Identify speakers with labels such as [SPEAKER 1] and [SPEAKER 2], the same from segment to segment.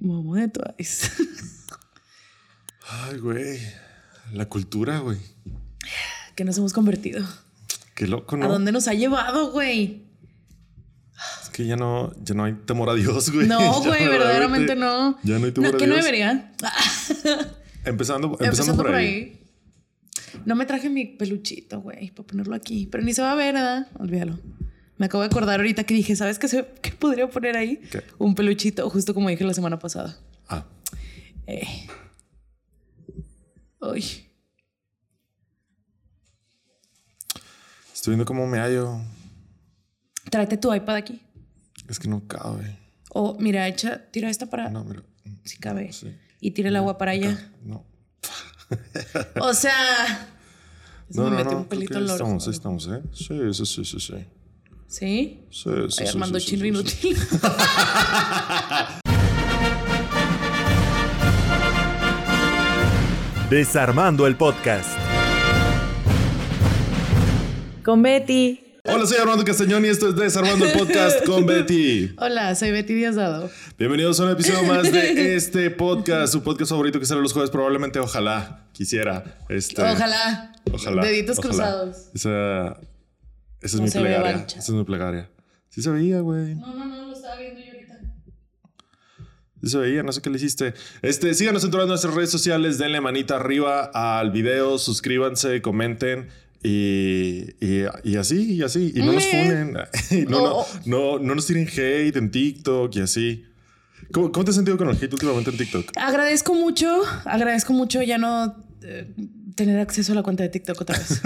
[SPEAKER 1] Momo de Twice.
[SPEAKER 2] Ay, güey. La cultura, güey.
[SPEAKER 1] que nos hemos convertido.
[SPEAKER 2] Qué loco,
[SPEAKER 1] ¿A
[SPEAKER 2] ¿no?
[SPEAKER 1] dónde nos ha llevado, güey?
[SPEAKER 2] Es que ya no, ya no hay temor a Dios, güey.
[SPEAKER 1] No,
[SPEAKER 2] Ya
[SPEAKER 1] güey, verdaderamente no.
[SPEAKER 2] Ya no hay temor a
[SPEAKER 1] que no
[SPEAKER 2] Dios.
[SPEAKER 1] debería.
[SPEAKER 2] Empezando, empezando,
[SPEAKER 1] Empezando
[SPEAKER 2] por ahí.
[SPEAKER 1] No me traje mi peluchito, güey, para ponerlo aquí. Pero ni se va a ver, ¿verdad? Olvídalo. Me acabo de acordar ahorita que dije, ¿sabes qué, se, qué podría poner ahí?
[SPEAKER 2] ¿Qué?
[SPEAKER 1] Un peluchito, justo como dije la semana pasada.
[SPEAKER 2] Ah,
[SPEAKER 1] Eh. Ay,
[SPEAKER 2] estoy viendo cómo me hallo.
[SPEAKER 1] tráete tu iPad aquí.
[SPEAKER 2] Es que no cabe.
[SPEAKER 1] O mira, echa, tira esta para
[SPEAKER 2] No, mira.
[SPEAKER 1] si cabe.
[SPEAKER 2] Sí.
[SPEAKER 1] Y tira el agua para allá.
[SPEAKER 2] No.
[SPEAKER 1] O sea, se
[SPEAKER 2] No,
[SPEAKER 1] me
[SPEAKER 2] no,
[SPEAKER 1] metió
[SPEAKER 2] no.
[SPEAKER 1] un
[SPEAKER 2] creo
[SPEAKER 1] pelito
[SPEAKER 2] que
[SPEAKER 1] al
[SPEAKER 2] ahí
[SPEAKER 1] orto.
[SPEAKER 2] estamos, ahí estamos, ¿eh? Sí, sí, sí, sí, sí. Sí,
[SPEAKER 1] ¿Sí?
[SPEAKER 2] sí, sí,
[SPEAKER 1] Ay,
[SPEAKER 2] sí,
[SPEAKER 1] Armando
[SPEAKER 2] sí, sí,
[SPEAKER 1] Chino
[SPEAKER 2] sí, sí.
[SPEAKER 1] inútil.
[SPEAKER 3] Desarmando el podcast.
[SPEAKER 4] Con Betty.
[SPEAKER 2] Hola, soy Armando Castañón y esto es Desarmando el Podcast con Betty.
[SPEAKER 1] Hola, soy Betty Díaz Dado.
[SPEAKER 2] Bienvenidos a un episodio más de este podcast, su podcast favorito que sale los jueves, probablemente, ojalá, quisiera. Este,
[SPEAKER 1] Ojalá.
[SPEAKER 2] Ojalá.
[SPEAKER 1] Deditos
[SPEAKER 2] ojalá.
[SPEAKER 1] cruzados.
[SPEAKER 2] Esa, esa es
[SPEAKER 1] No
[SPEAKER 2] mi
[SPEAKER 1] se ve
[SPEAKER 2] plegaria.
[SPEAKER 1] mancha.
[SPEAKER 2] Esa es mi plegaria. Sí se veía, güey.
[SPEAKER 1] No, no, no, lo estaba viendo yo ahorita.
[SPEAKER 2] Sí se veía, no sé qué le hiciste. Este, síganos en todas nuestras redes sociales, denle manita arriba al video, suscríbanse, comenten. Y, y, y así, y así. Y no nos funen. Y no, no,
[SPEAKER 1] Oh.
[SPEAKER 2] no, no nos tiren hate en TikTok y así. ¿Cómo, cómo te has sentido con el hate últimamente en TikTok?
[SPEAKER 1] Agradezco mucho, agradezco mucho ya no eh, tener acceso a la cuenta de TikTok otra vez.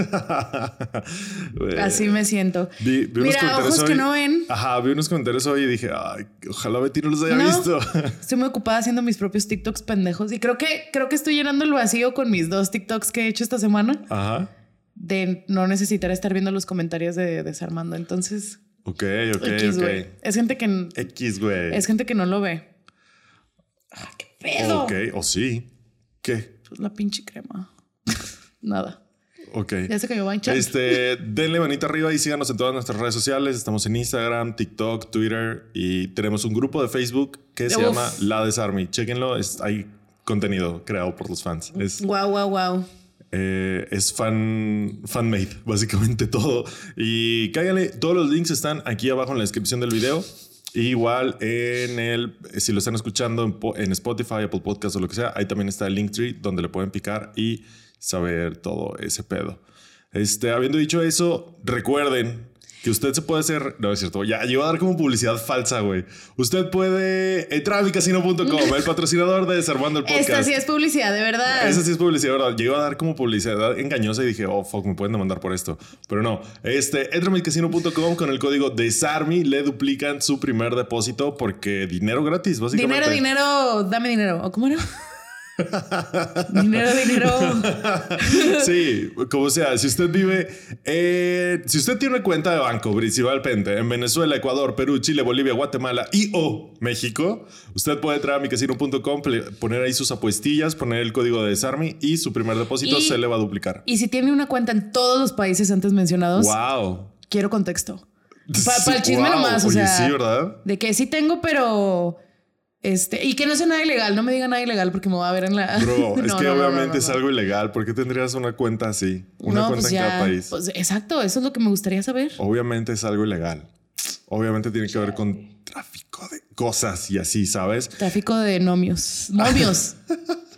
[SPEAKER 2] Güey.
[SPEAKER 1] Así me siento.
[SPEAKER 2] Vi, vi unos
[SPEAKER 1] Mira,
[SPEAKER 2] comentarios
[SPEAKER 1] ojos que
[SPEAKER 2] hoy-
[SPEAKER 1] no ven.
[SPEAKER 2] Ajá, vi unos comentarios hoy y dije, ay, ojalá Betty no los haya
[SPEAKER 1] No.
[SPEAKER 2] visto.
[SPEAKER 1] Estoy muy ocupada haciendo mis propios TikToks pendejos y creo que creo que estoy llenando el vacío con mis dos TikToks que he hecho esta semana
[SPEAKER 2] Ajá.
[SPEAKER 1] de no necesitar estar viendo los comentarios de Desarmando. Entonces,
[SPEAKER 2] Ok, ok,
[SPEAKER 1] X,
[SPEAKER 2] ok.
[SPEAKER 1] güey. Es gente que n-
[SPEAKER 2] X, güey.
[SPEAKER 1] es gente que no lo ve. Ah, qué pedo.
[SPEAKER 2] Ok, o sí. ¿Qué?
[SPEAKER 1] Pues la pinche crema. Nada.
[SPEAKER 2] Ok.
[SPEAKER 1] Ya se cayó Bancha.
[SPEAKER 2] Este, denle manita arriba y síganos en todas nuestras redes sociales. Estamos en Instagram, TikTok, Twitter y tenemos un grupo de Facebook que se
[SPEAKER 1] Uf.
[SPEAKER 2] llama La Desarmy. Chequenlo, es- hay contenido creado por los fans. Es,
[SPEAKER 1] Wow, wow, wow.
[SPEAKER 2] eh, es fan, fan made, básicamente todo. Y cáiganle, todos los links están aquí abajo en la descripción del video. Y igual en el, si lo están escuchando en, po- en Spotify, Apple Podcast o lo que sea, ahí también está el Linktree donde le pueden picar y saber todo ese pedo. Este, habiendo dicho eso, recuerden que usted se puede hacer, no es cierto, ya yo iba a dar como publicidad falsa, güey. Usted puede entrar a micasino.com, el patrocinador de Desarmando el Podcast.
[SPEAKER 1] Esta sí es publicidad, de verdad.
[SPEAKER 2] Esa sí es publicidad, ¿verdad? Yo iba a dar como publicidad engañosa y dije, oh, fuck, me pueden demandar por esto. Pero no. Este, entra a milcasino.com con el código DESARMY, le duplican su primer depósito porque dinero gratis, básicamente.
[SPEAKER 1] Dinero, dinero, dame dinero. ¿O cómo era? dinero, dinero.
[SPEAKER 2] sí, como sea, si usted vive, eh, si usted tiene una cuenta de banco principalmente en Venezuela, Ecuador, Perú, Chile, Bolivia, Guatemala y o México, usted puede entrar a micasino.com, ple- poner ahí sus apuestillas, poner el código de Desarmy y su primer depósito
[SPEAKER 1] Y-
[SPEAKER 2] se le va a duplicar.
[SPEAKER 1] Y si tiene una cuenta en todos los países antes mencionados,
[SPEAKER 2] Wow.
[SPEAKER 1] quiero contexto. Para el chisme
[SPEAKER 2] Wow,
[SPEAKER 1] nomás, o
[SPEAKER 2] oye,
[SPEAKER 1] sea,
[SPEAKER 2] sí, ¿verdad?
[SPEAKER 1] de que sí tengo, pero este, y que no sea nada ilegal, no me diga nada ilegal porque me va a ver en la.
[SPEAKER 2] Bro,
[SPEAKER 1] No,
[SPEAKER 2] es que
[SPEAKER 1] no, no, no,
[SPEAKER 2] obviamente
[SPEAKER 1] no, no.
[SPEAKER 2] es algo ilegal. ¿Por qué tendrías una cuenta así? Una
[SPEAKER 1] No,
[SPEAKER 2] cuenta
[SPEAKER 1] pues
[SPEAKER 2] en
[SPEAKER 1] ya,
[SPEAKER 2] cada país.
[SPEAKER 1] pues, exacto, eso es lo que me gustaría saber.
[SPEAKER 2] Obviamente es algo ilegal. Obviamente tiene que ver con tráfico de cosas y así, ¿sabes?
[SPEAKER 1] Tráfico de nomios. Momios.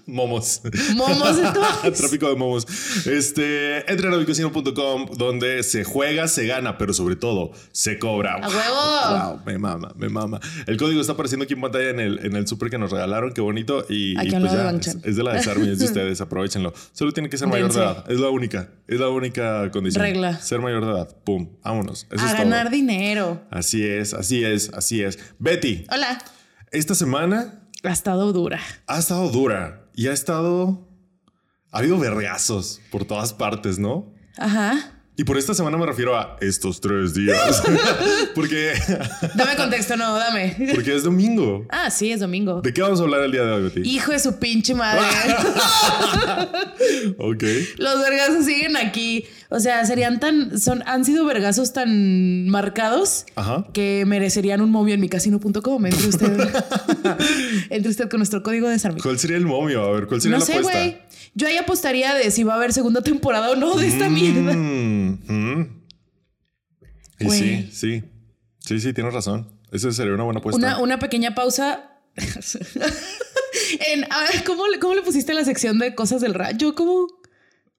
[SPEAKER 2] Momos.
[SPEAKER 1] Momos de todos.
[SPEAKER 2] Tráfico de momos. Este, entren a vicasino.com donde se juega, se gana, pero sobre todo se cobra.
[SPEAKER 1] ¡A huevo!
[SPEAKER 2] Wow, me mama, me mama. El código está apareciendo aquí en pantalla en el, en el súper que nos regalaron, qué bonito. Y,
[SPEAKER 1] Aquí
[SPEAKER 2] y
[SPEAKER 1] al lado
[SPEAKER 2] pues
[SPEAKER 1] de
[SPEAKER 2] ya, es,
[SPEAKER 1] Banchan.
[SPEAKER 2] es de la desarme, es de ustedes, aprovechenlo. Solo tiene que ser mayor
[SPEAKER 1] Dense.
[SPEAKER 2] de edad, es la única, es la única condición.
[SPEAKER 1] Regla.
[SPEAKER 2] Ser mayor de edad, pum, vámonos. Eso
[SPEAKER 1] A
[SPEAKER 2] es
[SPEAKER 1] ganar
[SPEAKER 2] todo.
[SPEAKER 1] dinero.
[SPEAKER 2] Así es, así es, así es. Betty,
[SPEAKER 1] Hola.
[SPEAKER 2] esta semana
[SPEAKER 1] Ha estado dura.
[SPEAKER 2] ha estado dura y ha estado. Ha habido vergazos por todas partes, ¿no?
[SPEAKER 1] Ajá.
[SPEAKER 2] Y por esta semana me refiero a estos tres días. porque,
[SPEAKER 1] Dame contexto, no, dame.
[SPEAKER 2] porque es domingo.
[SPEAKER 1] Ah, sí, es domingo.
[SPEAKER 2] ¿De qué vamos a hablar el día de hoy, Betty?
[SPEAKER 1] Hijo de su pinche madre.
[SPEAKER 2] Ok.
[SPEAKER 1] Los vergazos siguen aquí. O sea, serían tan. Son, han sido vergazos tan marcados
[SPEAKER 2] Ajá.
[SPEAKER 1] que merecerían un momio en mi casino.com. Entre usted. entre usted con nuestro código de Sarmiento.
[SPEAKER 2] ¿Cuál sería el momio? A ver, ¿cuál sería
[SPEAKER 1] No
[SPEAKER 2] la
[SPEAKER 1] sé,
[SPEAKER 2] apuesta?
[SPEAKER 1] güey. Yo ahí apostaría de si va a haber segunda temporada o no de esta mierda.
[SPEAKER 2] Mm, mm. Y sí,
[SPEAKER 1] Güey.
[SPEAKER 2] sí. Sí, sí, tienes razón. Esa sería una buena apuesta.
[SPEAKER 1] Una, una pequeña pausa. en, ah, ¿cómo, le- ¿Cómo le pusiste a la sección de cosas del rancho? ¿Cómo?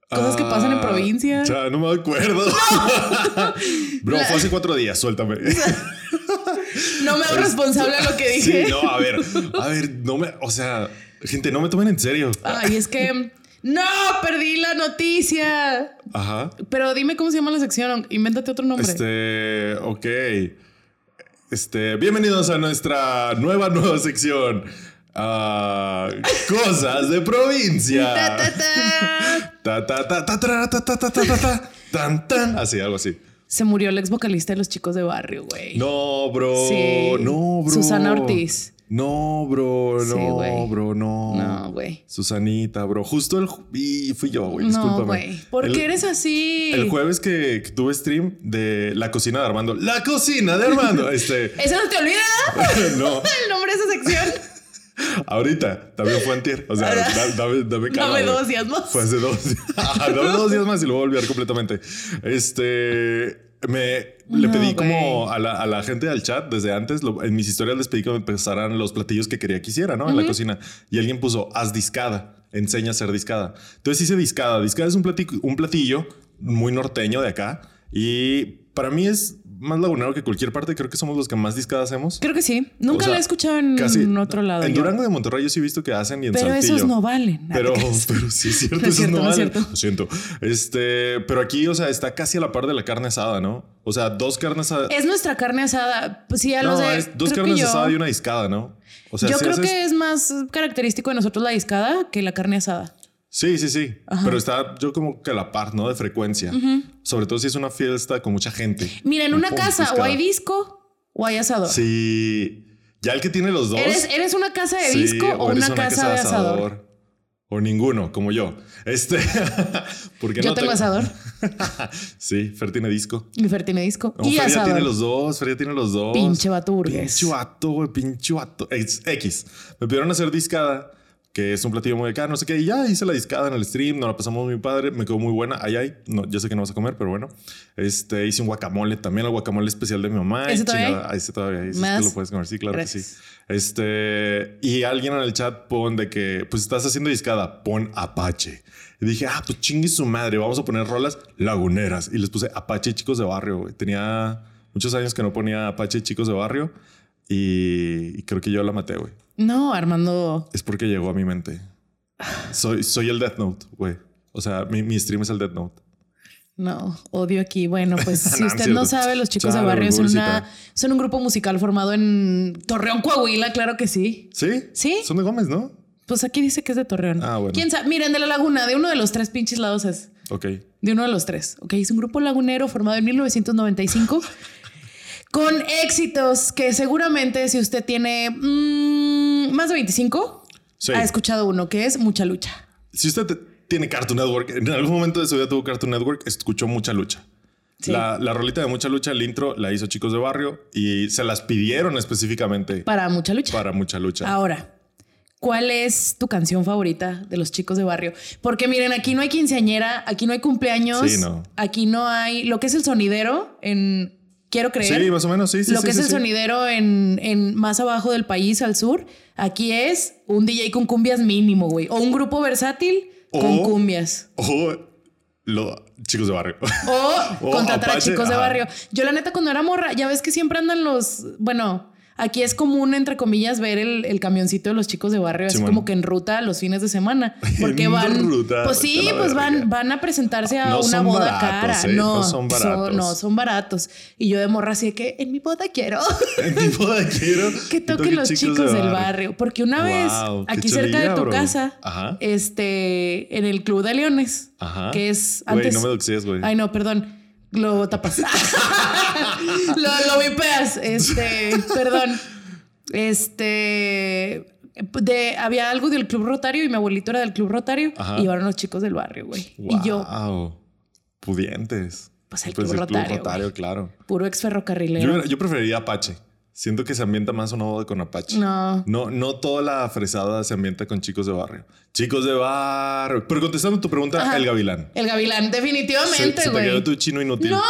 [SPEAKER 1] Cosas que pasan en
[SPEAKER 2] Ah,
[SPEAKER 1] provincia.
[SPEAKER 2] Ya, no me acuerdo. Bro,
[SPEAKER 1] La-
[SPEAKER 2] fue hace cuatro días, suéltame.
[SPEAKER 1] No me hago responsable de lo que
[SPEAKER 2] Sí,
[SPEAKER 1] dije.
[SPEAKER 2] no, a ver, a ver, no me, o sea, gente, no me tomen en serio.
[SPEAKER 1] Ay, es que. ¡No! Perdí la noticia.
[SPEAKER 2] Ajá.
[SPEAKER 1] Pero dime cómo se llama la sección. Invéntate otro nombre.
[SPEAKER 2] Este, ok. Este, bienvenidos a nuestra nueva, nueva sección. Ah, cosas de
[SPEAKER 1] Ta,
[SPEAKER 2] provincia.
[SPEAKER 1] ta, ta.
[SPEAKER 2] Ta, ta, ta, ta, tra, ta, ta, ta, ta, ta, ta, tan, tan. Así, algo así.
[SPEAKER 1] Se murió el ex vocalista de los chicos de barrio, güey.
[SPEAKER 2] No, bro.
[SPEAKER 1] Sí.
[SPEAKER 2] No, bro.
[SPEAKER 1] Susana Ortiz.
[SPEAKER 2] No, bro.
[SPEAKER 1] Sí,
[SPEAKER 2] No,
[SPEAKER 1] güey.
[SPEAKER 2] bro. No.
[SPEAKER 1] No, güey.
[SPEAKER 2] Susanita, bro. Justo el. ju- Y fui yo, güey. Discúlpame.
[SPEAKER 1] No, güey. ¿Por
[SPEAKER 2] El-
[SPEAKER 1] qué eres así?
[SPEAKER 2] El jueves que, que tuve stream de la cocina de Armando. ¡La cocina de Armando! Este.
[SPEAKER 1] ¿Eso no te olvida?
[SPEAKER 2] no,
[SPEAKER 1] El nombre de esa sección.
[SPEAKER 2] ahorita también fue antier. O sea,
[SPEAKER 1] Ahora-
[SPEAKER 2] da- dame, dame calma,
[SPEAKER 1] Dame
[SPEAKER 2] güey.
[SPEAKER 1] dos días más.
[SPEAKER 2] Fue hace Pues dos días. Dame dos días más y lo voy a olvidar completamente. Este. Me, le
[SPEAKER 1] No,
[SPEAKER 2] pedí
[SPEAKER 1] güey.
[SPEAKER 2] como a la, a la gente del chat desde antes, lo- en mis historias les pedí que me empezaran los platillos que quería que hiciera, ¿no? En la cocina. Y alguien puso, haz discada, enseña a hacer discada. Entonces hice discada. Discada es un, plati- un platillo muy norteño de acá y para mí es más lagunero que cualquier parte. Creo que somos los que más discada hacemos.
[SPEAKER 1] Creo que sí. Nunca
[SPEAKER 2] O sea,
[SPEAKER 1] la he escuchado Mm, en
[SPEAKER 2] casi-
[SPEAKER 1] otro lado.
[SPEAKER 2] En
[SPEAKER 1] yo.
[SPEAKER 2] Durango de Monterrey yo sí he visto que hacen y en
[SPEAKER 1] Pero
[SPEAKER 2] Saltillo.
[SPEAKER 1] esos no valen.
[SPEAKER 2] Pero, pero sí es cierto,
[SPEAKER 1] No es
[SPEAKER 2] esos
[SPEAKER 1] cierto,
[SPEAKER 2] no
[SPEAKER 1] no es
[SPEAKER 2] valen.
[SPEAKER 1] cierto.
[SPEAKER 2] Lo siento. Este, pero aquí, o sea, está casi a la par de la carne asada, ¿no? O sea, dos carnes asadas.
[SPEAKER 1] Es nuestra carne asada. Pues sí, a
[SPEAKER 2] No,
[SPEAKER 1] los de.
[SPEAKER 2] es dos
[SPEAKER 1] creo que
[SPEAKER 2] carnes
[SPEAKER 1] yo-
[SPEAKER 2] asadas y una discada, ¿no? O sea,
[SPEAKER 1] yo
[SPEAKER 2] si
[SPEAKER 1] creo
[SPEAKER 2] haces-
[SPEAKER 1] que es más característico de nosotros la discada que la carne asada.
[SPEAKER 2] Sí, sí, sí. Pero está yo como que a la par, ¿no? De frecuencia. Sobre todo si es una fiesta con mucha gente.
[SPEAKER 1] Mira, en una
[SPEAKER 2] Pum,
[SPEAKER 1] casa o
[SPEAKER 2] discada.
[SPEAKER 1] hay disco o hay asador.
[SPEAKER 2] Sí. Ya el que tiene los dos.
[SPEAKER 1] ¿Eres, ¿Eres una casa de
[SPEAKER 2] Sí,
[SPEAKER 1] disco o
[SPEAKER 2] eres
[SPEAKER 1] una, casa, de asador?
[SPEAKER 2] O ninguno, como yo. Este. porque
[SPEAKER 1] Yo
[SPEAKER 2] no
[SPEAKER 1] tengo asador
[SPEAKER 2] sí, Fer tiene disco.
[SPEAKER 1] y Fer tiene disco.
[SPEAKER 2] No,
[SPEAKER 1] y
[SPEAKER 2] Fer ya
[SPEAKER 1] asador.
[SPEAKER 2] tiene los dos, Fer ya tiene los dos.
[SPEAKER 1] Pinche vato burgués.
[SPEAKER 2] Pinche vato, güey, pinche vato. Ex- X. Me pidieron hacer discada, que es un platillo muy acá, no sé qué. Y ya hice la discada en el stream, nos la pasamos muy padre, me quedó muy buena. Ay, ay, no, ya sé que no vas a comer, pero bueno. Este, hice un guacamole también, el guacamole especial de mi mamá. y
[SPEAKER 1] ¿Ese todavía
[SPEAKER 2] chingada. Ah, Ese todavía, ese sí
[SPEAKER 1] Más.
[SPEAKER 2] te lo puedes comer, sí, claro que sí.
[SPEAKER 1] Gracias.
[SPEAKER 2] Este, y alguien en el chat pon de que, pues estás haciendo discada, pon Apache. Y dije, ah, pues chingue su madre, vamos a poner rolas laguneras. Y les puse Apache Chicos de Barrio, güey. Tenía muchos años que no ponía Apache Chicos de Barrio y, y creo que yo la maté, güey.
[SPEAKER 1] No, Armando.
[SPEAKER 2] Es porque llegó a mi mente. Soy, soy el Death Note, güey. O sea, mi, mi stream es el Death Note.
[SPEAKER 1] No, odio aquí. Bueno, pues si
[SPEAKER 2] No, es
[SPEAKER 1] usted
[SPEAKER 2] cierto.
[SPEAKER 1] no sabe, los chicos
[SPEAKER 2] Chale,
[SPEAKER 1] de barrio son,
[SPEAKER 2] pobrecita.
[SPEAKER 1] una, son un grupo musical formado en Torreón, Coahuila, claro que sí.
[SPEAKER 2] ¿Sí?
[SPEAKER 1] Sí.
[SPEAKER 2] Son de Gómez, ¿no?
[SPEAKER 1] Pues aquí dice que es de Torreón.
[SPEAKER 2] Ah, bueno.
[SPEAKER 1] ¿Quién sabe? Miren, de la laguna, de uno de los tres pinches lados es.
[SPEAKER 2] Ok.
[SPEAKER 1] De uno de los tres. Ok, es un grupo lagunero formado en 1995 con éxitos que seguramente si usted tiene mm, más de 25,
[SPEAKER 2] Sí.
[SPEAKER 1] ha escuchado uno que es Mucha Lucha.
[SPEAKER 2] Si usted te- tiene Cartoon Network, en algún momento de su vida tuvo Cartoon Network, escuchó mucha lucha.
[SPEAKER 1] Sí.
[SPEAKER 2] La, la rolita de mucha lucha, el intro, la hizo Chicos de Barrio y se las pidieron específicamente
[SPEAKER 1] Para Mucha Lucha.
[SPEAKER 2] para mucha lucha.
[SPEAKER 1] Ahora, ¿cuál es tu canción favorita de los chicos de barrio? Porque miren, aquí no hay quinceañera, aquí no hay cumpleaños,
[SPEAKER 2] Sí, no.
[SPEAKER 1] aquí no hay lo que es el sonidero en Quiero creer.
[SPEAKER 2] sí, más o menos, sí, sí.
[SPEAKER 1] lo
[SPEAKER 2] sí,
[SPEAKER 1] que
[SPEAKER 2] sí,
[SPEAKER 1] es el
[SPEAKER 2] sí.
[SPEAKER 1] sonidero en, en más abajo del país, al sur, aquí es un DJ con cumbias mínimo, güey. O un grupo versátil con
[SPEAKER 2] O-
[SPEAKER 1] cumbias.
[SPEAKER 2] O lo, Chicos de Barrio.
[SPEAKER 1] O
[SPEAKER 2] O
[SPEAKER 1] contratar
[SPEAKER 2] Apache,
[SPEAKER 1] a chicos de
[SPEAKER 2] ajá.
[SPEAKER 1] barrio. Yo, la neta, cuando era morra, ya ves que siempre andan los. Bueno, aquí es común, entre comillas, ver el, el camioncito de los chicos de barrio, así
[SPEAKER 2] Simón.
[SPEAKER 1] como que en ruta los fines de semana. Porque
[SPEAKER 2] En
[SPEAKER 1] van.
[SPEAKER 2] ruta,
[SPEAKER 1] pues sí,
[SPEAKER 2] vete a la
[SPEAKER 1] pues
[SPEAKER 2] verga.
[SPEAKER 1] van, van a presentarse a
[SPEAKER 2] No
[SPEAKER 1] una
[SPEAKER 2] son
[SPEAKER 1] boda
[SPEAKER 2] baratos,
[SPEAKER 1] cara.
[SPEAKER 2] eh,
[SPEAKER 1] No,
[SPEAKER 2] no son baratos.
[SPEAKER 1] no, son baratos. Y yo de morra, así de que en mi boda quiero.
[SPEAKER 2] El tipo de quiero.
[SPEAKER 1] que toquen los chicos, del barrio. Porque una vez,
[SPEAKER 2] Guau, qué
[SPEAKER 1] aquí cerca de
[SPEAKER 2] chulilla,
[SPEAKER 1] tu
[SPEAKER 2] bro.
[SPEAKER 1] casa,
[SPEAKER 2] Ajá.
[SPEAKER 1] este, en el Club de Leones,
[SPEAKER 2] Ajá.
[SPEAKER 1] que es
[SPEAKER 2] Güey,
[SPEAKER 1] antes.
[SPEAKER 2] no me doxies, güey.
[SPEAKER 1] Ay, no, perdón. Lo tapas. lo, lo vipeas. Este, perdón. Este. De, había algo del Club Rotario y mi abuelito era del Club Rotario
[SPEAKER 2] Ajá.
[SPEAKER 1] y llevaron los chicos del barrio, güey. Y yo,
[SPEAKER 2] Guau. pudientes.
[SPEAKER 1] Pues el
[SPEAKER 2] Pues
[SPEAKER 1] Club Rotario,
[SPEAKER 2] Rotario,
[SPEAKER 1] güey.
[SPEAKER 2] claro.
[SPEAKER 1] Puro ex ferrocarrilero.
[SPEAKER 2] Yo, yo preferiría Apache. Siento que se ambienta más una boda con Apache.
[SPEAKER 1] No.
[SPEAKER 2] No, no toda la fresada se ambienta con chicos de barrio. Chicos de barrio. Pero contestando tu pregunta,
[SPEAKER 1] Ajá.
[SPEAKER 2] el gavilán.
[SPEAKER 1] El gavilán,
[SPEAKER 2] Se, se
[SPEAKER 1] definitivamente,
[SPEAKER 2] te
[SPEAKER 1] güey.
[SPEAKER 2] quedó tu chino inútil.
[SPEAKER 1] ¡No!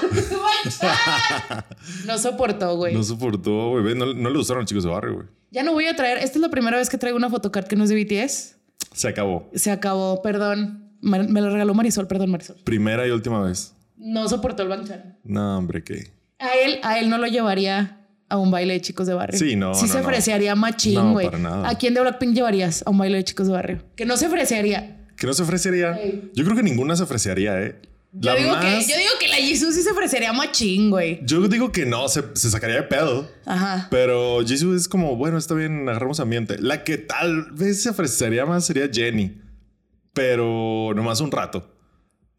[SPEAKER 1] ¡Guachán! no soportó, güey.
[SPEAKER 2] No soportó, güey. Ve, No, no le gustaron los chicos de barrio, güey.
[SPEAKER 1] Ya no voy a traer. Esta es la primera vez que traigo una photocard que no es de BTS.
[SPEAKER 2] Se acabó.
[SPEAKER 1] Se acabó, perdón. Me, me la regaló Marisol, perdón, Marisol.
[SPEAKER 2] Primera y última vez.
[SPEAKER 1] No soportó el banchan.
[SPEAKER 2] No, hombre, ¿qué?
[SPEAKER 1] A él, a él no lo llevaría a un baile de chicos de barrio.
[SPEAKER 2] Sí, no,
[SPEAKER 1] Sí
[SPEAKER 2] no,
[SPEAKER 1] se
[SPEAKER 2] no.
[SPEAKER 1] fresearía machín,
[SPEAKER 2] No,
[SPEAKER 1] güey.
[SPEAKER 2] para nada.
[SPEAKER 1] ¿A quién de Blackpink llevarías a un baile de chicos de barrio? Que no se fresearía.
[SPEAKER 2] ¿Qué no se ofrecería?
[SPEAKER 1] Ey.
[SPEAKER 2] Yo creo que ninguna se ofrecería, ¿eh?
[SPEAKER 1] Yo
[SPEAKER 2] La
[SPEAKER 1] digo,
[SPEAKER 2] más-
[SPEAKER 1] que, yo digo que la Jisoo sí se fresearía machín, güey.
[SPEAKER 2] yo digo que no, se, se sacaría de pedo.
[SPEAKER 1] Ajá.
[SPEAKER 2] Pero Jisoo es como, bueno, está bien, agarramos ambiente. La que tal vez se ofrecería más sería Jenny, pero nomás un rato.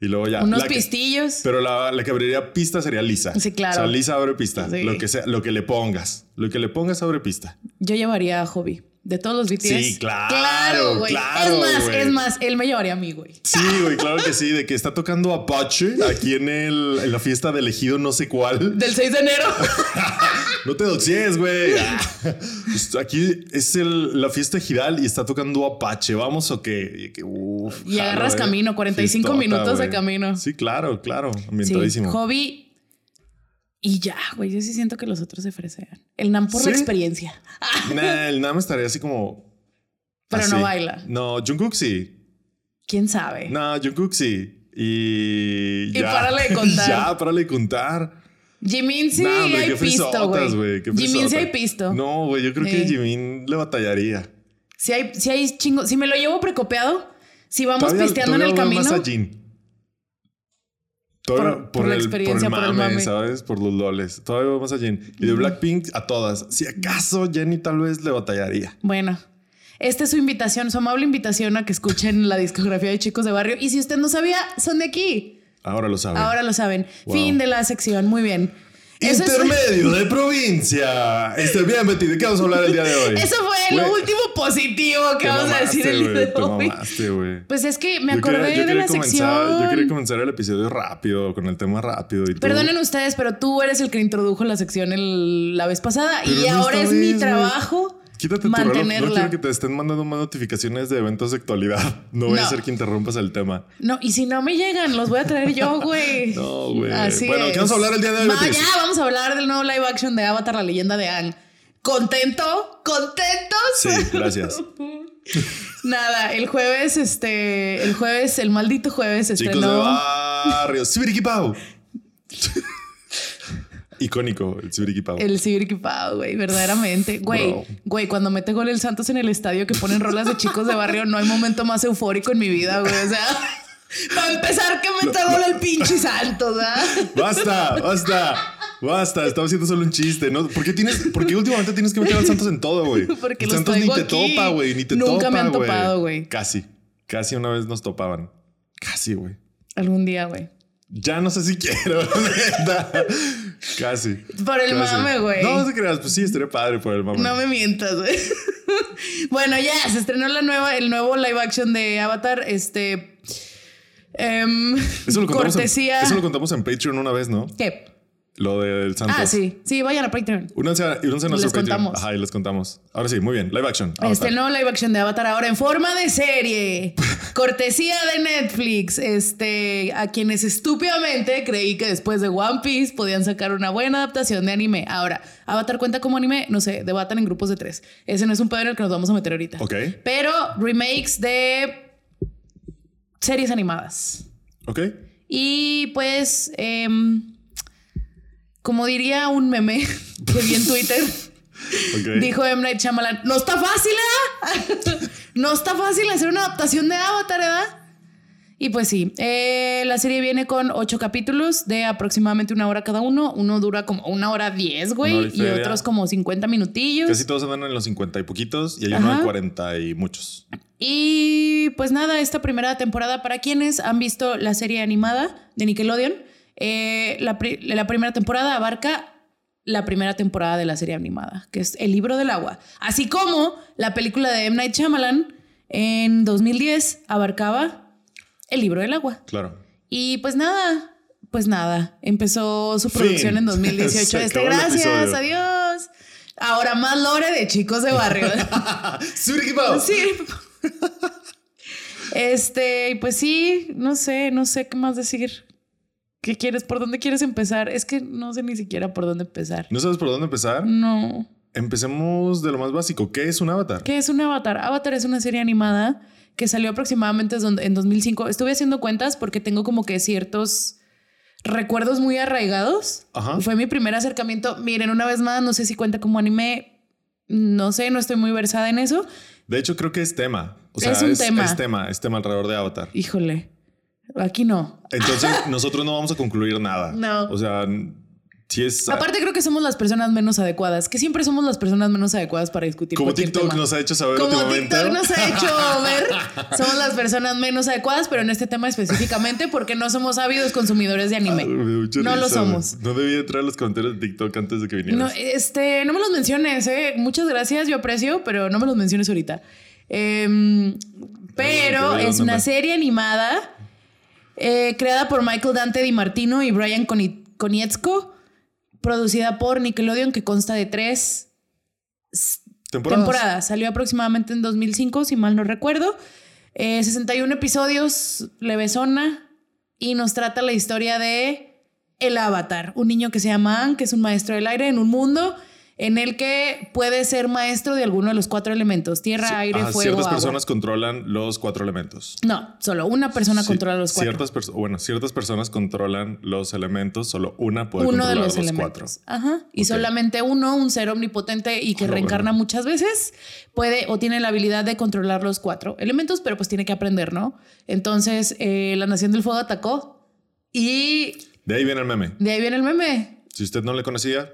[SPEAKER 2] Y luego ya.
[SPEAKER 1] Unos
[SPEAKER 2] la que-
[SPEAKER 1] pistillos.
[SPEAKER 2] pero la, la que abriría pista sería Lisa.
[SPEAKER 1] Sí, claro.
[SPEAKER 2] O sea, Lisa abre pista.
[SPEAKER 1] Sí.
[SPEAKER 2] Lo, que sea, lo que le pongas. Lo que le pongas abre pista.
[SPEAKER 1] Yo llevaría a Hobby. De todos los BTS.
[SPEAKER 2] Sí, claro,
[SPEAKER 1] güey.
[SPEAKER 2] claro,
[SPEAKER 1] es más,
[SPEAKER 2] güey.
[SPEAKER 1] es más, él me llevaría a mí, güey.
[SPEAKER 2] Sí, güey, claro que sí. De que está tocando Apache aquí en, el, en la fiesta de elegido no sé cuál.
[SPEAKER 1] Del 6 de enero.
[SPEAKER 2] No te doxies, güey. Ah. Aquí es el- la fiesta Giral y está tocando Apache. Vamos o qué. Y que, uf,
[SPEAKER 1] Y agarras
[SPEAKER 2] eh.
[SPEAKER 1] camino, 45 minutos de
[SPEAKER 2] güey.
[SPEAKER 1] camino.
[SPEAKER 2] Sí, claro, claro.
[SPEAKER 1] sí,
[SPEAKER 2] Ambientadísimo.
[SPEAKER 1] Hobby. Y ya, güey. Yo sí siento que los otros se fresean. El Nam por la
[SPEAKER 2] ¿Sí?
[SPEAKER 1] experiencia.
[SPEAKER 2] Nah, el nada más estaría así como.
[SPEAKER 1] Pero no
[SPEAKER 2] así.
[SPEAKER 1] baila.
[SPEAKER 2] No, Jungkook sí.
[SPEAKER 1] ¿Quién sabe?
[SPEAKER 2] No, Jungkook sí. Y.
[SPEAKER 1] Y párale de contar.
[SPEAKER 2] Ya, párale de contar.
[SPEAKER 1] Jimin sí
[SPEAKER 2] Nah, hombre,
[SPEAKER 1] hay
[SPEAKER 2] qué
[SPEAKER 1] pisto, güey.
[SPEAKER 2] frisotas, güey. qué
[SPEAKER 1] Jimin sí
[SPEAKER 2] frisota.
[SPEAKER 1] hay pisto.
[SPEAKER 2] No, güey, yo creo
[SPEAKER 1] Sí.
[SPEAKER 2] que Jimin le batallaría.
[SPEAKER 1] Si hay, si hay chingo. Si me lo llevo precopeado, si vamos
[SPEAKER 2] Todavía-
[SPEAKER 1] pisteando en el
[SPEAKER 2] todavía
[SPEAKER 1] camino.
[SPEAKER 2] veo Más a Jin. Todavía-
[SPEAKER 1] Por-
[SPEAKER 2] por,
[SPEAKER 1] por la
[SPEAKER 2] el,
[SPEAKER 1] experiencia,
[SPEAKER 2] por el mame, ¿sabes? Por los loles. Todavía veo más a Jin. Y de Blackpink a todas. Si acaso Jenny tal vez le batallaría.
[SPEAKER 1] Bueno, esta es su invitación, su amable invitación a que escuchen la discografía de Chicos de Barrio. Y si usted no sabía, son de aquí.
[SPEAKER 2] Ahora lo saben.
[SPEAKER 1] Ahora lo saben.
[SPEAKER 2] Wow.
[SPEAKER 1] Fin de la sección. Muy bien. Eso, es-
[SPEAKER 2] Intermedio de provincia. Este, bien, Betty, ¿de qué vamos a hablar el día de hoy?
[SPEAKER 1] eso fue lo
[SPEAKER 2] Güey,
[SPEAKER 1] último positivo que
[SPEAKER 2] te
[SPEAKER 1] vamos a decir
[SPEAKER 2] mamaste,
[SPEAKER 1] el día
[SPEAKER 2] güey,
[SPEAKER 1] de
[SPEAKER 2] te
[SPEAKER 1] hoy.
[SPEAKER 2] mamaste, güey.
[SPEAKER 1] Pues es que me
[SPEAKER 2] Yo quería-
[SPEAKER 1] acordé
[SPEAKER 2] yo
[SPEAKER 1] de
[SPEAKER 2] quería
[SPEAKER 1] la
[SPEAKER 2] comenzar- Yo quería
[SPEAKER 1] sección.
[SPEAKER 2] comenzar el episodio rápido, con el tema rápido. y tú-
[SPEAKER 1] Perdonen ustedes, pero tú eres el que introdujo la sección el- la vez pasada
[SPEAKER 2] Pero
[SPEAKER 1] y
[SPEAKER 2] no
[SPEAKER 1] ahora
[SPEAKER 2] esta
[SPEAKER 1] es mi
[SPEAKER 2] vez, güey.
[SPEAKER 1] trabajo
[SPEAKER 2] Quítate tu reloj.
[SPEAKER 1] mantenerla.
[SPEAKER 2] No quiero que te estén mandando más notificaciones de eventos de actualidad. No voy
[SPEAKER 1] No.
[SPEAKER 2] a ser que interrumpas el tema.
[SPEAKER 1] No, y si no me llegan, los voy a traer yo, güey.
[SPEAKER 2] No, güey.
[SPEAKER 1] Así
[SPEAKER 2] Bueno, ¿qué vamos a
[SPEAKER 1] es.
[SPEAKER 2] hablar el día de hoy,
[SPEAKER 1] Va,
[SPEAKER 2] Beatriz?
[SPEAKER 1] ya, vamos a hablar del nuevo live action de Avatar, la leyenda de Aang. ¿Contento? ¿Contentos?
[SPEAKER 2] Sí, gracias.
[SPEAKER 1] Nada, el jueves, este, el jueves, el maldito jueves
[SPEAKER 2] Chicos de
[SPEAKER 1] estrenó.
[SPEAKER 2] barrio. Sibiriquipau. Icónico, el Sibiriquipau.
[SPEAKER 1] El Pau, güey, verdaderamente. Güey,
[SPEAKER 2] Bro.
[SPEAKER 1] güey, cuando mete gol el Santos en el estadio que ponen rolas de chicos de barrio, no hay momento más eufórico en mi vida, güey. O sea, para empezar que meta gol el pinche Santos, ¿ah?
[SPEAKER 2] Basta, basta. Basta, estaba haciendo solo un chiste, ¿no? ¿Por qué tienes, porque últimamente tienes que meter al Santos en todo, güey?
[SPEAKER 1] Porque
[SPEAKER 2] el
[SPEAKER 1] los
[SPEAKER 2] Santos ni
[SPEAKER 1] traigo
[SPEAKER 2] te
[SPEAKER 1] aquí.
[SPEAKER 2] topa, güey, ni te topa,
[SPEAKER 1] Nunca me han topado, güey.
[SPEAKER 2] Casi, casi una vez nos topaban. Casi, güey.
[SPEAKER 1] Algún día, güey.
[SPEAKER 2] Ya no sé si quiero, la neta. Casi.
[SPEAKER 1] Por el
[SPEAKER 2] Casi.
[SPEAKER 1] mame, güey.
[SPEAKER 2] No, no te creas, pues sí, estaría padre por el mame.
[SPEAKER 1] No me mientas, güey. bueno, ya se estrenó la nueva, el nuevo live action de Avatar. Este. em,
[SPEAKER 2] Eso lo contamos
[SPEAKER 1] cortesía.
[SPEAKER 2] En, eso lo contamos en Patreon una vez, ¿no?
[SPEAKER 1] ¿Qué?
[SPEAKER 2] Lo del Santos.
[SPEAKER 1] Ah, sí. Sí, vayan a Patreon.
[SPEAKER 2] Únanse a, únanse a nuestro
[SPEAKER 1] Les
[SPEAKER 2] Patreon.
[SPEAKER 1] contamos.
[SPEAKER 2] Ajá, y les contamos. Ahora sí, muy bien. Live action.
[SPEAKER 1] Este
[SPEAKER 2] Avatar.
[SPEAKER 1] nuevo live action de Avatar ahora en forma de serie. Cortesía de Netflix. Este, a quienes estúpidamente creí que después de One Piece podían sacar una buena adaptación de anime. Ahora, Avatar cuenta como anime, no sé, debatan en grupos de tres. Ese no es un pedo en el que nos vamos a meter ahorita.
[SPEAKER 2] Ok.
[SPEAKER 1] Pero remakes de series animadas.
[SPEAKER 2] Ok.
[SPEAKER 1] Y pues, em, como diría un meme que vi en Twitter,
[SPEAKER 2] Ok.
[SPEAKER 1] dijo M. Night Shyamalan, no está fácil, ¿verdad? no está fácil hacer una adaptación de Avatar, ¿verdad? Y pues sí, eh, la serie viene con ocho capítulos de aproximadamente una hora cada uno. Uno dura como una hora diez,
[SPEAKER 2] Una hora
[SPEAKER 1] güey,
[SPEAKER 2] y
[SPEAKER 1] y
[SPEAKER 2] feria.
[SPEAKER 1] otros como 50 minutillos.
[SPEAKER 2] Casi todos andan en los 50 y poquitos y hay uno
[SPEAKER 1] Ajá.
[SPEAKER 2] de 40 y muchos.
[SPEAKER 1] Y pues nada, esta primera temporada, para quienes han visto la serie animada de Nickelodeon, eh, la, pri- la primera temporada abarca la primera temporada de la serie animada, que es El libro del agua. Así como la película de M. Night Shyamalan en 2010 abarcaba El libro del agua.
[SPEAKER 2] Claro.
[SPEAKER 1] Y pues nada, pues nada. Empezó su
[SPEAKER 2] Fin.
[SPEAKER 1] producción en
[SPEAKER 2] Se
[SPEAKER 1] 2018. Este,
[SPEAKER 2] acabó el
[SPEAKER 1] gracias,
[SPEAKER 2] episodio.
[SPEAKER 1] adiós. Ahora más lore de chicos de barrio. sí. Este, y pues sí, no sé, no sé qué más decir. ¿Qué quieres? ¿Por dónde quieres empezar? Es que no sé ni siquiera por dónde empezar.
[SPEAKER 2] ¿No sabes por dónde empezar?
[SPEAKER 1] Mm. No.
[SPEAKER 2] Empecemos de lo más básico. ¿Qué es un avatar?
[SPEAKER 1] ¿Qué es un Avatar? Avatar es una serie animada que salió aproximadamente es don- en 2005. Estuve haciendo cuentas porque tengo como que ciertos recuerdos muy arraigados.
[SPEAKER 2] Ajá.
[SPEAKER 1] Fue mi primer acercamiento. Miren, una vez más, no sé si cuenta como anime. No sé, no estoy muy versada en eso.
[SPEAKER 2] De hecho, creo que es tema. O sea,
[SPEAKER 1] Es un tema.
[SPEAKER 2] Es tema, es tema alrededor de avatar.
[SPEAKER 1] Híjole, aquí no.
[SPEAKER 2] Entonces, nosotros no vamos a concluir nada.
[SPEAKER 1] No.
[SPEAKER 2] O sea, n- si es. ah,
[SPEAKER 1] Aparte creo que somos las personas menos adecuadas, que siempre somos las personas menos adecuadas para discutir.
[SPEAKER 2] como
[SPEAKER 1] cualquier
[SPEAKER 2] TikTok
[SPEAKER 1] tema.
[SPEAKER 2] nos ha hecho saber
[SPEAKER 1] Como
[SPEAKER 2] últimamente.
[SPEAKER 1] TikTok nos ha hecho ver, somos las personas menos adecuadas, pero en este tema específicamente porque no somos ávidos consumidores de
[SPEAKER 2] Ah,
[SPEAKER 1] anime.
[SPEAKER 2] me dio mucha
[SPEAKER 1] No lo
[SPEAKER 2] risa, güey.
[SPEAKER 1] somos.
[SPEAKER 2] No debí entrar a los comentarios de TikTok antes de que
[SPEAKER 1] No,
[SPEAKER 2] vinieras.
[SPEAKER 1] este, no me los menciones, ¿eh? Muchas gracias, yo aprecio, pero no me los menciones ahorita. Em,
[SPEAKER 2] te
[SPEAKER 1] pero
[SPEAKER 2] veo,
[SPEAKER 1] es una
[SPEAKER 2] mamá.
[SPEAKER 1] serie animada eh, creada por Michael Dante Di Martino y Brian Coni- Konietzko, producida por Nickelodeon, que consta de tres
[SPEAKER 2] Temporadas.
[SPEAKER 1] temporada. Salió aproximadamente en 2005, si mal no recuerdo. Eh, 61 episodios, levesona, y nos trata la historia de el avatar, un niño que se llama An, que es un maestro del aire en un mundo en el que puede ser maestro de alguno de los cuatro elementos, tierra,
[SPEAKER 2] Sí,
[SPEAKER 1] aire,
[SPEAKER 2] ajá,
[SPEAKER 1] fuego,
[SPEAKER 2] Ciertas
[SPEAKER 1] agua.
[SPEAKER 2] personas controlan los cuatro elementos.
[SPEAKER 1] No, solo una persona
[SPEAKER 2] Sí,
[SPEAKER 1] controla los cuatro.
[SPEAKER 2] Ciertas perso- bueno, ciertas personas controlan los elementos, solo una puede
[SPEAKER 1] uno de
[SPEAKER 2] controlar
[SPEAKER 1] los,
[SPEAKER 2] los, cuatro.
[SPEAKER 1] elementos. Ajá. Y
[SPEAKER 2] Ok.
[SPEAKER 1] solamente uno, un ser omnipotente y que
[SPEAKER 2] Ah, la
[SPEAKER 1] reencarna
[SPEAKER 2] verdad.
[SPEAKER 1] muchas veces, puede o tiene la habilidad de controlar los cuatro elementos, pero pues tiene que aprender, ¿no? Entonces, eh, la Nación del Fuego atacó y
[SPEAKER 2] De ahí viene el meme.
[SPEAKER 1] de ahí viene el meme.
[SPEAKER 2] Si usted no le conocía,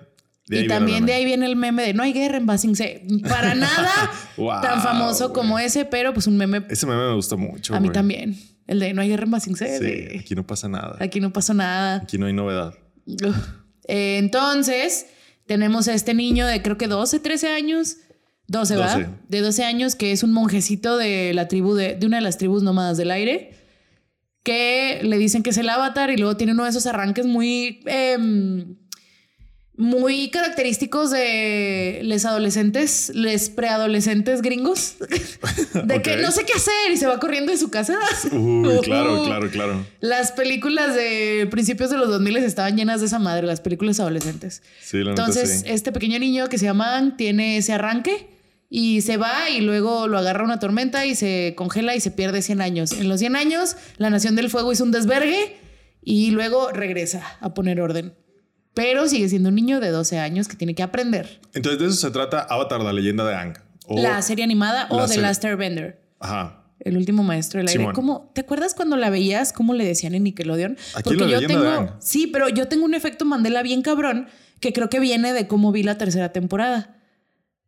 [SPEAKER 2] de ahí
[SPEAKER 1] y
[SPEAKER 2] viene el
[SPEAKER 1] también
[SPEAKER 2] meme.
[SPEAKER 1] de ahí viene el meme de no hay guerra en Basing C. Para nada
[SPEAKER 2] Wow,
[SPEAKER 1] tan famoso
[SPEAKER 2] güey.
[SPEAKER 1] como ese, pero pues un meme
[SPEAKER 2] Ese meme me gusta mucho.
[SPEAKER 1] a mí
[SPEAKER 2] güey.
[SPEAKER 1] también. El de no hay guerra en Basing C.
[SPEAKER 2] Sí,
[SPEAKER 1] de,
[SPEAKER 2] aquí no pasa nada.
[SPEAKER 1] Aquí no pasó nada.
[SPEAKER 2] Aquí no hay novedad.
[SPEAKER 1] Uf. Eh, Entonces, tenemos a este niño de creo que 12, 13 años. 12, ¿verdad?
[SPEAKER 2] 12.
[SPEAKER 1] De 12 años, que es un monjecito de la tribu de, de una de las tribus nómadas del aire, que le dicen que es el avatar y luego tiene uno de esos arranques muy. em, muy característicos de les adolescentes, les preadolescentes gringos, de
[SPEAKER 2] Ok.
[SPEAKER 1] que no sé qué hacer y se va corriendo de su casa.
[SPEAKER 2] Uy, claro,
[SPEAKER 1] Uh.
[SPEAKER 2] claro, claro.
[SPEAKER 1] Las películas de principios de los 2000 estaban llenas de esa madre, las películas adolescentes.
[SPEAKER 2] Sí, la
[SPEAKER 1] Entonces,
[SPEAKER 2] neta sí.
[SPEAKER 1] este pequeño niño que se llama Ang tiene ese arranque y se va y luego lo agarra una tormenta y se congela y se pierde 100 años. En los 100 años, la Nación del Fuego hizo un desvergue y luego regresa a poner orden. Pero sigue siendo un niño de 12 años que tiene que aprender
[SPEAKER 2] Entonces, de eso se trata Avatar, la leyenda de Ang.
[SPEAKER 1] la serie animada
[SPEAKER 2] la
[SPEAKER 1] o The
[SPEAKER 2] serie-
[SPEAKER 1] Last Airbender.
[SPEAKER 2] Ajá.
[SPEAKER 1] El último maestro del aire.
[SPEAKER 2] Simón.
[SPEAKER 1] ¿Cómo- ¿Te acuerdas cuando la veías? ¿Cómo le decían en Nickelodeon?
[SPEAKER 2] Aquí
[SPEAKER 1] Porque
[SPEAKER 2] la
[SPEAKER 1] yo
[SPEAKER 2] leyenda
[SPEAKER 1] tengo.
[SPEAKER 2] de Aang.
[SPEAKER 1] Sí, pero yo tengo un efecto Mandela bien cabrón que creo que viene de cómo vi la tercera temporada.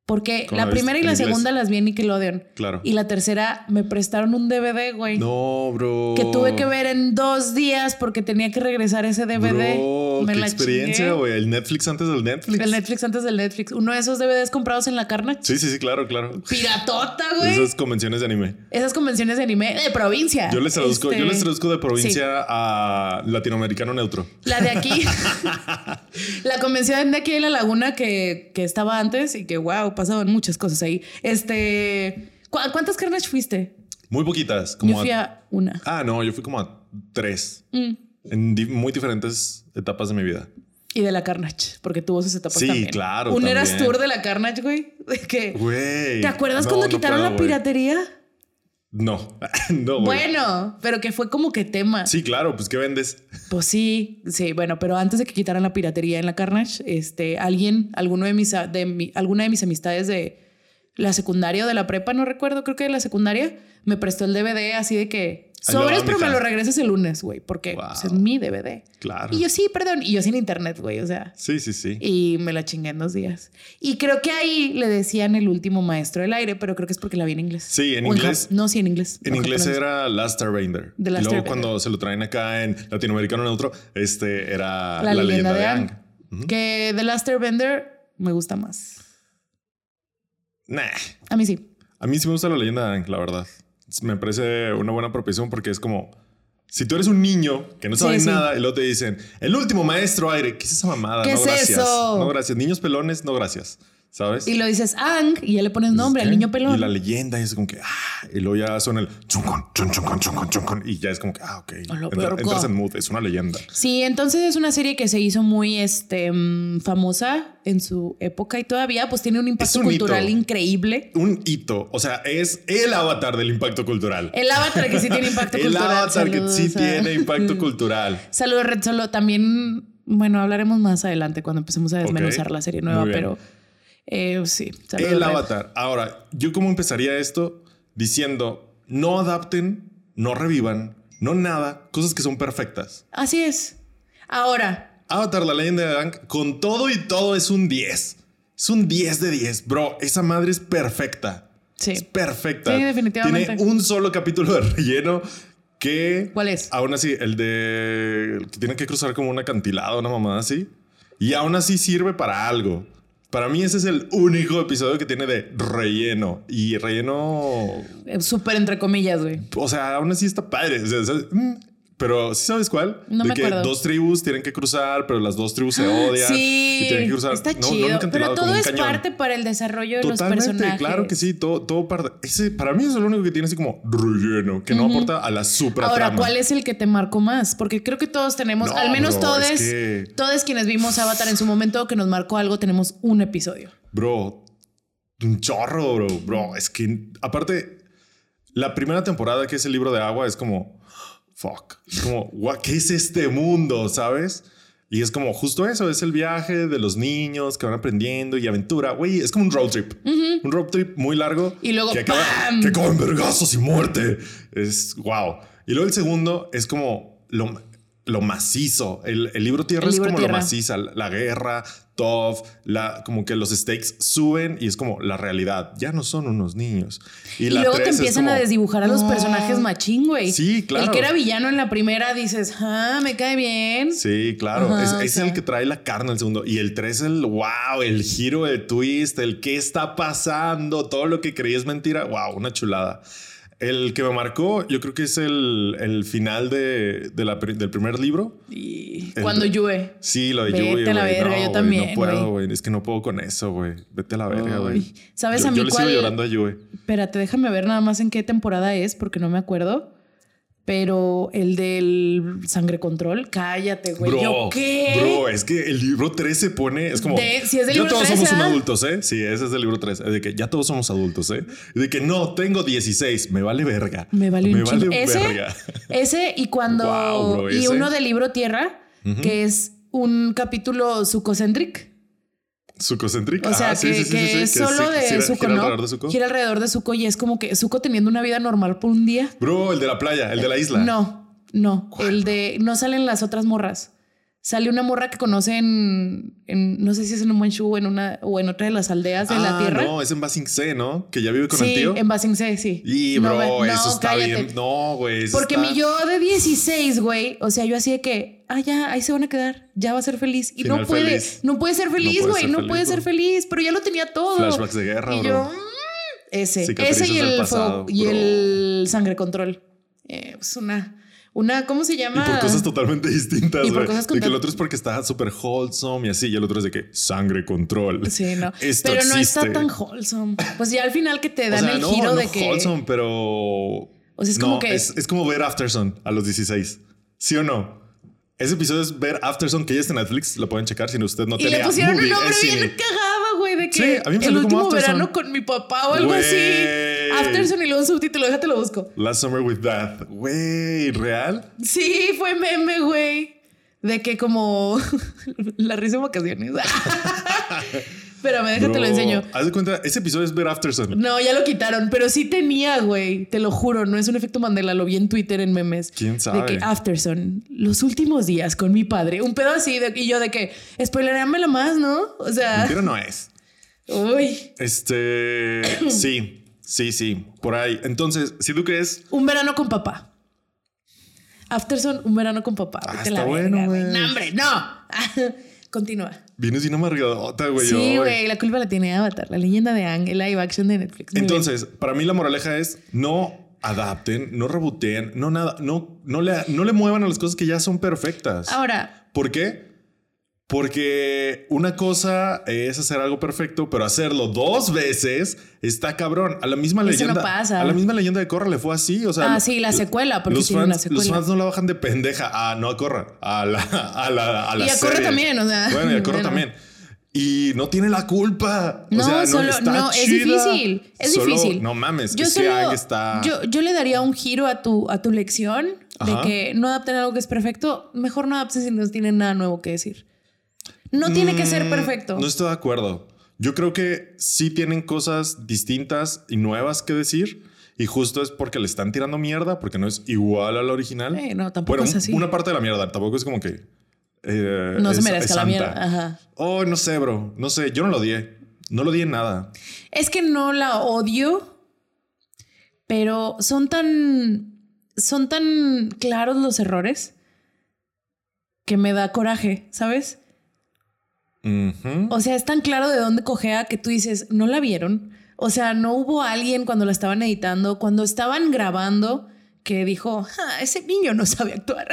[SPEAKER 1] Porque
[SPEAKER 2] ¿Cómo
[SPEAKER 1] la
[SPEAKER 2] la viste?
[SPEAKER 1] primera y
[SPEAKER 2] ¿En
[SPEAKER 1] la
[SPEAKER 2] inglés?
[SPEAKER 1] segunda las vi en Nickelodeon.
[SPEAKER 2] Claro.
[SPEAKER 1] Y la tercera me prestaron un DVD, güey.
[SPEAKER 2] No, bro.
[SPEAKER 1] Que tuve que ver en dos días porque tenía que regresar ese DVD.
[SPEAKER 2] Bro,
[SPEAKER 1] me
[SPEAKER 2] qué
[SPEAKER 1] la
[SPEAKER 2] experiencia,
[SPEAKER 1] chingué.
[SPEAKER 2] güey. El Netflix antes del Netflix.
[SPEAKER 1] El Netflix antes del Netflix. Uno de esos DVDs comprados en la carna.
[SPEAKER 2] Sí, sí, sí, claro, claro.
[SPEAKER 1] Piratota, güey.
[SPEAKER 2] Esas convenciones de anime.
[SPEAKER 1] Esas convenciones de anime de provincia.
[SPEAKER 2] Yo les traduzco, yo
[SPEAKER 1] Este,
[SPEAKER 2] les traduzco de provincia
[SPEAKER 1] sí.
[SPEAKER 2] a latinoamericano neutro.
[SPEAKER 1] La de aquí. la convención de aquí de la laguna que, que estaba antes y que, wow, pasaban muchas cosas ahí. Este. ¿cu- a ¿Cuántas carnes fuiste?
[SPEAKER 2] Muy poquitas. Como
[SPEAKER 1] Yo fui a una.
[SPEAKER 2] Ah, no, yo fui como a tres.
[SPEAKER 1] Mm.
[SPEAKER 2] En di- muy diferentes etapas de mi vida.
[SPEAKER 1] Y de la Carnage, porque tuvo sus etapas
[SPEAKER 2] Sí,
[SPEAKER 1] también.
[SPEAKER 2] claro,
[SPEAKER 1] Un eras
[SPEAKER 2] también.
[SPEAKER 1] tour de la Carnage, güey. de que-
[SPEAKER 2] Güey.
[SPEAKER 1] ¿Te acuerdas
[SPEAKER 2] no,
[SPEAKER 1] cuando
[SPEAKER 2] no
[SPEAKER 1] quitaron
[SPEAKER 2] puedo,
[SPEAKER 1] la
[SPEAKER 2] güey.
[SPEAKER 1] piratería?
[SPEAKER 2] No, no, güey.
[SPEAKER 1] Bueno, pero que fue como que tema.
[SPEAKER 2] Sí, claro, pues ¿qué vendes?
[SPEAKER 1] Pues sí, sí, bueno, pero antes de que quitaran la piratería en la Carnage, este, alguien, alguno de mis, a- de mi- alguna de mis amistades de la secundaria o de la prepa, no recuerdo, creo que de la secundaria, me prestó el DVD así de que
[SPEAKER 2] Ahí lo va,
[SPEAKER 1] sobres, pero me
[SPEAKER 2] mija.
[SPEAKER 1] lo regresas el lunes, güey, porque
[SPEAKER 2] Wow.
[SPEAKER 1] pues, es mi DVD.
[SPEAKER 2] Claro.
[SPEAKER 1] Y yo sí, perdón, y yo sin internet, güey, o sea,
[SPEAKER 2] Sí, sí, sí.
[SPEAKER 1] y me la chingué en dos días. Y creo que ahí le decían el último maestro del aire, pero creo que es porque la vi en inglés.
[SPEAKER 2] Sí, en
[SPEAKER 1] O jap-
[SPEAKER 2] inglés-
[SPEAKER 1] no, sí, en inglés.
[SPEAKER 2] En
[SPEAKER 1] O
[SPEAKER 2] inglés
[SPEAKER 1] japonés.
[SPEAKER 2] era Last Airbender.
[SPEAKER 1] The Last
[SPEAKER 2] y luego
[SPEAKER 1] Airbender.
[SPEAKER 2] cuando se lo traen acá en latinoamericano neutro, este era
[SPEAKER 1] La,
[SPEAKER 2] la,
[SPEAKER 1] leyenda, de
[SPEAKER 2] Ang.
[SPEAKER 1] Aang. Que The Last Airbender me gusta más.
[SPEAKER 2] Nah.
[SPEAKER 1] A mí sí.
[SPEAKER 2] A mí sí me gusta la leyenda de Ang, la verdad. Me parece una buena apropiación porque es como Si tú eres un niño que no sabe
[SPEAKER 1] Sí, sí.
[SPEAKER 2] nada y luego te dicen, el último maestro aire, ¿qué es esa mamada?
[SPEAKER 1] ¿Qué
[SPEAKER 2] no
[SPEAKER 1] es
[SPEAKER 2] gracias.
[SPEAKER 1] eso?
[SPEAKER 2] No gracias. Niños pelones, no gracias. ¿Sabes?
[SPEAKER 1] Y lo dices Ang y ya le pones nombre al
[SPEAKER 2] ¿Qué?
[SPEAKER 1] niño pelón.
[SPEAKER 2] Y la leyenda y es como que, ah, y luego ya suena el chuncon, chunchuncon, chunchuncon, chunchuncon, y ya es como que, ah, ok.
[SPEAKER 1] A lo
[SPEAKER 2] Entra-
[SPEAKER 1] peor,
[SPEAKER 2] entras
[SPEAKER 1] co.
[SPEAKER 2] en mood, es una leyenda.
[SPEAKER 1] Sí, entonces es una serie que se hizo muy este, mm, famosa en su época y todavía pues tiene un impacto
[SPEAKER 2] un
[SPEAKER 1] cultural
[SPEAKER 2] hito.
[SPEAKER 1] increíble.
[SPEAKER 2] Un hito, o sea, es el avatar del impacto cultural.
[SPEAKER 1] El avatar que sí tiene impacto
[SPEAKER 2] El
[SPEAKER 1] cultural.
[SPEAKER 2] avatar que
[SPEAKER 1] saludos
[SPEAKER 2] sí
[SPEAKER 1] a- Mm.
[SPEAKER 2] tiene impacto cultural.
[SPEAKER 1] Saludos Red Solo. También, bueno, hablaremos más adelante cuando empecemos a desmenuzar
[SPEAKER 2] Ok,
[SPEAKER 1] la serie nueva,
[SPEAKER 2] muy bien.
[SPEAKER 1] pero eh, sí. saludos,
[SPEAKER 2] El
[SPEAKER 1] Red.
[SPEAKER 2] avatar. Ahora, ¿yo cómo empezaría esto? Diciendo, no adapten, no revivan, no nada, cosas que son perfectas.
[SPEAKER 1] Así es. Ahora,
[SPEAKER 2] Avatar, la leyenda de Aang, con todo y todo es un 10. Es un 10 de 10, bro. Esa madre es perfecta.
[SPEAKER 1] sí.
[SPEAKER 2] Es perfecta.
[SPEAKER 1] Sí, definitivamente.
[SPEAKER 2] Tiene un solo capítulo de relleno que...
[SPEAKER 1] ¿Cuál es?
[SPEAKER 2] Aún así, el de... el que tiene que cruzar como un acantilado, una mamada así. Y aún así sirve para algo. Para mí ese es el único episodio que tiene de relleno. Y relleno...
[SPEAKER 1] Eh, Súper entre comillas, güey.
[SPEAKER 2] O sea, aún así está padre. O sea, ¿sabes? Mm, Pero sí sabes cuál?
[SPEAKER 1] No
[SPEAKER 2] de
[SPEAKER 1] me
[SPEAKER 2] que
[SPEAKER 1] acuerdo. Ah,
[SPEAKER 2] dos tribus tienen que cruzar, pero las dos tribus se odian.
[SPEAKER 1] Sí,
[SPEAKER 2] y tienen que cruzar.
[SPEAKER 1] está
[SPEAKER 2] no, no un
[SPEAKER 1] chido.
[SPEAKER 2] acantilado,
[SPEAKER 1] pero
[SPEAKER 2] como
[SPEAKER 1] todo
[SPEAKER 2] un
[SPEAKER 1] es
[SPEAKER 2] cañón.
[SPEAKER 1] parte para el desarrollo de los
[SPEAKER 2] Totalmente,
[SPEAKER 1] personajes.
[SPEAKER 2] claro que sí, todo, todo parte. Ese para mí es lo único que tiene así como relleno, que no aporta a la supra
[SPEAKER 1] Ahora,
[SPEAKER 2] trama.
[SPEAKER 1] ¿cuál es el que te marcó más? Porque creo que todos tenemos,
[SPEAKER 2] No,
[SPEAKER 1] al menos
[SPEAKER 2] bro,
[SPEAKER 1] todos,
[SPEAKER 2] es que-
[SPEAKER 1] todos quienes vimos Avatar en su momento que nos marcó algo, tenemos un episodio.
[SPEAKER 2] Bro, un chorro, bro, bro. Es que aparte, la primera temporada que es el libro de agua es como, fuck, es como, "Gua- ¿qué es este mundo? ¿Sabes? Y es como justo eso, es el viaje de los niños que van aprendiendo y aventura. Güey, es como un road trip. Un road trip muy largo.
[SPEAKER 1] Y luego,
[SPEAKER 2] que acaba,
[SPEAKER 1] ¡pam!
[SPEAKER 2] que acaba en vergazos y muerte. Es wow. Y luego el segundo es como lo, lo macizo. El, el libro Tierra
[SPEAKER 1] El
[SPEAKER 2] es
[SPEAKER 1] libro
[SPEAKER 2] como
[SPEAKER 1] Tierra.
[SPEAKER 2] lo macizo maciza, la, la guerra, tough, la, como que los stakes suben y es como la realidad. Ya no son unos niños. Y,
[SPEAKER 1] Y,
[SPEAKER 2] la
[SPEAKER 1] luego te
[SPEAKER 2] tres es
[SPEAKER 1] empiezan a
[SPEAKER 2] como,
[SPEAKER 1] desdibujar a los
[SPEAKER 2] "Ah".
[SPEAKER 1] personajes machín, güey.
[SPEAKER 2] Sí, claro.
[SPEAKER 1] El que era villano en la primera, dices, ah, me cae bien.
[SPEAKER 2] Sí, claro.
[SPEAKER 1] Ajá,
[SPEAKER 2] es
[SPEAKER 1] o
[SPEAKER 2] es
[SPEAKER 1] sea.
[SPEAKER 2] el que trae la carne el segundo. Y el tres, el wow, el giro, el twist, el qué está pasando, todo lo que creí es mentira. Wow, una chulada. El que me marcó, yo creo que es el, el final de, de la pri- del primer libro.
[SPEAKER 1] Y
[SPEAKER 2] El-
[SPEAKER 1] cuando llueve.
[SPEAKER 2] Sí, lo de
[SPEAKER 1] Vete
[SPEAKER 2] Yui,
[SPEAKER 1] a la
[SPEAKER 2] güey.
[SPEAKER 1] verga,
[SPEAKER 2] No,
[SPEAKER 1] yo
[SPEAKER 2] güey,
[SPEAKER 1] también,
[SPEAKER 2] No puedo,
[SPEAKER 1] güey.
[SPEAKER 2] güey. Es que no puedo con eso, güey. Vete a la verga,
[SPEAKER 1] Ay,
[SPEAKER 2] güey.
[SPEAKER 1] ¿sabes
[SPEAKER 2] yo,
[SPEAKER 1] a mí
[SPEAKER 2] yo le
[SPEAKER 1] cuál?
[SPEAKER 2] sigo llorando a Yui.
[SPEAKER 1] Espérate, déjame ver nada más en qué temporada es, porque no me acuerdo. Pero el del sangre control, cállate, güey. ¿Yo qué?
[SPEAKER 2] Bro, es que el libro 3 se pone. Es como.
[SPEAKER 1] De- si es del
[SPEAKER 2] ya
[SPEAKER 1] libro
[SPEAKER 2] todos
[SPEAKER 1] 3,
[SPEAKER 2] somos un
[SPEAKER 1] ¿ah?
[SPEAKER 2] adultos, ¿eh? Sí, ese es del libro 3. De que ya todos somos adultos, ¿eh? De que no, tengo 16. Me vale verga.
[SPEAKER 1] Me vale un chingo.
[SPEAKER 2] vale
[SPEAKER 1] ese,
[SPEAKER 2] verga.
[SPEAKER 1] ese y cuando
[SPEAKER 2] Guau, bro,
[SPEAKER 1] y
[SPEAKER 2] ese.
[SPEAKER 1] uno del libro Tierra, que es un capítulo sucocentric,
[SPEAKER 2] Sucocentric.
[SPEAKER 1] o sea
[SPEAKER 2] Ajá, Ah, sí,
[SPEAKER 1] que,
[SPEAKER 2] sí, sí,
[SPEAKER 1] que
[SPEAKER 2] sí, sí,
[SPEAKER 1] es
[SPEAKER 2] que
[SPEAKER 1] solo
[SPEAKER 2] sí,
[SPEAKER 1] de
[SPEAKER 2] gira-
[SPEAKER 1] Zuko,
[SPEAKER 2] gira
[SPEAKER 1] ¿no?
[SPEAKER 2] alrededor de Zuko.
[SPEAKER 1] Gira alrededor de Zuko y es como que Zuko teniendo una vida normal por un día.
[SPEAKER 2] Bro, el de la playa, el de la isla.
[SPEAKER 1] No, no, el de no salen las otras morras. Sale una morra que conoce en, en- no sé si es en un buen o en una o en otra de las aldeas de la
[SPEAKER 2] Ah,
[SPEAKER 1] Tierra.
[SPEAKER 2] No, es en Basing C, ¿no? Que ya vive con
[SPEAKER 1] sí,
[SPEAKER 2] el tío.
[SPEAKER 1] en Basing C, sí.
[SPEAKER 2] Y,
[SPEAKER 1] No,
[SPEAKER 2] bro,
[SPEAKER 1] ve- no,
[SPEAKER 2] eso está
[SPEAKER 1] cállate.
[SPEAKER 2] bien. No, güey. eso
[SPEAKER 1] Porque
[SPEAKER 2] está-
[SPEAKER 1] mi yo de 16, güey, o sea, yo así de que, ah, ya, ahí se van a quedar, ya va a ser feliz. Y no
[SPEAKER 2] Final
[SPEAKER 1] puede,
[SPEAKER 2] feliz.
[SPEAKER 1] no puede ser feliz,
[SPEAKER 2] puede
[SPEAKER 1] güey,
[SPEAKER 2] ser
[SPEAKER 1] no
[SPEAKER 2] feliz,
[SPEAKER 1] puede
[SPEAKER 2] bro.
[SPEAKER 1] ser feliz, pero ya lo tenía todo.
[SPEAKER 2] Flashbacks de guerra,
[SPEAKER 1] Y
[SPEAKER 2] bro.
[SPEAKER 1] yo, mm, ese,
[SPEAKER 2] Cicatrices
[SPEAKER 1] ese y
[SPEAKER 2] del
[SPEAKER 1] el,
[SPEAKER 2] pasado,
[SPEAKER 1] fuego- y
[SPEAKER 2] bro.
[SPEAKER 1] el sangre control. Eh, es una, una, ¿cómo se
[SPEAKER 2] Y
[SPEAKER 1] llama?
[SPEAKER 2] por cosas totalmente distintas,
[SPEAKER 1] ah. Y por
[SPEAKER 2] güey.
[SPEAKER 1] cosas
[SPEAKER 2] De que el
[SPEAKER 1] total-
[SPEAKER 2] otro es porque está súper wholesome y así, y el otro es de que sangre control.
[SPEAKER 1] Sí, no.
[SPEAKER 2] Esto
[SPEAKER 1] pero no
[SPEAKER 2] existe.
[SPEAKER 1] está tan wholesome. Pues ya al final que te
[SPEAKER 2] O
[SPEAKER 1] dan
[SPEAKER 2] sea,
[SPEAKER 1] el
[SPEAKER 2] no,
[SPEAKER 1] giro
[SPEAKER 2] no
[SPEAKER 1] de que.
[SPEAKER 2] wholesome, pero. O
[SPEAKER 1] sea, es como que-
[SPEAKER 2] Es, es como ver Afterson a los 16. ¿Sí o no? Ese episodio es ver Afterson, que ya está en Netflix. Lo pueden checar si usted no
[SPEAKER 1] Y
[SPEAKER 2] tenía
[SPEAKER 1] le pusieron
[SPEAKER 2] movie,
[SPEAKER 1] un nombre
[SPEAKER 2] es
[SPEAKER 1] bien
[SPEAKER 2] cine.
[SPEAKER 1] cagado, güey, de
[SPEAKER 2] Sí,
[SPEAKER 1] que
[SPEAKER 2] a mí
[SPEAKER 1] el
[SPEAKER 2] me salió como
[SPEAKER 1] último
[SPEAKER 2] Aftersun.
[SPEAKER 1] verano con mi papá o algo
[SPEAKER 2] Güey.
[SPEAKER 1] así. Afterson y luego un subtítulo, déjate lo busco.
[SPEAKER 2] Last Summer with Death. Güey, real.
[SPEAKER 1] Sí, fue meme, güey. De que como la risa en vacaciones. Pero me déjate
[SPEAKER 2] Bro,
[SPEAKER 1] lo enseño.
[SPEAKER 2] Haz de cuenta, ese episodio es ver Afterson.
[SPEAKER 1] No, ya lo quitaron, pero sí tenía, güey. Te lo juro, no es un efecto Mandela. Lo vi en Twitter en memes.
[SPEAKER 2] ¿Quién sabe?
[SPEAKER 1] De que Afterson, los últimos días con mi padre, un pedo así, de- y yo de que, spoilerámela más, ¿no? O sea,
[SPEAKER 2] Mentira no es.
[SPEAKER 1] uy,
[SPEAKER 2] Este. sí, sí, sí. Por ahí. Entonces, si tú crees.
[SPEAKER 1] un verano con papá. Afterson, un verano con papá.
[SPEAKER 2] Ah,
[SPEAKER 1] Vete a
[SPEAKER 2] está
[SPEAKER 1] la
[SPEAKER 2] bueno,
[SPEAKER 1] verga,
[SPEAKER 2] güey.
[SPEAKER 1] No, hombre, no. Continúa.
[SPEAKER 2] Vienes bien amargadota, güey.
[SPEAKER 1] sí,
[SPEAKER 2] hoy.
[SPEAKER 1] güey, la culpa la tiene Avatar, la leyenda de Ang, el live action de Netflix. Muy bien.
[SPEAKER 2] Entonces, para mí la moraleja es no adapten, no reboteen, no nada, no, no, le, no le muevan a las cosas que ya son perfectas.
[SPEAKER 1] Ahora,
[SPEAKER 2] ¿Por qué? Porque una cosa es hacer algo perfecto, pero hacerlo dos veces está cabrón. A la misma
[SPEAKER 1] Eso
[SPEAKER 2] leyenda.
[SPEAKER 1] no pasa.
[SPEAKER 2] A la misma leyenda de Corra le fue así. O sea,
[SPEAKER 1] Ah, sí, la secuela, porque
[SPEAKER 2] los
[SPEAKER 1] tiene
[SPEAKER 2] fans,
[SPEAKER 1] una secuela.
[SPEAKER 2] Los fans no la bajan de pendeja. Ah, no a Corra. A la, a la, a la
[SPEAKER 1] Y a Corra
[SPEAKER 2] serie.
[SPEAKER 1] también, o sea,
[SPEAKER 2] Bueno, y a Corra
[SPEAKER 1] bueno.
[SPEAKER 2] también. Y no tiene la culpa. O
[SPEAKER 1] No,
[SPEAKER 2] sea,
[SPEAKER 1] solo,
[SPEAKER 2] está
[SPEAKER 1] no, es
[SPEAKER 2] chida.
[SPEAKER 1] difícil. Es
[SPEAKER 2] Solo-
[SPEAKER 1] difícil.
[SPEAKER 2] No mames.
[SPEAKER 1] Yo,
[SPEAKER 2] sí,
[SPEAKER 1] solo-
[SPEAKER 2] ahí está.
[SPEAKER 1] yo, yo le daría un giro a tu, a tu lección
[SPEAKER 2] Ajá.
[SPEAKER 1] de que no adapten algo que es perfecto. Mejor no adapten si no tienen nada nuevo que decir. No tiene que ser
[SPEAKER 2] Mm,
[SPEAKER 1] perfecto.
[SPEAKER 2] No estoy de acuerdo. Yo creo que sí tienen cosas distintas y nuevas que decir. Y justo es porque le están tirando mierda, porque no es igual a la original.
[SPEAKER 1] Eh, no, tampoco
[SPEAKER 2] Bueno,
[SPEAKER 1] es así.
[SPEAKER 2] una parte de la mierda. Tampoco es como que. eh,
[SPEAKER 1] no se
[SPEAKER 2] es-
[SPEAKER 1] merezca
[SPEAKER 2] es
[SPEAKER 1] la
[SPEAKER 2] santa.
[SPEAKER 1] mierda. Ajá.
[SPEAKER 2] Oh, no sé, bro. No sé. Yo no lo odié. No lo odié en nada.
[SPEAKER 1] Es que no la odio, pero son tan. Son tan claros los errores que me da coraje, ¿sabes?
[SPEAKER 2] Ujú.
[SPEAKER 1] O sea, es tan claro de dónde cojea que tú dices, no la vieron. O sea, no hubo alguien cuando la estaban editando, cuando estaban grabando, que dijo, "Ja, ese niño no sabe actuar.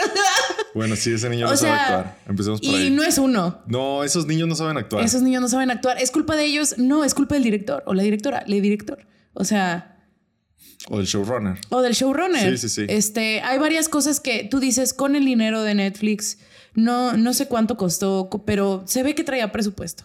[SPEAKER 2] Bueno, sí, ese niño
[SPEAKER 1] O
[SPEAKER 2] no sabe
[SPEAKER 1] sea,
[SPEAKER 2] actuar. Empecemos Pues por
[SPEAKER 1] y
[SPEAKER 2] ahí. No...
[SPEAKER 1] no es uno.
[SPEAKER 2] esos niños no saben actuar.
[SPEAKER 1] Esos niños no saben actuar. ¿Es culpa de ellos? No, es culpa del director o la directora, el director. O sea,
[SPEAKER 2] O el showrunner.
[SPEAKER 1] o del showrunner.
[SPEAKER 2] Sí, sí, sí.
[SPEAKER 1] Este, hay varias cosas que tú dices con el dinero de Netflix. No, no sé cuánto costó, co- pero se ve que traía presupuesto.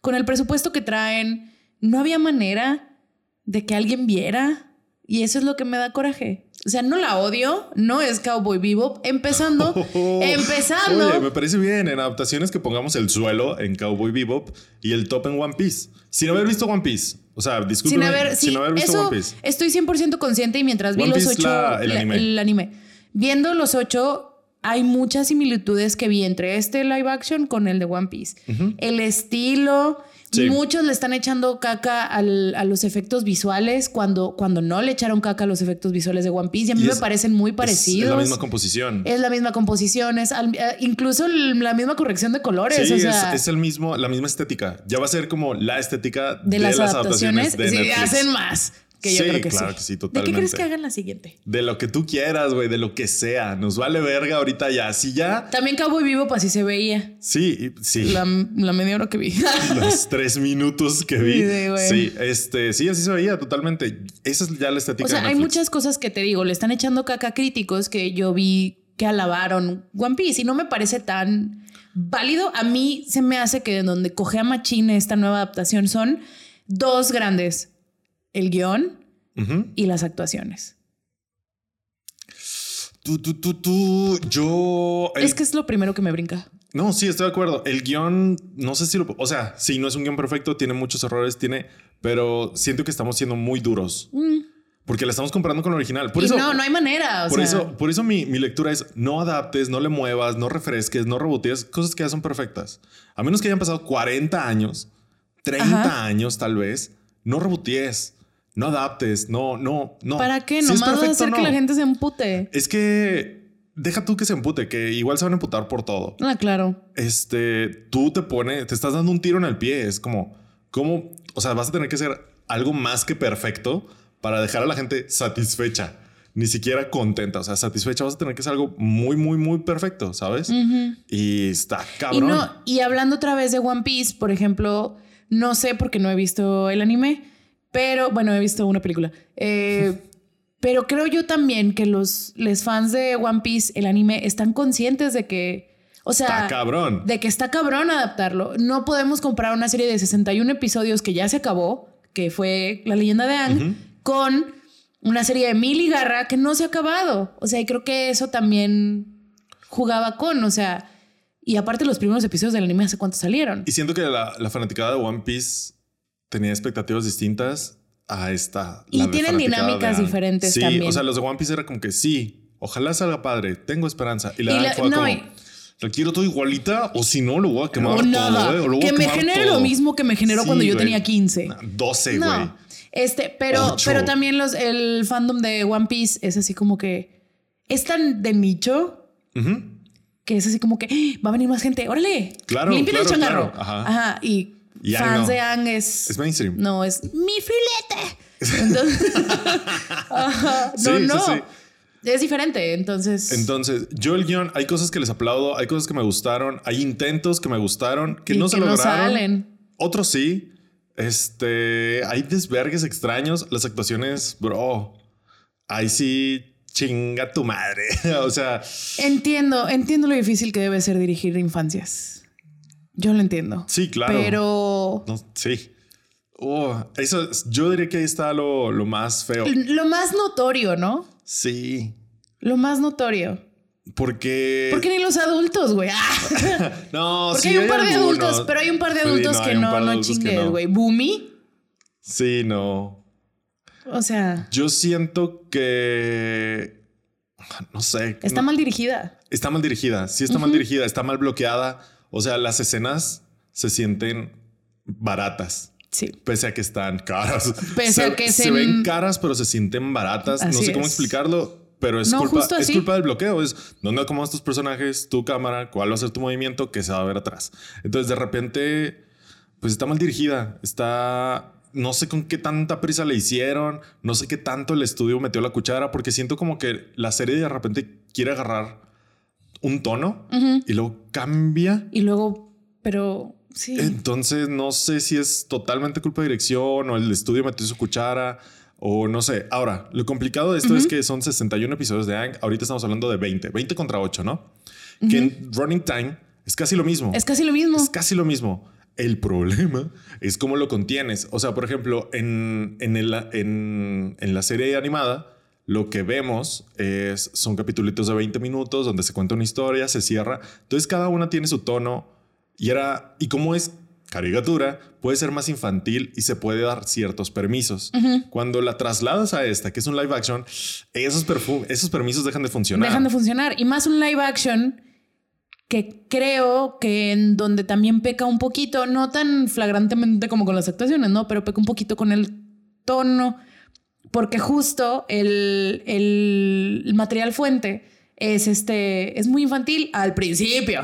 [SPEAKER 1] Con el presupuesto que traen, no había manera de que alguien viera. Y eso es lo que me da coraje. O sea, no la odio, no es Cowboy Bebop. Empezando, empezando.
[SPEAKER 2] Oye, me parece bien en adaptaciones que pongamos el suelo en Cowboy Bebop y el top en One Piece. Sin haber visto One Piece. O sea,
[SPEAKER 1] sin
[SPEAKER 2] discúlpeme.
[SPEAKER 1] haber, sí,
[SPEAKER 2] sin haber visto
[SPEAKER 1] eso
[SPEAKER 2] One Piece.
[SPEAKER 1] estoy 100% consciente y mientras vi
[SPEAKER 2] One
[SPEAKER 1] los
[SPEAKER 2] Piece,
[SPEAKER 1] ocho,
[SPEAKER 2] la- el
[SPEAKER 1] la-
[SPEAKER 2] anime.
[SPEAKER 1] anime. viendo los ocho, hay muchas similitudes que vi entre este live action con el de One Piece. El estilo,
[SPEAKER 2] Sí.
[SPEAKER 1] muchos le están echando caca al- a los efectos visuales cuando, cuando no le echaron caca a los efectos visuales de One Piece y a mí
[SPEAKER 2] Y
[SPEAKER 1] me
[SPEAKER 2] es-
[SPEAKER 1] parecen muy
[SPEAKER 2] Es,
[SPEAKER 1] parecidos.
[SPEAKER 2] la misma composición.
[SPEAKER 1] Es la misma composición, es al- eh, incluso el- la misma corrección de
[SPEAKER 2] Sí,
[SPEAKER 1] colores. o
[SPEAKER 2] es-
[SPEAKER 1] sea,
[SPEAKER 2] es, el mismo, la misma estética. Ya va a ser como la estética
[SPEAKER 1] de
[SPEAKER 2] de,
[SPEAKER 1] las adaptaciones,
[SPEAKER 2] de
[SPEAKER 1] sí,
[SPEAKER 2] Netflix.
[SPEAKER 1] hacen más. Que yo
[SPEAKER 2] Sí,
[SPEAKER 1] creo que
[SPEAKER 2] claro
[SPEAKER 1] sí.
[SPEAKER 2] que sí,
[SPEAKER 1] ¿De qué crees
[SPEAKER 2] totalmente.
[SPEAKER 1] que hagan la siguiente?
[SPEAKER 2] De lo que tú quieras, güey, de lo que sea. Nos vale verga ahorita ya. Si ya.
[SPEAKER 1] También Cowboy Vivo, pues así se veía.
[SPEAKER 2] Sí, y- sí.
[SPEAKER 1] La, la media hora que vi.
[SPEAKER 2] los tres minutos que vi.
[SPEAKER 1] Sí, sí, güey.
[SPEAKER 2] Sí, este, sí, así se veía totalmente. Esa es ya la estética.
[SPEAKER 1] o sea,
[SPEAKER 2] de
[SPEAKER 1] hay
[SPEAKER 2] Netflix.
[SPEAKER 1] muchas cosas que te digo, le están echando caca a críticos que yo vi que alabaron One Piece y no me parece tan válido. A mí se me hace que de donde coge a Machine esta nueva adaptación son dos grandes, el guión
[SPEAKER 2] Ujú.
[SPEAKER 1] y las actuaciones.
[SPEAKER 2] Tú, tú, tú, tú, yo. el-
[SPEAKER 1] Es que es lo primero que me brinca.
[SPEAKER 2] No, sí, estoy de acuerdo. El guión, no sé si lo. O sea, sí, no es un guión perfecto, tiene muchos errores, tiene. Pero siento que estamos siendo muy duros.
[SPEAKER 1] Mm.
[SPEAKER 2] Porque la estamos comparando con la original. Por
[SPEAKER 1] y
[SPEAKER 2] eso.
[SPEAKER 1] no, no hay manera. o
[SPEAKER 2] por,
[SPEAKER 1] sea,
[SPEAKER 2] eso, por eso mi, mi lectura es no adaptes, no le muevas, no refresques, no rebotees, cosas que ya son perfectas. A menos que hayan pasado 40 años, 30
[SPEAKER 1] Ajá.
[SPEAKER 2] años tal vez, no rebotees, no adaptes, no, no, no.
[SPEAKER 1] ¿Para qué?
[SPEAKER 2] Si
[SPEAKER 1] Nomás
[SPEAKER 2] es
[SPEAKER 1] vas a
[SPEAKER 2] perfecto,
[SPEAKER 1] hacer que
[SPEAKER 2] no.
[SPEAKER 1] la gente se empute.
[SPEAKER 2] Es que deja tú que se empute, que igual se van a emputar por todo.
[SPEAKER 1] Ah, claro.
[SPEAKER 2] Este, tú te pones, te estás dando un tiro en el pie. Es como, ¿cómo? O sea, vas a tener que hacer algo más que perfecto para dejar a la gente satisfecha, ni siquiera contenta. O sea, satisfecha vas a tener que hacer algo muy, muy, muy perfecto, ¿sabes?
[SPEAKER 1] Ujú.
[SPEAKER 2] Y está
[SPEAKER 1] Mm. Y,
[SPEAKER 2] cabrón.
[SPEAKER 1] no, y hablando otra vez de One Piece, por ejemplo, no sé porque no he visto el anime, pero bueno, he visto una película. Eh, pero creo yo también que los les fans de One Piece, el anime, están conscientes de que, o
[SPEAKER 2] está
[SPEAKER 1] sea,
[SPEAKER 2] cabrón.
[SPEAKER 1] de que está cabrón adaptarlo. No podemos comprar una serie de 61 episodios que ya se acabó, que fue La leyenda de Aang,
[SPEAKER 2] Ujú.
[SPEAKER 1] con una serie de mil y garra que no se ha acabado. O sea, y creo que eso también jugaba con, o sea, y aparte los primeros episodios del anime, ¿hace cuánto salieron?
[SPEAKER 2] Y siento que la, la fanaticada de One Piece tenía expectativas distintas a esta.
[SPEAKER 1] Y
[SPEAKER 2] la de
[SPEAKER 1] tienen
[SPEAKER 2] fanaticada
[SPEAKER 1] dinámicas
[SPEAKER 2] de Aang.
[SPEAKER 1] diferentes
[SPEAKER 2] sí,
[SPEAKER 1] también.
[SPEAKER 2] O sea, los de One Piece era como que sí, ojalá salga padre, tengo esperanza. Y la,
[SPEAKER 1] Y
[SPEAKER 2] de Aang
[SPEAKER 1] la-
[SPEAKER 2] fue
[SPEAKER 1] no,
[SPEAKER 2] como,
[SPEAKER 1] y-
[SPEAKER 2] lo quiero todo igualita o si no, lo voy a quemar
[SPEAKER 1] o
[SPEAKER 2] todo,
[SPEAKER 1] nada.
[SPEAKER 2] eh, o lo voy a
[SPEAKER 1] que me
[SPEAKER 2] quemar
[SPEAKER 1] genere
[SPEAKER 2] todo".
[SPEAKER 1] lo mismo que me generó
[SPEAKER 2] Sí,
[SPEAKER 1] cuando yo
[SPEAKER 2] güey.
[SPEAKER 1] tenía 15.
[SPEAKER 2] 12, güey.
[SPEAKER 1] No. Este, pero,
[SPEAKER 2] Ocho.
[SPEAKER 1] pero también los, el fandom de One Piece es así como que es tan de nicho
[SPEAKER 2] Ujú.
[SPEAKER 1] que es así como que ¡Ah! va a venir más gente, órale,
[SPEAKER 2] Claro,
[SPEAKER 1] limpien el
[SPEAKER 2] claro,
[SPEAKER 1] changarro.
[SPEAKER 2] claro,
[SPEAKER 1] Ajá.
[SPEAKER 2] ajá.
[SPEAKER 1] Y,
[SPEAKER 2] Y Aang
[SPEAKER 1] fans
[SPEAKER 2] no.
[SPEAKER 1] de Ang es,
[SPEAKER 2] Es mainstream.
[SPEAKER 1] no es mi filete. Entonces, Ajá. No,
[SPEAKER 2] Sí, sí,
[SPEAKER 1] no.
[SPEAKER 2] sí.
[SPEAKER 1] Es diferente, entonces.
[SPEAKER 2] Entonces, yo el guión, hay cosas que les aplaudo, hay cosas que me gustaron, hay intentos que me gustaron, que
[SPEAKER 1] Y
[SPEAKER 2] no se
[SPEAKER 1] que no
[SPEAKER 2] lograron.
[SPEAKER 1] salen.
[SPEAKER 2] Otros sí. Este, hay desvergues extraños, las actuaciones, bro. Ahí sí chinga tu madre. o sea,
[SPEAKER 1] Entiendo, entiendo lo difícil que debe ser dirigir infancias. Yo lo entiendo.
[SPEAKER 2] sí, claro.
[SPEAKER 1] Pero
[SPEAKER 2] No, sí. Oh, eso, es- yo diría que ahí está lo, lo más feo.
[SPEAKER 1] lo más notorio, ¿no?
[SPEAKER 2] Sí.
[SPEAKER 1] Lo más notorio.
[SPEAKER 2] Porque.
[SPEAKER 1] Porque ni los adultos, güey. Ah.
[SPEAKER 2] No,
[SPEAKER 1] Porque
[SPEAKER 2] Eh, sí,
[SPEAKER 1] hay un par de
[SPEAKER 2] algunos.
[SPEAKER 1] adultos, pero hay un par de
[SPEAKER 2] Sí,
[SPEAKER 1] adultos
[SPEAKER 2] hay
[SPEAKER 1] que
[SPEAKER 2] un
[SPEAKER 1] no,
[SPEAKER 2] par de
[SPEAKER 1] no
[SPEAKER 2] adultos que
[SPEAKER 1] chingues,
[SPEAKER 2] no.
[SPEAKER 1] güey. Boomy.
[SPEAKER 2] Sí, no.
[SPEAKER 1] O sea,
[SPEAKER 2] Yo siento que. No sé.
[SPEAKER 1] está
[SPEAKER 2] no-
[SPEAKER 1] mal dirigida.
[SPEAKER 2] está mal dirigida. Sí, está mal dirigida. Está mal bloqueada. O sea, las escenas se sienten baratas.
[SPEAKER 1] Sí.
[SPEAKER 2] Pese a que están caras.
[SPEAKER 1] Pese
[SPEAKER 2] se,
[SPEAKER 1] a que
[SPEAKER 2] se
[SPEAKER 1] se-
[SPEAKER 2] ven caras, pero se sienten baratas. no
[SPEAKER 1] Así
[SPEAKER 2] sé cómo
[SPEAKER 1] es.
[SPEAKER 2] explicarlo, pero es,
[SPEAKER 1] No,
[SPEAKER 2] culpa,
[SPEAKER 1] justo
[SPEAKER 2] es
[SPEAKER 1] así.
[SPEAKER 2] culpa del bloqueo. Es dónde acomodas tus personajes, tu cámara, cuál va a ser tu movimiento, que se va a ver atrás. Entonces, de repente, pues está mal dirigida. Está. No sé con qué tanta prisa le hicieron. No sé qué tanto el estudio metió la cuchara, porque siento como que la serie de repente quiere agarrar un tono
[SPEAKER 1] Ujú.
[SPEAKER 2] y luego cambia.
[SPEAKER 1] Y luego, pero sí.
[SPEAKER 2] Eh, Entonces no sé si es totalmente culpa de dirección o el estudio metió su cuchara o no sé. Ahora, lo complicado de esto es que son 61 episodios de Ang. Ahorita estamos hablando de 20, 20 contra 8, ¿no? Que en Running Time es casi lo mismo.
[SPEAKER 1] es casi lo mismo.
[SPEAKER 2] Es casi lo mismo. El problema es cómo lo contienes. O sea, por ejemplo, en, en, el- en- en la serie animada, lo que vemos es, son capitulitos de 20 minutos donde se cuenta una historia, se cierra. Entonces, cada una tiene su tono y era. Y como es caricatura, puede ser más infantil y se puede dar ciertos permisos. Cuando la trasladas a esta, que es un live action, esos, perfu- esos permisos dejan de funcionar.
[SPEAKER 1] Dejan de funcionar. Y más un live action que creo que en donde también peca un poquito, no tan flagrantemente como con las actuaciones, ¿no? Pero peca un poquito con el tono, porque justo el, el material fuente es este, es muy infantil al principio.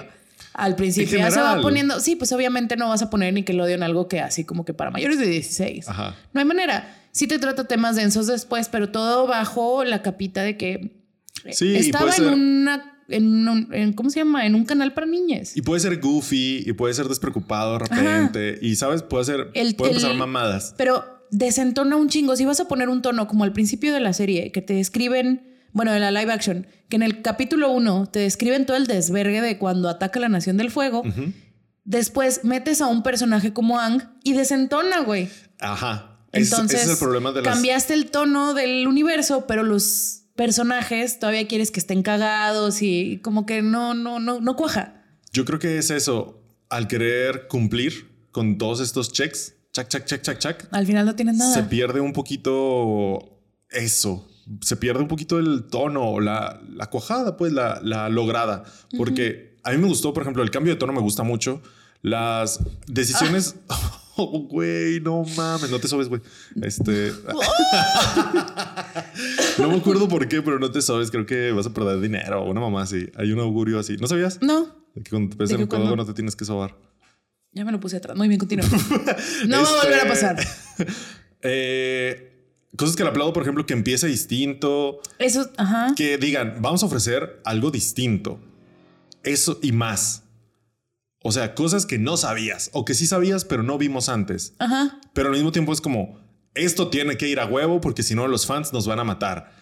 [SPEAKER 1] Al principio ya se va
[SPEAKER 2] general.
[SPEAKER 1] poniendo, sí, pues obviamente no vas a poner Nickelodeon algo que así como que para mayores de 16.
[SPEAKER 2] Ajá.
[SPEAKER 1] No hay manera. Sí te trata temas densos después, pero todo bajo la capita de que eh,
[SPEAKER 2] Sí, y
[SPEAKER 1] estaba
[SPEAKER 2] puede
[SPEAKER 1] en
[SPEAKER 2] ser-
[SPEAKER 1] una en un- en- ¿cómo se llama? En un canal para niñas.
[SPEAKER 2] Y puede ser goofy y puede ser despreocupado de repente. Y sabes, puede ser.
[SPEAKER 1] El-
[SPEAKER 2] pueden
[SPEAKER 1] el-
[SPEAKER 2] pasar mamadas.
[SPEAKER 1] Pero desentona un chingo. Si vas a poner un tono como al principio de la serie, que te describen, bueno, de la live action, que en el capítulo 1 te describen todo el desvergue de cuando ataca la Nación del Fuego.
[SPEAKER 2] Ujú.
[SPEAKER 1] Después metes a un personaje como Ang y desentona, güey.
[SPEAKER 2] Ajá. Es-
[SPEAKER 1] Entonces,
[SPEAKER 2] ese es el problema de las.
[SPEAKER 1] cambiaste el tono del universo, pero los personajes todavía quieres que estén cagados y como que no, no, no, no cuaja.
[SPEAKER 2] Yo creo que es eso. Al querer cumplir con todos estos checks, check, check, check, check, check,
[SPEAKER 1] Al final no tienes
[SPEAKER 2] se
[SPEAKER 1] nada.
[SPEAKER 2] pierde un poquito eso. Se pierde un poquito el tono, la, la cuajada, pues la, la lograda. Porque a mí me gustó, por ejemplo, el cambio de tono me gusta mucho. Las decisiones.
[SPEAKER 1] Ah.
[SPEAKER 2] Oh, güey, no mames, no te sobes, güey. Este. no me acuerdo por qué, pero no te sobes. Creo que vas a perder dinero. Una mamá así. Hay un augurio así. ¿No sabías?
[SPEAKER 1] No,
[SPEAKER 2] De que cuando te pesa
[SPEAKER 1] ¿De
[SPEAKER 2] el
[SPEAKER 1] que cuando?
[SPEAKER 2] codo no te tienes que sobar.
[SPEAKER 1] ya me lo puse atrás. Muy bien, continúa. No va a
[SPEAKER 2] Este,
[SPEAKER 1] volver a pasar.
[SPEAKER 2] eh, cosas que le aplaudo, por ejemplo, que empiece distinto,
[SPEAKER 1] Eso, ajá.
[SPEAKER 2] que digan, vamos a ofrecer algo distinto. Eso y más. O sea, cosas que no sabías o que sí sabías, pero no vimos antes.
[SPEAKER 1] Ajá.
[SPEAKER 2] Pero al mismo tiempo es como, esto tiene que ir a huevo porque si no los fans nos van a matar.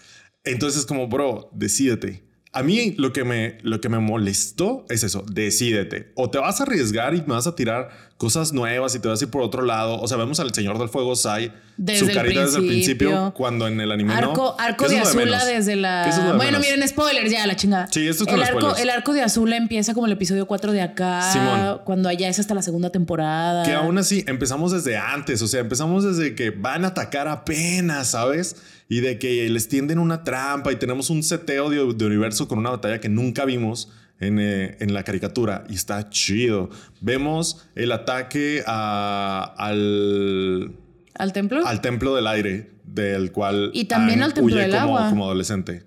[SPEAKER 2] Entonces es como, bro, decídete. A mí lo que, me, lo que me molestó es eso, decídete. O te vas a arriesgar y me vas a tirar cosas nuevas y te vas a ir por otro lado. O sea, vemos al Señor del Fuego, Sai,
[SPEAKER 1] Desde
[SPEAKER 2] su
[SPEAKER 1] el
[SPEAKER 2] carita desde el principio,
[SPEAKER 1] principio.
[SPEAKER 2] cuando en el anime
[SPEAKER 1] Arco,
[SPEAKER 2] no.
[SPEAKER 1] arco
[SPEAKER 2] Que
[SPEAKER 1] de
[SPEAKER 2] eso es lo
[SPEAKER 1] Azula
[SPEAKER 2] menos.
[SPEAKER 1] desde la.
[SPEAKER 2] Que eso es lo de
[SPEAKER 1] bueno,
[SPEAKER 2] menos.
[SPEAKER 1] miren, spoilers ya, la chingada.
[SPEAKER 2] Sí, esto es con
[SPEAKER 1] el
[SPEAKER 2] los
[SPEAKER 1] arco,
[SPEAKER 2] spoilers.
[SPEAKER 1] el arco de Azula empieza como el episodio 4 de acá.
[SPEAKER 2] Simón.
[SPEAKER 1] Cuando allá es hasta la segunda temporada.
[SPEAKER 2] Que aún así empezamos desde antes, o sea, empezamos desde que van a atacar apenas, ¿sabes? Y de que les tienden una trampa y tenemos un seteo de, de universo con una batalla que nunca vimos en, eh, en la caricatura y está chido. Vemos el ataque a- al,
[SPEAKER 1] ¿Al templo?
[SPEAKER 2] al templo del aire, del cual.
[SPEAKER 1] Y también al templo
[SPEAKER 2] huye
[SPEAKER 1] del
[SPEAKER 2] como,
[SPEAKER 1] agua.
[SPEAKER 2] como adolescente.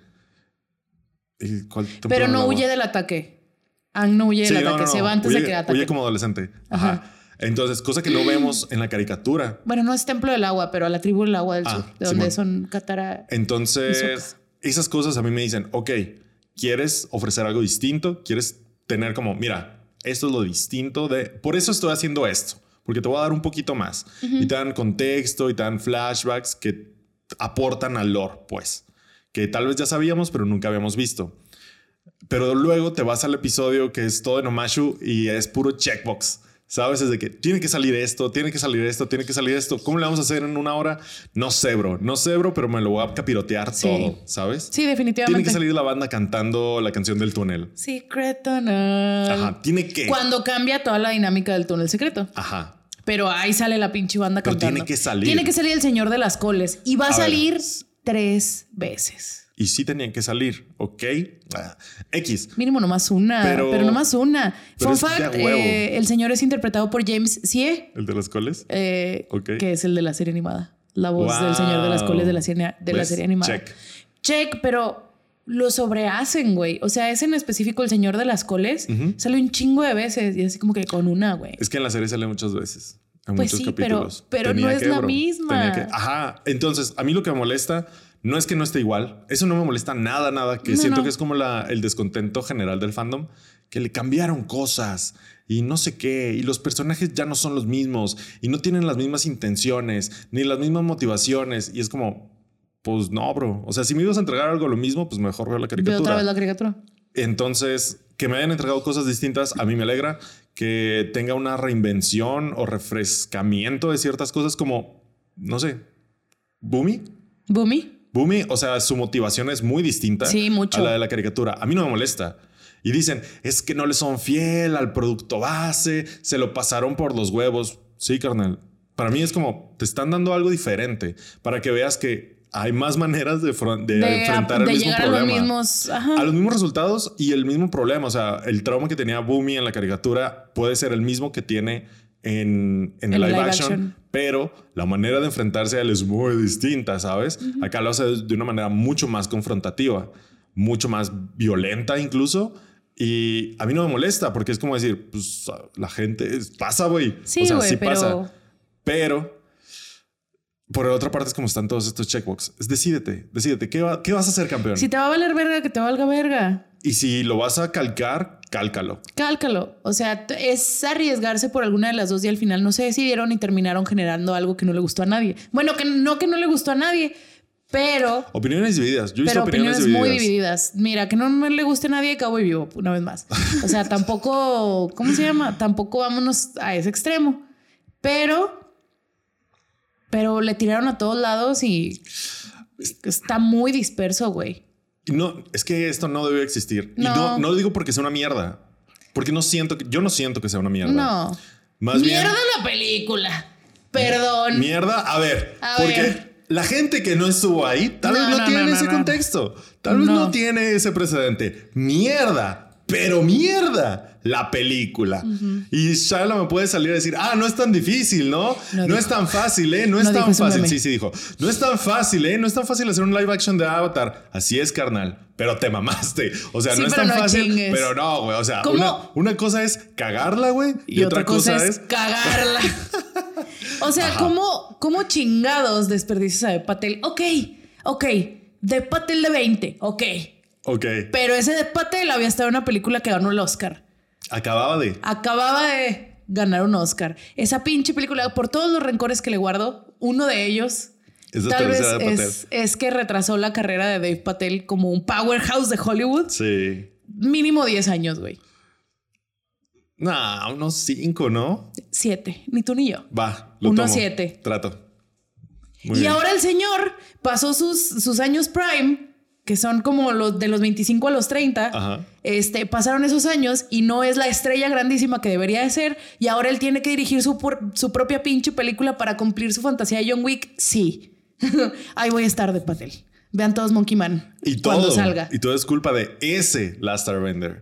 [SPEAKER 2] ¿Y cuál templo
[SPEAKER 1] Pero
[SPEAKER 2] del
[SPEAKER 1] no
[SPEAKER 2] agua?
[SPEAKER 1] huye del ataque. Ang no huye
[SPEAKER 2] Sí,
[SPEAKER 1] del
[SPEAKER 2] no,
[SPEAKER 1] ataque,
[SPEAKER 2] no,
[SPEAKER 1] se va antes
[SPEAKER 2] huye-
[SPEAKER 1] de que ataque.
[SPEAKER 2] Huye como adolescente. Ajá.
[SPEAKER 1] Ajá.
[SPEAKER 2] Entonces, cosa que no vemos en la caricatura.
[SPEAKER 1] Bueno, no es Templo del Agua, pero a la tribu del Agua del
[SPEAKER 2] Ah,
[SPEAKER 1] Sur, de donde
[SPEAKER 2] Simón.
[SPEAKER 1] son Catara.
[SPEAKER 2] Entonces,
[SPEAKER 1] Hisoka.
[SPEAKER 2] esas cosas a mí me dicen, ok, ¿quieres ofrecer algo distinto? ¿Quieres tener como, mira, esto es lo distinto de, por eso estoy haciendo esto, porque te voy a dar un poquito más. Y te dan contexto y te dan flashbacks que aportan al lore, pues, que tal vez ya sabíamos, pero nunca habíamos visto. Pero luego te vas al episodio que es todo en Omashu y es puro checkbox. ¿Sabes? Es de que tiene que salir esto, tiene que salir esto, tiene que salir esto. ¿Cómo le vamos a hacer en una hora? No sé, bro. No sé, bro, pero me lo voy a capirotear
[SPEAKER 1] Sí.
[SPEAKER 2] todo. ¿Sabes?
[SPEAKER 1] Sí,
[SPEAKER 2] tiene
[SPEAKER 1] definitivamente.
[SPEAKER 2] que salir la banda cantando la canción del túnel.
[SPEAKER 1] Secret Tunnel.
[SPEAKER 2] Ajá. Tiene que.
[SPEAKER 1] Ah. Cuando cambia toda la dinámica del túnel secreto.
[SPEAKER 2] Ajá.
[SPEAKER 1] Pero ahí sale la pinche banda
[SPEAKER 2] Pero
[SPEAKER 1] cantando.
[SPEAKER 2] tiene que salir.
[SPEAKER 1] Tiene que salir el señor de las coles. Y va a,
[SPEAKER 2] A ver.
[SPEAKER 1] salir tres veces.
[SPEAKER 2] Y sí tenían que salir. Ok. Ah, X.
[SPEAKER 1] Mínimo nomás una,
[SPEAKER 2] Pero-
[SPEAKER 1] pero, nomás una. Fun
[SPEAKER 2] pero es de a
[SPEAKER 1] fact,
[SPEAKER 2] huevo.
[SPEAKER 1] eh, el señor es interpretado por James Sie,
[SPEAKER 2] El de las coles.
[SPEAKER 1] eh,
[SPEAKER 2] Ok.
[SPEAKER 1] que es el de la serie animada. La voz del señor de las
[SPEAKER 2] Wow.
[SPEAKER 1] coles de la serie, de la
[SPEAKER 2] ¿Ves?
[SPEAKER 1] serie animada.
[SPEAKER 2] Check.
[SPEAKER 1] Check, pero lo sobrehacen, güey. O sea, ese en específico, el señor de las coles,
[SPEAKER 2] Ujú.
[SPEAKER 1] sale un chingo de veces y así como que con una, güey.
[SPEAKER 2] Es que en la serie sale muchas veces. En
[SPEAKER 1] Pues
[SPEAKER 2] muchos
[SPEAKER 1] sí, pero-
[SPEAKER 2] capítulos.
[SPEAKER 1] pero no es la misma.
[SPEAKER 2] tenía que- Ajá. Entonces, a mí lo que me molesta no es que no esté igual. Eso no me molesta nada, nada. Que
[SPEAKER 1] No,
[SPEAKER 2] siento
[SPEAKER 1] no.
[SPEAKER 2] que es como la, el descontento general del fandom. Que le cambiaron cosas y no sé qué. Y los personajes ya no son los mismos. Y no tienen las mismas intenciones. Ni las mismas motivaciones. Y es como... Pues no, bro. O sea, si me ibas a entregar algo lo mismo, pues mejor veo la caricatura.
[SPEAKER 1] Veo otra vez la caricatura.
[SPEAKER 2] Entonces, que me hayan entregado cosas distintas, a mí me alegra. Que tenga una reinvención o refrescamiento de ciertas cosas como, no sé, Boomy.
[SPEAKER 1] Boomy.
[SPEAKER 2] Boomy, o sea, su motivación es muy distinta
[SPEAKER 1] Sí, mucho.
[SPEAKER 2] a la de la caricatura. A mí no me molesta. Y dicen, es que no le son fiel al producto base, se lo pasaron por los huevos. Sí, carnal. Para mí es como, te están dando algo diferente para que veas que hay más maneras de, fron- de
[SPEAKER 1] de,
[SPEAKER 2] enfrentar
[SPEAKER 1] de
[SPEAKER 2] el mismo
[SPEAKER 1] llegar
[SPEAKER 2] problema
[SPEAKER 1] a los mismos. Ajá.
[SPEAKER 2] a los mismos resultados y el mismo problema. O sea, el trauma que tenía Boomy en la caricatura puede ser el mismo que tiene en, en el live, action, pero la manera de enfrentarse a él es muy distinta, ¿sabes? Acá lo hace de una manera mucho más confrontativa, mucho más violenta incluso. Y a mí no me molesta porque es como decir, pues la gente es- pasa, güey.
[SPEAKER 1] Sí,
[SPEAKER 2] o sea,
[SPEAKER 1] güey,
[SPEAKER 2] sí
[SPEAKER 1] pero
[SPEAKER 2] pasa. Pero por otra parte es como están todos estos checkbox. Es decídete, decídete, ¿qué, va- qué vas a hacer, campeón?
[SPEAKER 1] si te va a valer verga, que te valga verga.
[SPEAKER 2] Y si lo vas a calcar, cálcalo.
[SPEAKER 1] Cálcalo. O sea, t- es arriesgarse por alguna de las dos y al final no se decidieron y terminaron generando algo que no le gustó a nadie. Bueno, que no que no le gustó a nadie, pero,
[SPEAKER 2] Opiniones divididas. Yo he visto
[SPEAKER 1] pero
[SPEAKER 2] opiniones,
[SPEAKER 1] opiniones muy
[SPEAKER 2] divididas.
[SPEAKER 1] divididas. Mira, que no, no le guste a nadie, cabo y vivo, una vez más. O sea, tampoco, ¿cómo se llama? Tampoco vámonos a ese extremo. Pero, pero le tiraron a todos lados y está muy disperso, güey.
[SPEAKER 2] No, es que esto no debe existir. Y
[SPEAKER 1] No.
[SPEAKER 2] no, no lo digo porque sea una mierda. Porque no siento que, yo no siento que sea una mierda.
[SPEAKER 1] No.
[SPEAKER 2] Más
[SPEAKER 1] mierda
[SPEAKER 2] bien.
[SPEAKER 1] la película. Perdón.
[SPEAKER 2] Mierda. A ver.
[SPEAKER 1] A
[SPEAKER 2] porque
[SPEAKER 1] ver.
[SPEAKER 2] la gente que no estuvo ahí tal
[SPEAKER 1] No,
[SPEAKER 2] vez no,
[SPEAKER 1] no,
[SPEAKER 2] tiene
[SPEAKER 1] no, no,
[SPEAKER 2] ese
[SPEAKER 1] no.
[SPEAKER 2] contexto. Tal vez no.
[SPEAKER 1] No.
[SPEAKER 2] tiene ese precedente. Mierda. Pero mierda la película. Y Shyla me puede salir a decir, ah, no es tan difícil, ¿no?
[SPEAKER 1] No
[SPEAKER 2] No,
[SPEAKER 1] dijo.
[SPEAKER 2] es tan fácil, ¿eh? No es
[SPEAKER 1] No dijo,
[SPEAKER 2] tan
[SPEAKER 1] es un
[SPEAKER 2] fácil.
[SPEAKER 1] meme.
[SPEAKER 2] Sí, sí dijo. No es tan fácil, ¿eh? No es tan fácil hacer un live action de Avatar. Así es, carnal. Pero te mamaste. O sea,
[SPEAKER 1] Sí,
[SPEAKER 2] no es
[SPEAKER 1] pero
[SPEAKER 2] tan
[SPEAKER 1] no
[SPEAKER 2] fácil.
[SPEAKER 1] chingues.
[SPEAKER 2] Pero no, güey. O sea,
[SPEAKER 1] ¿Cómo?
[SPEAKER 2] una, una cosa es cagarla, güey. Y, otra cosa, es...
[SPEAKER 1] cagarla. o sea,
[SPEAKER 2] Ajá.
[SPEAKER 1] ¿cómo, ¿cómo chingados desperdicias a de Patel? Ok, ok. De Patel de 20, ok.
[SPEAKER 2] Ok.
[SPEAKER 1] Pero ese de Patel había estado en una película que ganó el Oscar.
[SPEAKER 2] Acababa de...
[SPEAKER 1] Acababa de ganar un Oscar. Esa pinche película, por todos los rencores que le guardo, uno de ellos.
[SPEAKER 2] Es
[SPEAKER 1] Tal vez
[SPEAKER 2] desperdiciada de
[SPEAKER 1] es, es que retrasó la carrera de Dave Patel como un powerhouse de Hollywood.
[SPEAKER 2] Sí.
[SPEAKER 1] Mínimo 10 años, güey.
[SPEAKER 2] Nah, unos cinco, ¿no?
[SPEAKER 1] Siete. Ni tú ni yo.
[SPEAKER 2] Va, lo
[SPEAKER 1] Unos
[SPEAKER 2] tomo.
[SPEAKER 1] siete.
[SPEAKER 2] Trato.
[SPEAKER 1] y
[SPEAKER 2] Muy bien.
[SPEAKER 1] ahora el señor pasó sus, sus años prime, que son como los de los 25 a los 30.
[SPEAKER 2] Ajá.
[SPEAKER 1] Este, pasaron esos años y no es la estrella grandísima que debería de ser. Y ahora él tiene que dirigir su, por- su propia pinche película para cumplir su fantasía de John Wick. Sí. Ahí voy a estar de Patel. Vean todos Monkey Man.
[SPEAKER 2] Y todo.
[SPEAKER 1] cuando salga.
[SPEAKER 2] Y todo es culpa de ese Last Airbender.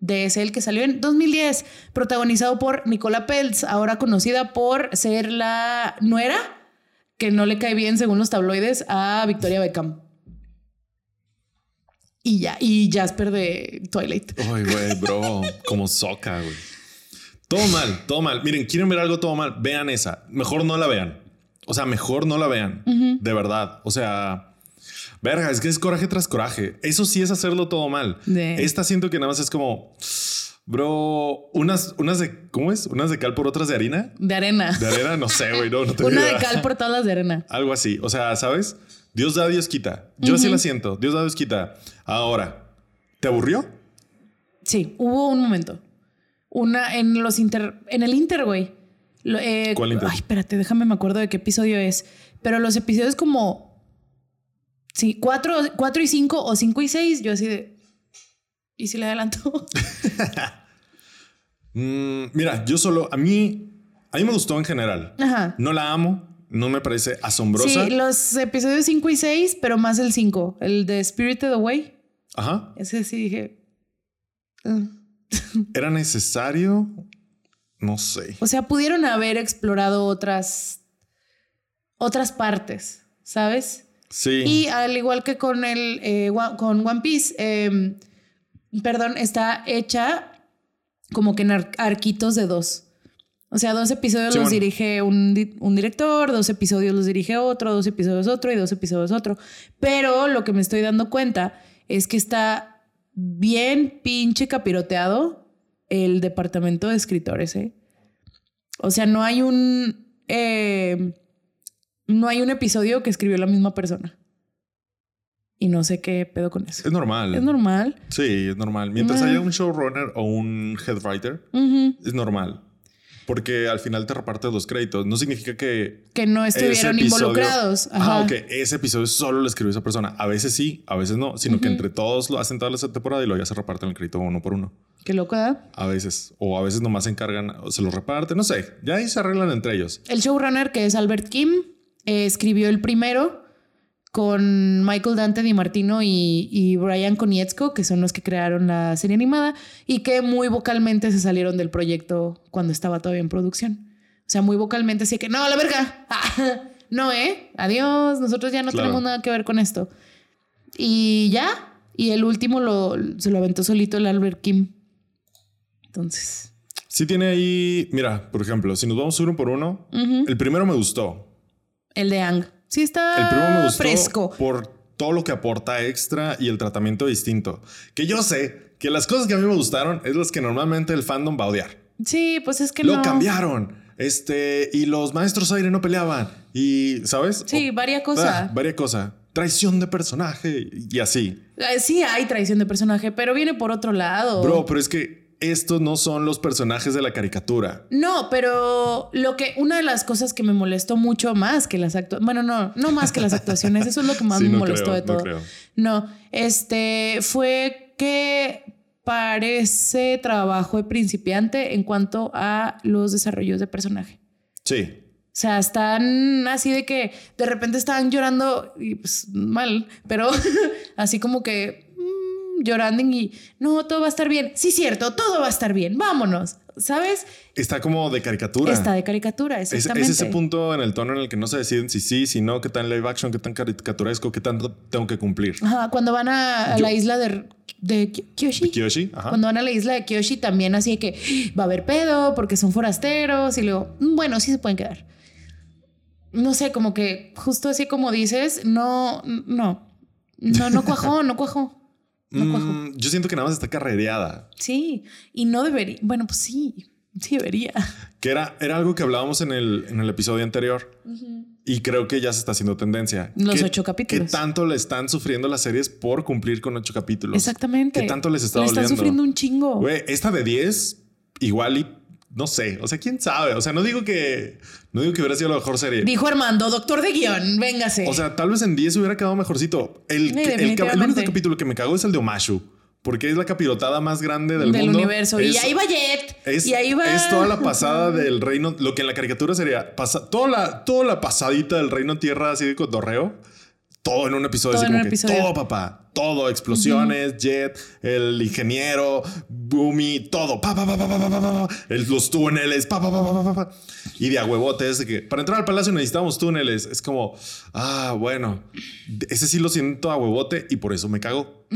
[SPEAKER 1] de ese el que salió en 2010, protagonizado por Nicola Peltz, ahora conocida por ser la nuera que no le cae bien, según los tabloides, a Victoria Beckham. Y ya, y Jasper de Twilight.
[SPEAKER 2] Ay, güey, bro. como soca, güey. Todo mal, todo mal. Miren, quieren ver algo todo mal, vean esa. Mejor no la vean. O sea, mejor no la vean. De verdad. O sea, verga, es que es coraje tras coraje. Eso sí es hacerlo todo mal.
[SPEAKER 1] De-
[SPEAKER 2] Esta siento que nada más es como, bro, unas, unas de, ¿cómo es? Unas de cal por otras de harina.
[SPEAKER 1] De arena.
[SPEAKER 2] De arena, no sé, güey, no, no tengo
[SPEAKER 1] Una de
[SPEAKER 2] idea.
[SPEAKER 1] cal por todas las de arena.
[SPEAKER 2] Algo así. O sea, ¿sabes? Dios da, Dios quita. Yo así la siento. Dios da, Dios quita. Ahora, ¿te aburrió?
[SPEAKER 1] Sí, hubo un momento. Una en los inter. En el inter, güey. Lo- eh,
[SPEAKER 2] ¿Cuál inter?
[SPEAKER 1] Ay, espérate, déjame, me acuerdo de qué episodio es. Pero los episodios como. Sí, cuatro, cuatro y cinco o cinco y seis, yo así de. ¿Y si le adelanto?
[SPEAKER 2] Mm, mira, yo solo, a mí, a mí me gustó en general.
[SPEAKER 1] Ajá.
[SPEAKER 2] No la amo, no me parece asombrosa.
[SPEAKER 1] Sí, los episodios cinco y seis, pero más el cinco. El de Spirited Away.
[SPEAKER 2] Ajá.
[SPEAKER 1] Ese sí dije. "Mm".
[SPEAKER 2] ¿Era necesario? No sé.
[SPEAKER 1] O sea, pudieron haber explorado otras. otras partes, ¿sabes?
[SPEAKER 2] Sí.
[SPEAKER 1] Y al igual que con el eh, Wa- con One Piece, eh, perdón, está hecha como que en ar- arquitos de dos. O sea, dos episodios
[SPEAKER 2] Simón.
[SPEAKER 1] los dirige un, di- un director, dos episodios los dirige otro, dos episodios otro y dos episodios otro. Pero lo que me estoy dando cuenta es que está bien pinche capiroteado el departamento de escritores, ¿eh? O sea, no hay un. eh, no hay un episodio que escribió la misma persona. Y no sé qué pedo con eso.
[SPEAKER 2] es normal.
[SPEAKER 1] Es Ah. normal.
[SPEAKER 2] Sí, es normal. Mientras
[SPEAKER 1] Bueno.
[SPEAKER 2] haya un showrunner o un head writer,
[SPEAKER 1] Ujú.
[SPEAKER 2] es normal. Porque al final te repartes los créditos. No significa que
[SPEAKER 1] Que no estuvieron
[SPEAKER 2] ese episodio-
[SPEAKER 1] involucrados. Ajá.
[SPEAKER 2] Ah, ok. Ese episodio solo lo escribió esa persona. A veces sí, a veces no. Sino que entre todos lo hacen toda la temporada y luego ya se reparten el crédito uno por uno.
[SPEAKER 1] Qué loco, ¿verdad?
[SPEAKER 2] A veces. O a veces nomás se encargan, o se lo reparten. No sé. Ya ahí se arreglan entre ellos.
[SPEAKER 1] El showrunner, que es Albert Kim, eh, escribió el primero con Michael Dante Di Martino y, y Brian Konietzko, que son los que crearon la serie animada y que muy vocalmente se salieron del proyecto cuando estaba todavía en producción. O sea, muy vocalmente, así que no, a la verga. Ah, no, ¿eh? Adiós. Nosotros ya no
[SPEAKER 2] Claro.
[SPEAKER 1] tenemos nada que ver con esto. Y ya. Y el último lo, se lo aventó solito el Albert Kim. Entonces.
[SPEAKER 2] Sí tiene ahí. Mira, por ejemplo, si nos vamos uno por uno,
[SPEAKER 1] ujú.
[SPEAKER 2] el primero me gustó.
[SPEAKER 1] El de Ang. Sí está
[SPEAKER 2] El primero me gustó
[SPEAKER 1] Ah, fresco.
[SPEAKER 2] por todo lo que aporta extra y el tratamiento distinto. Que yo sé que las cosas que a mí me gustaron es las que normalmente el fandom va a odiar.
[SPEAKER 1] Sí, pues es que
[SPEAKER 2] lo
[SPEAKER 1] no.
[SPEAKER 2] cambiaron. Este, y los maestros aire no peleaban. Y, ¿sabes?
[SPEAKER 1] Sí,
[SPEAKER 2] O-
[SPEAKER 1] varia
[SPEAKER 2] Ah,
[SPEAKER 1] cosa.
[SPEAKER 2] varia cosa. Traición de personaje y así.
[SPEAKER 1] Eh, Sí hay traición de personaje, pero viene por otro lado.
[SPEAKER 2] Bro, pero es que estos no son los personajes de la caricatura.
[SPEAKER 1] No, pero lo que una de las cosas que me molestó mucho más que las actuaciones, bueno, no, no más que las actuaciones, eso es lo que más
[SPEAKER 2] Sí,
[SPEAKER 1] me
[SPEAKER 2] no
[SPEAKER 1] molestó
[SPEAKER 2] creo,
[SPEAKER 1] de
[SPEAKER 2] no
[SPEAKER 1] todo.
[SPEAKER 2] creo.
[SPEAKER 1] No, este fue que parece trabajo de principiante en cuanto a los desarrollos de personaje.
[SPEAKER 2] Sí.
[SPEAKER 1] O sea, están así de que de repente están llorando y pues mal, pero así como que mm, llorando y no, todo va a estar bien. Sí, cierto, todo va a estar bien. Vámonos. ¿Sabes?
[SPEAKER 2] Está como de caricatura.
[SPEAKER 1] Está de caricatura,
[SPEAKER 2] Es,
[SPEAKER 1] exactamente.
[SPEAKER 2] es ese punto en el tono en el que no se deciden si sí, si no, qué tan live action, qué tan caricaturesco, qué tanto tengo que cumplir.
[SPEAKER 1] Ajá, cuando van a, a
[SPEAKER 2] Yo-
[SPEAKER 1] la isla de, de Ky- Kyoshi.
[SPEAKER 2] De Kyoshi, ajá.
[SPEAKER 1] Cuando van a la isla de Kyoshi también así de que va a haber pedo porque son forasteros y luego, "Mm, bueno, sí se pueden quedar. No sé, como que justo así como dices, no, no, no, no cuajó, no cuajó. no cuajó.
[SPEAKER 2] Mm, yo siento que nada más está carrereada.
[SPEAKER 1] Sí, y no debería, bueno, pues sí, sí debería.
[SPEAKER 2] Que era, era algo que hablábamos en el, en el episodio anterior. Y creo que ya se está haciendo tendencia.
[SPEAKER 1] Los
[SPEAKER 2] ¿Qué-
[SPEAKER 1] ocho capítulos.
[SPEAKER 2] ¿Qué tanto le están sufriendo las series por cumplir con ocho capítulos?
[SPEAKER 1] Exactamente.
[SPEAKER 2] ¿Qué tanto les está
[SPEAKER 1] Le están
[SPEAKER 2] doliendo?
[SPEAKER 1] sufriendo un chingo.
[SPEAKER 2] Güey, esta de 10, igual y no sé. O sea, quién sabe. O sea, no digo que no digo que hubiera sido la mejor serie.
[SPEAKER 1] Dijo Armando, doctor de guión, véngase.
[SPEAKER 2] O sea, tal vez en 10 hubiera quedado mejorcito. El,
[SPEAKER 1] Sí,
[SPEAKER 2] que- el cap- el, único
[SPEAKER 1] definitivamente.
[SPEAKER 2] capítulo que me cagó es el de Omashu, porque es la capirotada más grande del,
[SPEAKER 1] del,
[SPEAKER 2] mundo.
[SPEAKER 1] universo. y
[SPEAKER 2] Es-
[SPEAKER 1] ahí va Jet.
[SPEAKER 2] Es,
[SPEAKER 1] y ahí va.
[SPEAKER 2] es toda la pasada del reino, lo que en la caricatura sería pasa- toda, la, toda la pasadita del reino tierra así de cotorreo. Todo en un episodio,
[SPEAKER 1] Todo
[SPEAKER 2] así
[SPEAKER 1] en
[SPEAKER 2] como
[SPEAKER 1] un
[SPEAKER 2] que
[SPEAKER 1] episodio.
[SPEAKER 2] todo, papá. Todo, explosiones, jet, el ingeniero, Boomy, todo. Pa, pa, pa, pa, pa, pa, pa, pa, pa. El- los túneles, pa, pa, pa, pa, pa, pa, pa. Y de a huevote, es de que para entrar al palacio necesitamos túneles. Es como, ah, bueno, ese sí lo siento a huevote y por eso me cago.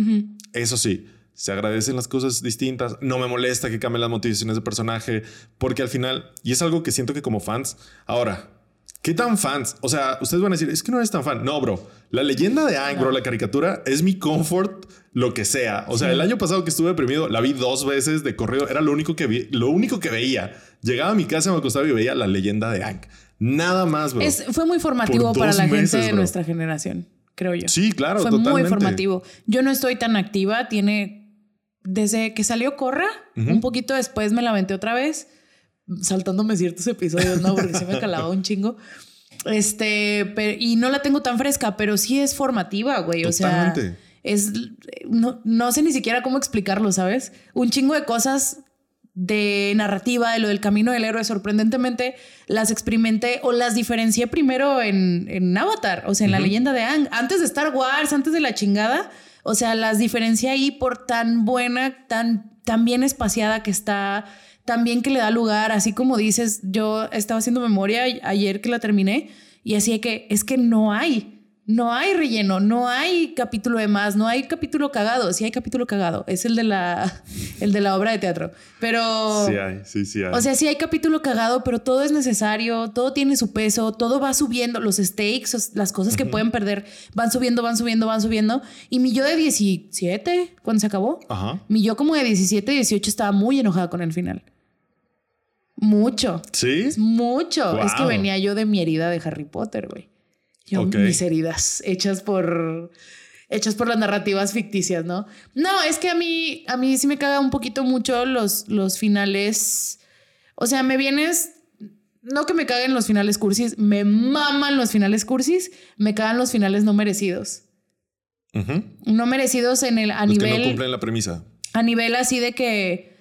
[SPEAKER 2] Eso sí, se agradecen las cosas distintas, no me molesta que cambien las motivaciones de personaje, porque al final, y es algo que siento que como fans, ahora, ¿qué tan fans? O sea, ustedes van a decir, es que no eres tan fan. No, bro, la leyenda de Ang, bro, la caricatura, es mi comfort, lo que sea. O sea, el año pasado que estuve deprimido, la vi dos veces de corrido, era lo único que vi, lo único que veía. Llegaba a mi casa, me acostaba y veía la leyenda de Ang. Nada más, bro.
[SPEAKER 1] Es- fue muy formativo
[SPEAKER 2] Por
[SPEAKER 1] para
[SPEAKER 2] dos
[SPEAKER 1] la gente
[SPEAKER 2] meses,
[SPEAKER 1] de
[SPEAKER 2] bro.
[SPEAKER 1] nuestra generación, creo yo.
[SPEAKER 2] Sí, claro,
[SPEAKER 1] Fue muy
[SPEAKER 2] totalmente.
[SPEAKER 1] formativo. Yo no estoy tan activa, tiene... Desde que salió Corra, un poquito después me la aventé otra vez, saltándome ciertos episodios, ¿no? Porque se me calaba un chingo. Este, pero- y no la tengo tan fresca, pero sí es formativa, güey. O sea,
[SPEAKER 2] Totalmente.
[SPEAKER 1] es, no, no sé ni siquiera cómo explicarlo, ¿sabes? Un chingo de cosas de narrativa, de lo del camino del héroe, sorprendentemente las experimenté o las diferencié primero en, en Avatar, o sea, en la leyenda de Ang, antes de Star Wars, antes de la chingada, o sea, las diferencié ahí por tan buena, tan, tan bien espaciada que está, tan bien que le da lugar, así como dices, yo estaba haciendo memoria a- ayer que la terminé y así de que es que no hay. No hay relleno, no hay capítulo de más, no hay capítulo cagado. Sí hay capítulo cagado, es el de la, el de la obra de teatro. Pero
[SPEAKER 2] Sí ah. hay, sí, sí hay.
[SPEAKER 1] oh. o sea, sí hay capítulo cagado, pero todo es necesario, todo tiene su peso, todo va subiendo, los stakes, os- las cosas que pueden perder, van subiendo, van subiendo, van subiendo. Y mi yo de 17, cuando se acabó,
[SPEAKER 2] Ajá.
[SPEAKER 1] mi yo como de 17, 18 estaba muy enojada con el final. Mucho,
[SPEAKER 2] ¿Sí?
[SPEAKER 1] mucho. Es que
[SPEAKER 2] Wow.
[SPEAKER 1] venía yo de mi herida de Harry Potter, güey. Yo,
[SPEAKER 2] Ok.
[SPEAKER 1] mis heridas hechas por hechas por las narrativas ficticias, ¿no? No, es que a mí a mí sí me caga un poquito mucho los los finales. O sea, me vienes no que me caguen los finales cursis, me maman los finales cursis, me cagan los finales no merecidos.
[SPEAKER 2] Ujú.
[SPEAKER 1] No merecidos en el a
[SPEAKER 2] Los
[SPEAKER 1] nivel
[SPEAKER 2] que no cumplen la premisa.
[SPEAKER 1] a nivel así de que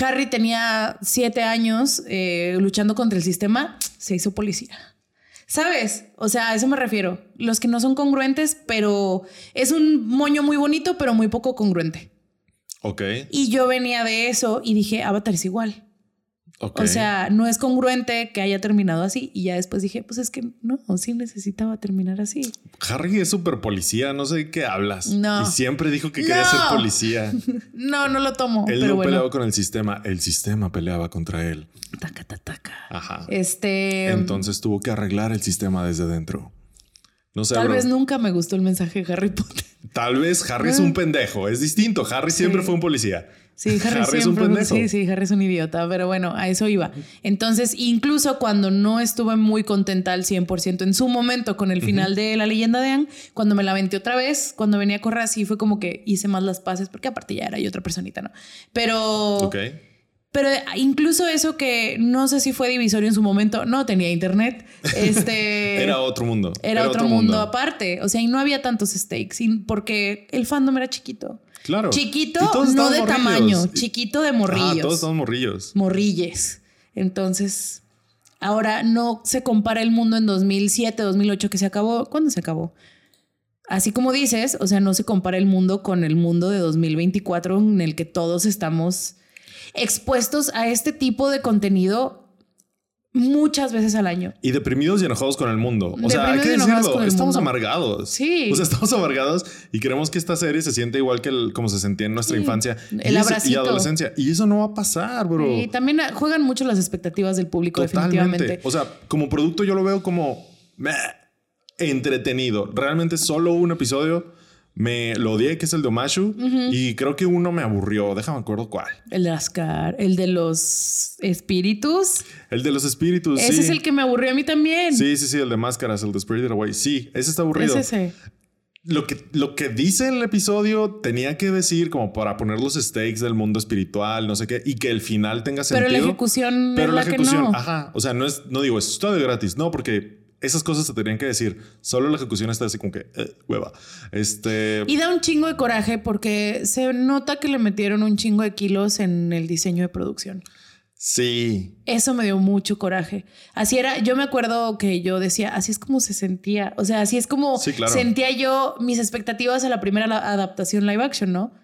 [SPEAKER 1] Harry tenía siete años eh, luchando contra el sistema, se hizo policía. ¿Sabes? O sea, a eso me refiero. Los que no son congruentes, pero es un moño muy bonito, pero muy poco congruente.
[SPEAKER 2] Ok.
[SPEAKER 1] Y yo venía de eso y dije, Avatar es igual.
[SPEAKER 2] Ok.
[SPEAKER 1] O sea, no es congruente que haya terminado así. Y ya después dije, pues es que no, sí necesitaba terminar así.
[SPEAKER 2] Harry es súper policía, no sé de qué hablas.
[SPEAKER 1] No.
[SPEAKER 2] Y siempre dijo que quería
[SPEAKER 1] No.
[SPEAKER 2] ser policía.
[SPEAKER 1] No, no lo tomo.
[SPEAKER 2] Él
[SPEAKER 1] pero
[SPEAKER 2] no
[SPEAKER 1] bueno.
[SPEAKER 2] peleaba con el sistema, el sistema peleaba contra él.
[SPEAKER 1] Taca, taca, taca.
[SPEAKER 2] Ajá.
[SPEAKER 1] Este.
[SPEAKER 2] Entonces tuvo que arreglar el sistema desde dentro. No sé,
[SPEAKER 1] Tal
[SPEAKER 2] bro.
[SPEAKER 1] vez nunca me gustó el mensaje de Harry Potter.
[SPEAKER 2] Tal vez Harry es
[SPEAKER 1] Mm.
[SPEAKER 2] un pendejo, es distinto. Harry siempre fue un policía.
[SPEAKER 1] Sí, Harry,
[SPEAKER 2] es un
[SPEAKER 1] siempre.
[SPEAKER 2] pendejo.
[SPEAKER 1] sí, sí, Harry es un idiota, pero bueno, a eso iba. Entonces, incluso cuando no estuve muy contenta al 100% en su momento con el final de La leyenda de Anne, cuando me la aventé otra vez, cuando venía a correr así, fue como que hice más las paces, porque aparte ya era yo otra personita, ¿no? Pero,
[SPEAKER 2] Ok.
[SPEAKER 1] pero ah, incluso eso que no sé si fue divisorio en su momento, no tenía internet. Este,
[SPEAKER 2] Era otro mundo.
[SPEAKER 1] era otro, mundo aparte, o sea, y no había tantos stakes, y- porque el fandom era chiquito.
[SPEAKER 2] Claro.
[SPEAKER 1] Chiquito,
[SPEAKER 2] Y todos
[SPEAKER 1] no
[SPEAKER 2] estaban
[SPEAKER 1] de
[SPEAKER 2] morrillos.
[SPEAKER 1] tamaño,
[SPEAKER 2] Y-
[SPEAKER 1] chiquito de
[SPEAKER 2] Ajá,
[SPEAKER 1] morrillos.
[SPEAKER 2] todos son morrillos.
[SPEAKER 1] Morrilles. Entonces, ahora no se compara el mundo en 2007, 2008 que se acabó. ¿Cuándo se acabó? Así como dices, o sea, no se compara el mundo con el mundo de 2024 en el que todos estamos expuestos a este tipo de contenido muchas veces al año.
[SPEAKER 2] Y deprimidos y enojados con el mundo. O sea, hay
[SPEAKER 1] Deprimidos
[SPEAKER 2] que
[SPEAKER 1] y enojados
[SPEAKER 2] decirlo,
[SPEAKER 1] con el
[SPEAKER 2] estamos
[SPEAKER 1] mundo.
[SPEAKER 2] amargados.
[SPEAKER 1] Sí.
[SPEAKER 2] O sea, estamos amargados y queremos que esta serie se siente igual que el- como se sentía en nuestra
[SPEAKER 1] Sí.
[SPEAKER 2] infancia
[SPEAKER 1] El
[SPEAKER 2] y, eso- y
[SPEAKER 1] abracito.
[SPEAKER 2] adolescencia. Y eso no va a pasar, bro.
[SPEAKER 1] Y también ah, juegan mucho las expectativas del público,
[SPEAKER 2] Totalmente.
[SPEAKER 1] definitivamente.
[SPEAKER 2] O sea, como producto yo lo veo como meh, entretenido. Realmente solo un episodio me lo odié, que es el de Omashu, y creo que uno me aburrió. Déjame acuerdo cuál.
[SPEAKER 1] El de Ascar, el de los espíritus.
[SPEAKER 2] El de los espíritus.
[SPEAKER 1] Ese
[SPEAKER 2] Pues sí.
[SPEAKER 1] es el que me aburrió a mí también.
[SPEAKER 2] Sí, sí, sí, el de máscaras, el de Spirited Away. Sí, ese está aburrido.
[SPEAKER 1] Es ese.
[SPEAKER 2] Lo que, lo que dice el episodio tenía que decir como para poner los stakes del mundo espiritual, no sé qué, y que el final tenga sentido.
[SPEAKER 1] Pero la ejecución
[SPEAKER 2] Pero
[SPEAKER 1] es
[SPEAKER 2] la
[SPEAKER 1] la,
[SPEAKER 2] ejecución,
[SPEAKER 1] que no.
[SPEAKER 2] ajá. O sea, no es, no digo, es todo gratis, no, porque esas cosas se tenían que decir. Solo la ejecución está así como que, eh, hueva. Este.
[SPEAKER 1] Y da un chingo de coraje porque se nota que le metieron un chingo de kilos en el diseño de producción.
[SPEAKER 2] Sí.
[SPEAKER 1] Eso me dio mucho coraje. Así era, yo me acuerdo que yo decía, así es como se sentía, o sea, así es como
[SPEAKER 2] Sí, claro.
[SPEAKER 1] sentía yo mis expectativas a la primera la- adaptación live action, ¿no?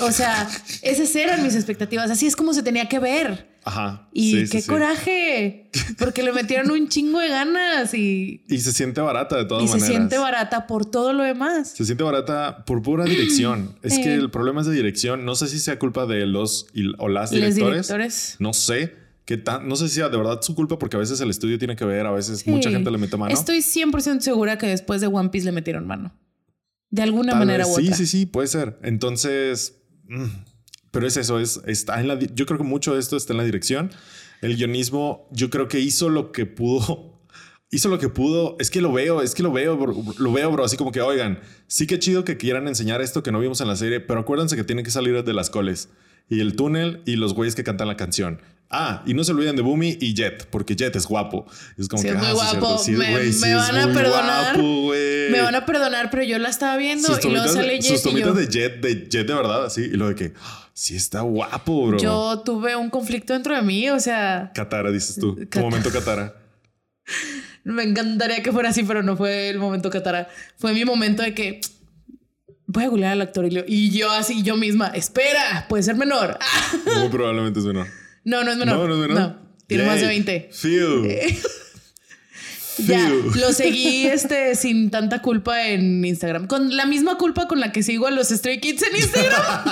[SPEAKER 1] O sea, esas eran mis expectativas, así es como se tenía que ver.
[SPEAKER 2] Ajá.
[SPEAKER 1] Y
[SPEAKER 2] sí, sí,
[SPEAKER 1] qué
[SPEAKER 2] sí.
[SPEAKER 1] coraje, porque le metieron un chingo de ganas y,
[SPEAKER 2] Y se siente barata de todas
[SPEAKER 1] y se
[SPEAKER 2] maneras.
[SPEAKER 1] siente barata por todo lo demás.
[SPEAKER 2] Se siente barata por pura dirección. es que
[SPEAKER 1] Eh.
[SPEAKER 2] el problema es de dirección. No sé si sea culpa de los y- o las
[SPEAKER 1] Y los
[SPEAKER 2] directores.
[SPEAKER 1] directores.
[SPEAKER 2] No sé. qué tan, no sé si sea de verdad su culpa porque a veces el estudio tiene que ver, a veces
[SPEAKER 1] Sí.
[SPEAKER 2] mucha gente le mete mano.
[SPEAKER 1] Estoy 100% segura que después de One Piece le metieron mano. De alguna
[SPEAKER 2] Tal
[SPEAKER 1] manera
[SPEAKER 2] vez.
[SPEAKER 1] u
[SPEAKER 2] sí,
[SPEAKER 1] otra.
[SPEAKER 2] sí, sí, puede ser. Entonces, mm, pero es eso, es, está en la, di- yo creo que mucho de esto está en la dirección. El guionismo, yo creo que hizo lo que pudo. Hizo lo que pudo. Es que lo veo, es que lo veo, bro, lo veo, bro. Así como que, oigan, sí que chido que quieran enseñar esto que no vimos en la serie, pero acuérdense que tienen que salir de las coles y el túnel y los güeyes que cantan la canción. Ah, y no se olviden de Boomy y Jet, porque Jet es guapo. Es como
[SPEAKER 1] Sí,
[SPEAKER 2] que
[SPEAKER 1] es muy
[SPEAKER 2] ah, sí, cierto,
[SPEAKER 1] guapo.
[SPEAKER 2] sí,
[SPEAKER 1] Me-
[SPEAKER 2] güey, sí,
[SPEAKER 1] me
[SPEAKER 2] es
[SPEAKER 1] van a
[SPEAKER 2] muy
[SPEAKER 1] perdonar.
[SPEAKER 2] guapo, güey.
[SPEAKER 1] Me van a perdonar, pero yo la estaba viendo
[SPEAKER 2] Sus
[SPEAKER 1] y luego
[SPEAKER 2] tomitas
[SPEAKER 1] sale
[SPEAKER 2] de-
[SPEAKER 1] Jet
[SPEAKER 2] sus
[SPEAKER 1] y yo,
[SPEAKER 2] tomitas de Jet, de Jet de verdad, así. Y lo de que, "Ah, sí está guapo, bro.
[SPEAKER 1] yo tuve un conflicto dentro de mí, o sea,
[SPEAKER 2] Katara, dices tú. Tu
[SPEAKER 1] Kat-
[SPEAKER 2] momento Katara.
[SPEAKER 1] me encantaría que fuera así, pero no fue el momento Catara. Fue mi momento de que voy a googlear al actor y, lo- y yo así, yo misma, espera, puede ser menor. Ah,
[SPEAKER 2] Muy probablemente es menor.
[SPEAKER 1] no, no es menor.
[SPEAKER 2] No, no es menor.
[SPEAKER 1] tiene más de
[SPEAKER 2] Yay.
[SPEAKER 1] 20.
[SPEAKER 2] Phew.
[SPEAKER 1] Ya,
[SPEAKER 2] Phew.
[SPEAKER 1] lo seguí este, sin tanta culpa en Instagram. Con la misma culpa con la que sigo a los Stray Kids en Instagram.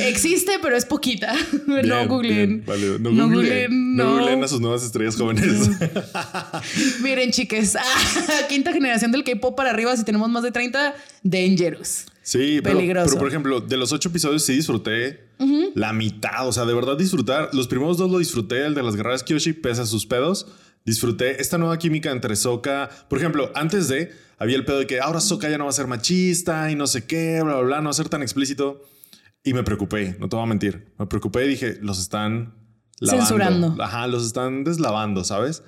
[SPEAKER 1] Existe, pero es poquita. no
[SPEAKER 2] Bien,
[SPEAKER 1] googleen.
[SPEAKER 2] bien, válido. No,
[SPEAKER 1] No
[SPEAKER 2] googleen.
[SPEAKER 1] googleen,
[SPEAKER 2] No
[SPEAKER 1] no.
[SPEAKER 2] googleen a sus nuevas estrellas jóvenes.
[SPEAKER 1] Miren, chiques, ah, quinta generación del K-pop para arriba, si tenemos más de 30, dangerous.
[SPEAKER 2] Sí, pero,
[SPEAKER 1] Peligroso.
[SPEAKER 2] pero, por ejemplo, de los ocho episodios sí disfruté la mitad. O sea, de verdad disfrutar. Los primeros dos lo disfruté, el de las guerreras Kyoshi, pese a sus pedos. Disfruté esta nueva química entre Soka. Por ejemplo, antes de había el pedo de que ahora Soka ya no va a ser machista y no sé qué, bla, bla, bla, no va a ser tan explícito. Y me preocupé, no te voy a mentir. Me preocupé y dije, los están lavando.
[SPEAKER 1] Censurando.
[SPEAKER 2] Ajá, los están deslavando, ¿sabes?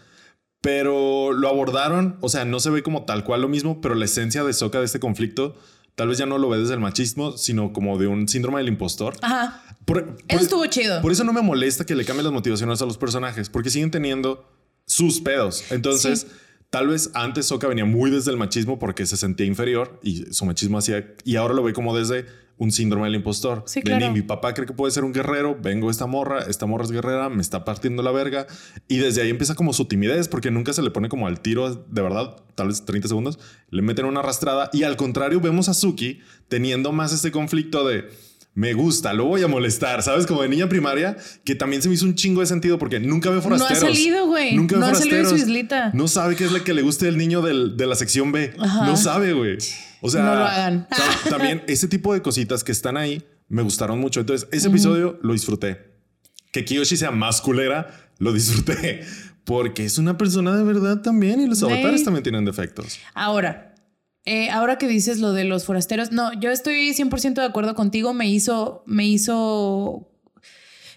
[SPEAKER 2] Pero lo abordaron, o sea, no se ve como tal cual lo mismo, pero la esencia de Soca de este conflicto tal vez ya no lo ve desde el machismo, sino como de un síndrome del impostor.
[SPEAKER 1] Ajá.
[SPEAKER 2] Por- por-
[SPEAKER 1] Ah, Eso estuvo chido.
[SPEAKER 2] Por eso no me molesta que le cambien las motivaciones a los personajes, porque siguen teniendo sus pedos. Entonces,
[SPEAKER 1] Sí.
[SPEAKER 2] tal vez antes Soca venía muy desde el machismo porque se sentía inferior y su machismo hacía, y ahora lo ve como desde un síndrome del impostor.
[SPEAKER 1] Sí,
[SPEAKER 2] De,
[SPEAKER 1] claro.
[SPEAKER 2] "Ni mi papá cree que puede ser un guerrero, vengo a esta morra, esta morra es guerrera, me está partiendo la verga. Y desde ahí empieza como su timidez, porque nunca se le pone como al tiro, de verdad, tal vez 30 segundos, le meten una arrastrada y al contrario vemos a Suki teniendo más este conflicto de... Me gusta, lo voy a molestar, ¿sabes? Como de niña primaria, que también se me hizo un chingo de sentido porque nunca veo
[SPEAKER 1] ha
[SPEAKER 2] forasteros.
[SPEAKER 1] salido, güey.
[SPEAKER 2] Nunca veo
[SPEAKER 1] No ha salido de su
[SPEAKER 2] forasteros.
[SPEAKER 1] islita.
[SPEAKER 2] No sabe qué es la que le gusta el niño del- de la sección B.
[SPEAKER 1] Ajá.
[SPEAKER 2] No sabe, güey. O sea,
[SPEAKER 1] No lo hagan.
[SPEAKER 2] ta- también ese tipo de cositas que están ahí me gustaron mucho. Entonces, ese episodio lo disfruté. Que Kiyoshi sea más culera, lo disfruté. Porque es una persona de verdad también y los
[SPEAKER 1] Güey.
[SPEAKER 2] avatares también tienen defectos.
[SPEAKER 1] Ahora, eh, ahora que dices lo de los forasteros, no, yo estoy 100% de acuerdo contigo, me hizo, me hizo...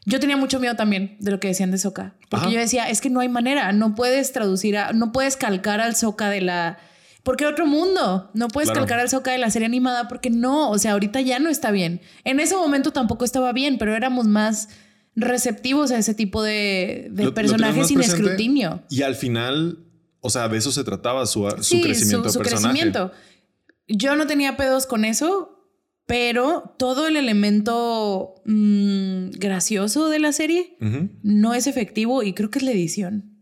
[SPEAKER 1] Yo tenía mucho miedo también de lo que decían de Soca, porque
[SPEAKER 2] Ajá.
[SPEAKER 1] yo decía, es que no hay manera, no puedes traducir a, no puedes calcar al Soca de la... Porque otro mundo, no puedes
[SPEAKER 2] Claro.
[SPEAKER 1] calcar al Soca de la serie animada porque no, o sea, ahorita ya no está bien. En ese momento tampoco estaba bien, pero éramos más receptivos a ese tipo de, de
[SPEAKER 2] Lo- lo
[SPEAKER 1] personajes
[SPEAKER 2] tenemos
[SPEAKER 1] sin
[SPEAKER 2] presente
[SPEAKER 1] escrutinio.
[SPEAKER 2] Y al final, o sea, de eso se trataba su, su
[SPEAKER 1] Sí,
[SPEAKER 2] crecimiento de personaje.
[SPEAKER 1] Yo no tenía pedos con eso, pero todo el elemento mm, gracioso de la serie
[SPEAKER 2] Ujú.
[SPEAKER 1] no es efectivo y creo que es la edición.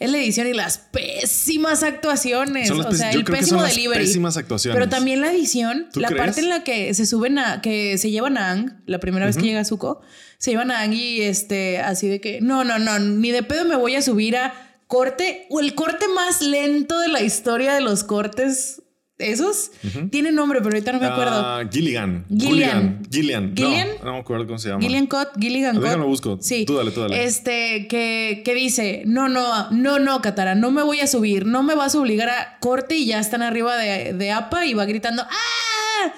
[SPEAKER 1] Es la edición y las pésimas actuaciones.
[SPEAKER 2] Son las
[SPEAKER 1] Pues, o
[SPEAKER 2] pés-
[SPEAKER 1] sea,
[SPEAKER 2] yo
[SPEAKER 1] el
[SPEAKER 2] creo que
[SPEAKER 1] pésimo
[SPEAKER 2] son las
[SPEAKER 1] delivery.
[SPEAKER 2] pésimas actuaciones.
[SPEAKER 1] Pero también la edición,
[SPEAKER 2] ¿Tú
[SPEAKER 1] la
[SPEAKER 2] crees?
[SPEAKER 1] parte en la que se suben a, que se llevan a Ang, la primera vez que llega Zuko, se llevan a Ang y este, así de que, no, no, no, ni de pedo me voy a subir a corte, o el corte más lento de la historia de los cortes, esos, tiene nombre, pero ahorita no me acuerdo.
[SPEAKER 2] Ah, Gilligan.
[SPEAKER 1] Gillian.
[SPEAKER 2] Gillian.
[SPEAKER 1] Gillian.
[SPEAKER 2] No, no me acuerdo cómo se llama.
[SPEAKER 1] Gillian Cott, Gilligan
[SPEAKER 2] Ah,
[SPEAKER 1] Cott.
[SPEAKER 2] déjalo busco.
[SPEAKER 1] Sí.
[SPEAKER 2] Tú dale, tú dale.
[SPEAKER 1] Este, que, que dice, no, no, no, no, Katara, no me voy a subir, no me vas a obligar a corte y ya están arriba de, de APA y va gritando, ¡ah!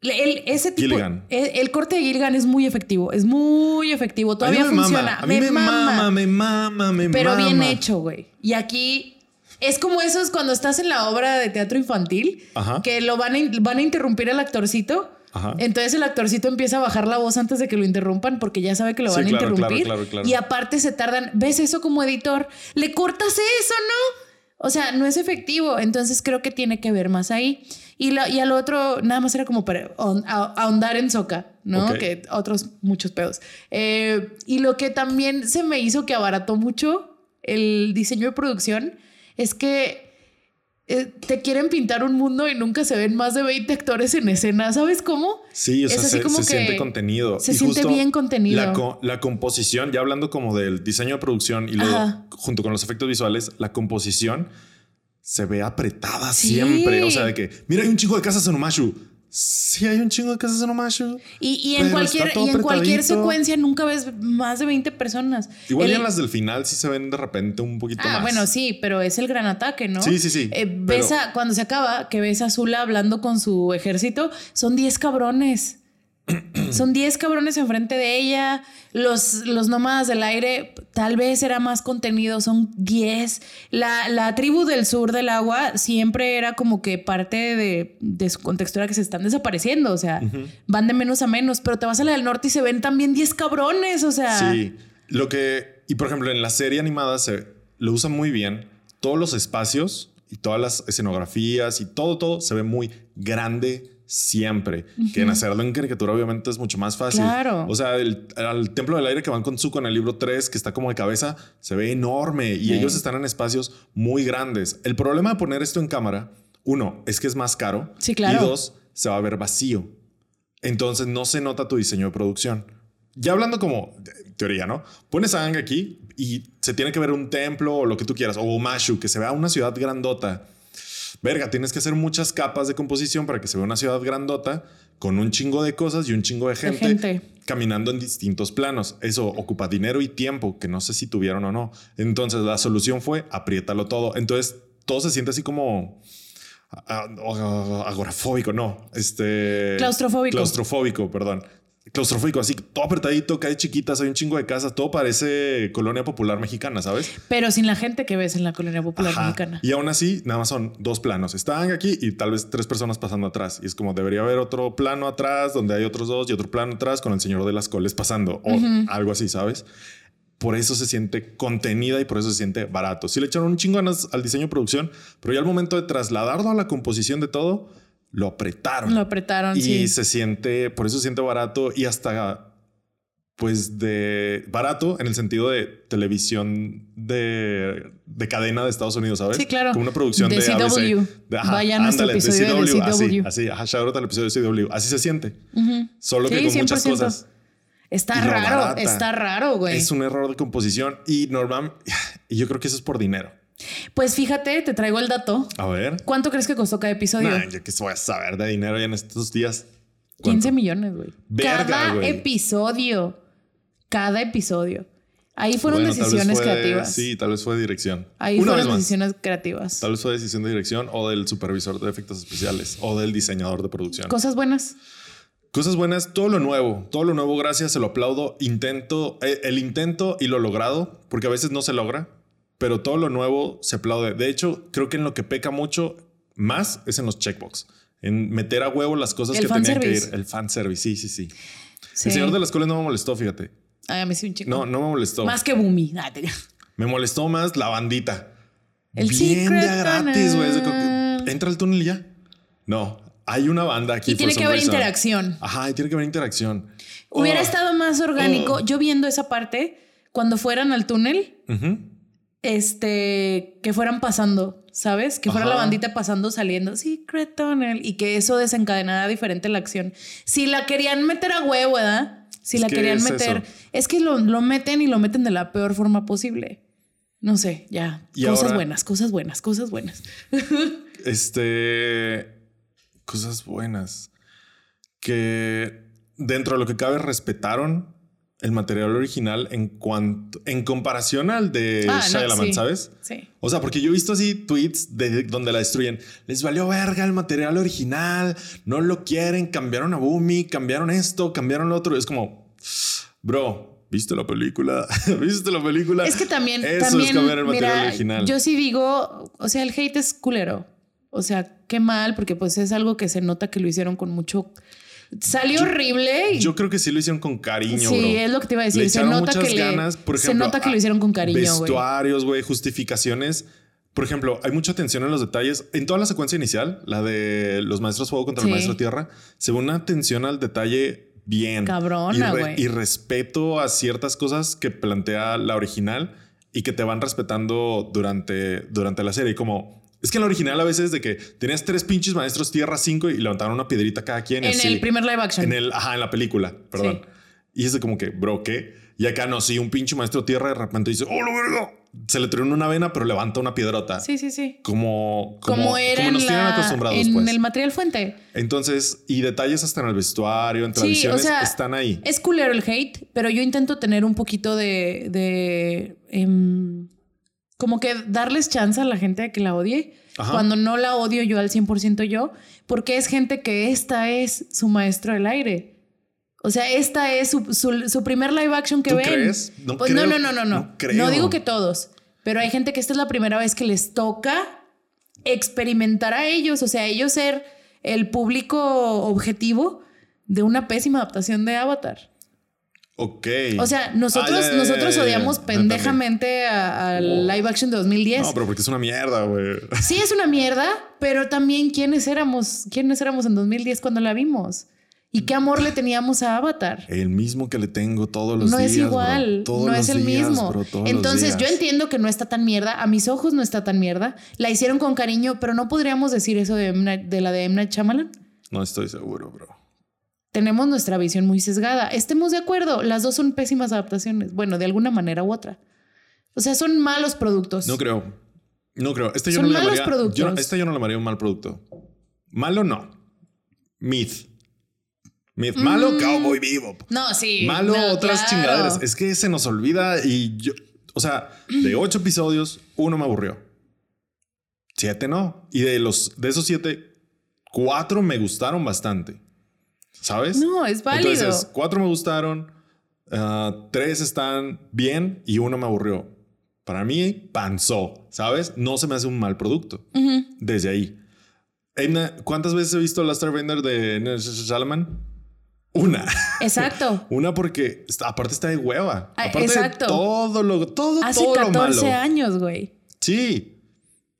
[SPEAKER 1] Le- el- ese tipo,
[SPEAKER 2] Gilligan.
[SPEAKER 1] El, el corte de Gilligan es muy efectivo, es muy efectivo, todavía
[SPEAKER 2] a mí me
[SPEAKER 1] funciona.
[SPEAKER 2] Mama, a mí me, mama, me mama, me
[SPEAKER 1] pero
[SPEAKER 2] mama.
[SPEAKER 1] bien hecho, güey. Y aquí es como eso es cuando estás en la obra de teatro infantil,
[SPEAKER 2] Ajá.
[SPEAKER 1] que lo van a, in- van a interrumpir al actorcito.
[SPEAKER 2] Ajá.
[SPEAKER 1] Entonces el actorcito empieza a bajar la voz antes de que lo interrumpan porque ya sabe que lo
[SPEAKER 2] Sí,
[SPEAKER 1] van a
[SPEAKER 2] claro, claro,
[SPEAKER 1] interrumpir.
[SPEAKER 2] claro, claro.
[SPEAKER 1] Y aparte se tardan, ves eso como editor, le cortas eso, ¿no? O sea, no es efectivo, entonces creo que tiene que ver más ahí. Y, lo, y al otro, nada más era como para ahon- ah- ahondar en soca, ¿no?
[SPEAKER 2] Ok.
[SPEAKER 1] Que otros muchos pedos. Eh, y lo que también se me hizo que abarató mucho el diseño de producción es que eh, te quieren pintar un mundo y nunca se ven más de 20 actores en escena, ¿sabes cómo?
[SPEAKER 2] Sí, o
[SPEAKER 1] Es
[SPEAKER 2] sea,
[SPEAKER 1] así
[SPEAKER 2] se,
[SPEAKER 1] como
[SPEAKER 2] se
[SPEAKER 1] que
[SPEAKER 2] siente contenido.
[SPEAKER 1] se
[SPEAKER 2] Y
[SPEAKER 1] siente
[SPEAKER 2] justo
[SPEAKER 1] bien contenido.
[SPEAKER 2] La, co- la composición, ya hablando como del diseño de producción y luego
[SPEAKER 1] Ajá.
[SPEAKER 2] junto con los efectos visuales, la composición se ve apretada
[SPEAKER 1] Sí.
[SPEAKER 2] siempre. O sea, de que, mira, hay un chingo de casas en Umashu. Sí, hay un chingo de casas en Umashu.
[SPEAKER 1] Y, y en,
[SPEAKER 2] Pero
[SPEAKER 1] cualquier,
[SPEAKER 2] está todo
[SPEAKER 1] y en cualquier
[SPEAKER 2] apretadito.
[SPEAKER 1] secuencia nunca ves más de 20 personas.
[SPEAKER 2] Igual
[SPEAKER 1] El-
[SPEAKER 2] ya en las del final sí se ven de repente un poquito
[SPEAKER 1] Ah,
[SPEAKER 2] más.
[SPEAKER 1] bueno, sí, pero es el gran ataque, ¿no?
[SPEAKER 2] Sí, sí, sí,
[SPEAKER 1] Eh, ves
[SPEAKER 2] pero-
[SPEAKER 1] a- cuando se acaba, que ves a Zula hablando con su ejército, son 10 cabrones. son 10 cabrones enfrente de ella. Los, los nómadas del aire, tal vez era más contenido, son 10. La, la tribu del sur del agua siempre era como que parte de, de su contextura que se están desapareciendo. O sea, van de menos a menos, pero te vas a la del norte y se ven también 10 cabrones. O sea,
[SPEAKER 2] Sí, lo que. Y por ejemplo, en la serie animada se lo usan muy bien. Todos los espacios y todas las escenografías y todo, todo se ve muy grande siempre. Que en hacerlo en caricatura, obviamente, es mucho más fácil.
[SPEAKER 1] Claro.
[SPEAKER 2] O sea, el, al Templo del Aire que van con Zuko en el libro 3, que está como de cabeza, se ve enorme y
[SPEAKER 1] Sí.
[SPEAKER 2] ellos están en espacios muy grandes. El problema de poner esto en cámara, uno, es que es más caro.
[SPEAKER 1] Sí, claro.
[SPEAKER 2] Y dos, se va a ver vacío. Entonces no se nota tu diseño de producción. Ya hablando como de- teoría, ¿no? Pones a Ang aquí y se tiene que ver un templo o lo que tú quieras, o Mashu, que se vea una ciudad grandota. Verga, tienes que hacer muchas capas de composición para que se vea una ciudad grandota con un chingo de cosas y un chingo de gente,
[SPEAKER 1] gente.
[SPEAKER 2] caminando en distintos planos. Eso ocupa dinero y tiempo, que no sé si tuvieron o no. Entonces la solución fue apriétalo todo. Entonces todo se siente así como a- a- agorafóbico, no, este
[SPEAKER 1] Claustrofóbico.
[SPEAKER 2] claustrofóbico, perdón. Claustrofóbico, así todo apretadito, cae chiquitas, hay un chingo de casas, todo parece colonia popular mexicana, ¿sabes?
[SPEAKER 1] pero sin la gente que ves en la colonia popular
[SPEAKER 2] Ajá.
[SPEAKER 1] mexicana.
[SPEAKER 2] Y aún así, nada más son dos planos. Están aquí y tal vez tres personas pasando atrás. Y es como debería haber otro plano atrás donde hay otros dos y otro plano atrás con el señor de las coles pasando o algo así, ¿sabes? Por eso se siente contenida y por eso se siente barato. Sí le echaron un chingo ganas al diseño de producción, pero ya al momento de trasladarlo a la composición de todo, lo apretaron.
[SPEAKER 1] Lo apretaron,
[SPEAKER 2] y
[SPEAKER 1] Ah, sí.
[SPEAKER 2] se siente, por eso se siente barato y hasta pues de barato en el sentido de televisión de, de cadena de Estados Unidos, ¿sabes?
[SPEAKER 1] Sí, claro.
[SPEAKER 2] Como una producción
[SPEAKER 1] De
[SPEAKER 2] de,
[SPEAKER 1] CW.
[SPEAKER 2] ABC. De-
[SPEAKER 1] Vayan a nuestro episodio de CW.
[SPEAKER 2] Así, así, ajá, shout out al episodio de CW. Así se siente.
[SPEAKER 1] Ujú.
[SPEAKER 2] Solo que
[SPEAKER 1] Sí,
[SPEAKER 2] con muchas
[SPEAKER 1] 100%.
[SPEAKER 2] cosas.
[SPEAKER 1] Está
[SPEAKER 2] Y lo
[SPEAKER 1] raro,
[SPEAKER 2] barata.
[SPEAKER 1] está raro, güey.
[SPEAKER 2] Es un error de composición y normal. Y yo creo que eso es por dinero.
[SPEAKER 1] Pues fíjate, te traigo el dato.
[SPEAKER 2] A ver.
[SPEAKER 1] ¿Cuánto crees que costó cada episodio?
[SPEAKER 2] Nah, yo qué voy a saber de dinero ya en estos días. ¿Cuánto?
[SPEAKER 1] 15 millones, güey.
[SPEAKER 2] Verga,
[SPEAKER 1] Cada
[SPEAKER 2] güey.
[SPEAKER 1] episodio. Cada episodio. Ahí fueron
[SPEAKER 2] Bueno, tal vez
[SPEAKER 1] decisiones
[SPEAKER 2] fue de-
[SPEAKER 1] creativas.
[SPEAKER 2] sí, tal vez fue de dirección.
[SPEAKER 1] Ahí
[SPEAKER 2] Una vez
[SPEAKER 1] fueron
[SPEAKER 2] más.
[SPEAKER 1] decisiones creativas.
[SPEAKER 2] Tal vez fue decisión de dirección o del supervisor de efectos especiales o del diseñador de producción.
[SPEAKER 1] Cosas buenas.
[SPEAKER 2] Cosas buenas, todo lo nuevo, todo lo nuevo, gracias, se lo aplaudo. Intento, eh, el intento y lo logrado, porque a veces no se logra, pero todo lo nuevo se aplaude. De hecho, creo que en lo que peca mucho más es en los checkbox, en meter a huevo las cosas
[SPEAKER 1] El
[SPEAKER 2] que tenían que ir.
[SPEAKER 1] fanservice.
[SPEAKER 2] El fanservice, sí, sí, sí.
[SPEAKER 1] Sí.
[SPEAKER 2] El señor de las coles no me molestó, fíjate.
[SPEAKER 1] Ay, a mí sí un chico.
[SPEAKER 2] No, no me molestó.
[SPEAKER 1] Más que Boomy. Ah, te-
[SPEAKER 2] Me molestó más la bandita.
[SPEAKER 1] El
[SPEAKER 2] Bien de
[SPEAKER 1] secret
[SPEAKER 2] a gratis, güey. Es de
[SPEAKER 1] tunnel.
[SPEAKER 2] que- Entra al túnel y ya. No, hay una banda aquí.
[SPEAKER 1] Y tiene
[SPEAKER 2] for
[SPEAKER 1] que
[SPEAKER 2] some
[SPEAKER 1] haber
[SPEAKER 2] reason.
[SPEAKER 1] interacción.
[SPEAKER 2] Ajá, y tiene que haber interacción.
[SPEAKER 1] Hubiera
[SPEAKER 2] Oh.
[SPEAKER 1] estado más orgánico.
[SPEAKER 2] Oh.
[SPEAKER 1] Yo viendo esa parte, cuando fueran al túnel,
[SPEAKER 2] Ujú.
[SPEAKER 1] este, que fueran pasando, ¿sabes? Que fuera
[SPEAKER 2] Ajá.
[SPEAKER 1] la bandita pasando, saliendo, Secret Tunnel, y que eso desencadenara diferente la acción. Si la querían meter a huevo, ¿verdad? Si
[SPEAKER 2] Es
[SPEAKER 1] la
[SPEAKER 2] que
[SPEAKER 1] querían
[SPEAKER 2] es
[SPEAKER 1] meter,
[SPEAKER 2] eso.
[SPEAKER 1] es que lo, lo meten y lo meten de la peor forma posible. No sé, ya.
[SPEAKER 2] Y
[SPEAKER 1] cosas
[SPEAKER 2] ahora-
[SPEAKER 1] buenas, cosas buenas, cosas buenas.
[SPEAKER 2] Este. Cosas buenas. Que dentro de lo que cabe, respetaron el material original en cuanto. En comparación al de
[SPEAKER 1] Ah, no,
[SPEAKER 2] Shyamalan,
[SPEAKER 1] sí.
[SPEAKER 2] ¿sabes?
[SPEAKER 1] Sí.
[SPEAKER 2] O sea, porque yo he visto así tweets de donde la destruyen. Les valió verga el material original, no lo quieren, cambiaron a Bumi, cambiaron esto, cambiaron lo otro. Es como, bro, ¿viste la película? ¿Viste la película?
[SPEAKER 1] Es que también,
[SPEAKER 2] Eso
[SPEAKER 1] también,
[SPEAKER 2] es cambiar el material
[SPEAKER 1] mira,
[SPEAKER 2] original.
[SPEAKER 1] yo sí digo, o sea, el hate es culero. O sea, qué mal, porque pues es algo que se nota que lo hicieron con mucho... Salió horrible y
[SPEAKER 2] Yo creo que sí lo hicieron con cariño.
[SPEAKER 1] Sí,
[SPEAKER 2] bro.
[SPEAKER 1] es lo que te iba a decir.
[SPEAKER 2] Le
[SPEAKER 1] Se
[SPEAKER 2] echaron
[SPEAKER 1] nota
[SPEAKER 2] muchas
[SPEAKER 1] que le-
[SPEAKER 2] ganas. Por
[SPEAKER 1] se
[SPEAKER 2] ejemplo,
[SPEAKER 1] nota que lo
[SPEAKER 2] a-
[SPEAKER 1] hicieron con cariño, güey.
[SPEAKER 2] Vestuarios, güey, justificaciones. Por ejemplo, hay mucha atención en los detalles. En toda la secuencia inicial, la de los maestros fuego contra
[SPEAKER 1] Sí.
[SPEAKER 2] el maestro tierra, se ve una atención al detalle bien.
[SPEAKER 1] Cabrona,
[SPEAKER 2] Y re-
[SPEAKER 1] güey.
[SPEAKER 2] Y, respeto a ciertas cosas que plantea la original y que te van respetando durante, durante la serie. Como... Es que en la original a veces de que tenías tres pinches maestros tierra, cinco y levantaron una piedrita cada quien.
[SPEAKER 1] En
[SPEAKER 2] y así.
[SPEAKER 1] el primer live action.
[SPEAKER 2] En el, ajá, en la película, perdón. Y es de como que, bro, ¿qué? Y acá no, sí, un pinche maestro tierra de repente dice, ¡oh, la verga! Se le truena una vena, pero levanta una piedrota.
[SPEAKER 1] Sí, sí, sí.
[SPEAKER 2] Como, como,
[SPEAKER 1] Como, era
[SPEAKER 2] como nos
[SPEAKER 1] en,
[SPEAKER 2] tienen
[SPEAKER 1] la-
[SPEAKER 2] acostumbrados,
[SPEAKER 1] en
[SPEAKER 2] pues.
[SPEAKER 1] el material fuente.
[SPEAKER 2] Entonces, y detalles hasta en el vestuario, en
[SPEAKER 1] Sí, o
[SPEAKER 2] tradiciones,
[SPEAKER 1] sea,
[SPEAKER 2] están ahí.
[SPEAKER 1] Es culero el hate, pero yo intento tener un poquito de. de em, como que darles chance a la gente de que la odie.
[SPEAKER 2] Ajá.
[SPEAKER 1] Cuando no la odio yo al 100% yo, porque es gente que esta es su maestro del aire. O sea, esta es su, su- su primer live action que
[SPEAKER 2] ¿Tú
[SPEAKER 1] ven.
[SPEAKER 2] crees? No
[SPEAKER 1] Pues no, no,
[SPEAKER 2] creo,
[SPEAKER 1] no, no, no.
[SPEAKER 2] no creo.
[SPEAKER 1] No digo que todos, pero hay gente que esta es la primera vez que les toca experimentar a ellos, o sea, ellos ser el público objetivo de una pésima adaptación de Avatar.
[SPEAKER 2] Ok.
[SPEAKER 1] O sea, nosotros,
[SPEAKER 2] Ah, ya, ya,
[SPEAKER 1] nosotros
[SPEAKER 2] ya, ya, ya,
[SPEAKER 1] odiamos
[SPEAKER 2] ya,
[SPEAKER 1] pendejamente a- al
[SPEAKER 2] Oh.
[SPEAKER 1] live action de 2010.
[SPEAKER 2] No, pero porque es una mierda, güey.
[SPEAKER 1] Sí, es una mierda, pero también quiénes éramos, quiénes éramos en 2010 cuando la vimos y qué amor le teníamos a Avatar.
[SPEAKER 2] El mismo que le tengo todos los
[SPEAKER 1] No
[SPEAKER 2] días.
[SPEAKER 1] es igual,
[SPEAKER 2] bro. Todos
[SPEAKER 1] no es
[SPEAKER 2] los
[SPEAKER 1] el
[SPEAKER 2] días,
[SPEAKER 1] mismo.
[SPEAKER 2] bro, todos los
[SPEAKER 1] Entonces yo
[SPEAKER 2] días.
[SPEAKER 1] entiendo que no está tan mierda, a mis ojos no está tan mierda, la hicieron con cariño, pero no podríamos decir eso de, M. Night- de la de M. Night Shyamalan.
[SPEAKER 2] No estoy seguro, bro.
[SPEAKER 1] Tenemos nuestra visión muy sesgada, estemos de acuerdo, las dos son pésimas adaptaciones, bueno, de alguna manera u otra. O sea, son malos productos.
[SPEAKER 2] No creo. No creo. Este yo
[SPEAKER 1] Pues, Son
[SPEAKER 2] no le
[SPEAKER 1] malos
[SPEAKER 2] llamaría-
[SPEAKER 1] productos.
[SPEAKER 2] yo no- este yo no le llamaría un mal producto. Malo no. Myth. Myth. Malo
[SPEAKER 1] Mm.
[SPEAKER 2] cowboy vivo.
[SPEAKER 1] No, sí.
[SPEAKER 2] Malo
[SPEAKER 1] no,
[SPEAKER 2] otras
[SPEAKER 1] claro.
[SPEAKER 2] chingaderas. Es que se nos olvida y yo. O sea, de
[SPEAKER 1] Mm.
[SPEAKER 2] ocho episodios, uno me aburrió. Siete no. Y de los de esos siete, cuatro me gustaron bastante. ¿Sabes?
[SPEAKER 1] No, es válido.
[SPEAKER 2] Entonces, cuatro me gustaron, ah, tres están bien y uno me aburrió. Para mí, panzó, ¿sabes? No se me hace un mal producto.
[SPEAKER 1] Ujú.
[SPEAKER 2] Desde ahí. En la- ¿Cuántas veces he visto Last Airbender de N. Salaman? Una.
[SPEAKER 1] Exacto.
[SPEAKER 2] Una porque está- aparte está de hueva.
[SPEAKER 1] Ah,
[SPEAKER 2] Aparte
[SPEAKER 1] exacto.
[SPEAKER 2] de todo lo, todo,
[SPEAKER 1] Hace
[SPEAKER 2] todo lo
[SPEAKER 1] 14
[SPEAKER 2] malo.
[SPEAKER 1] años, güey.
[SPEAKER 2] Sí.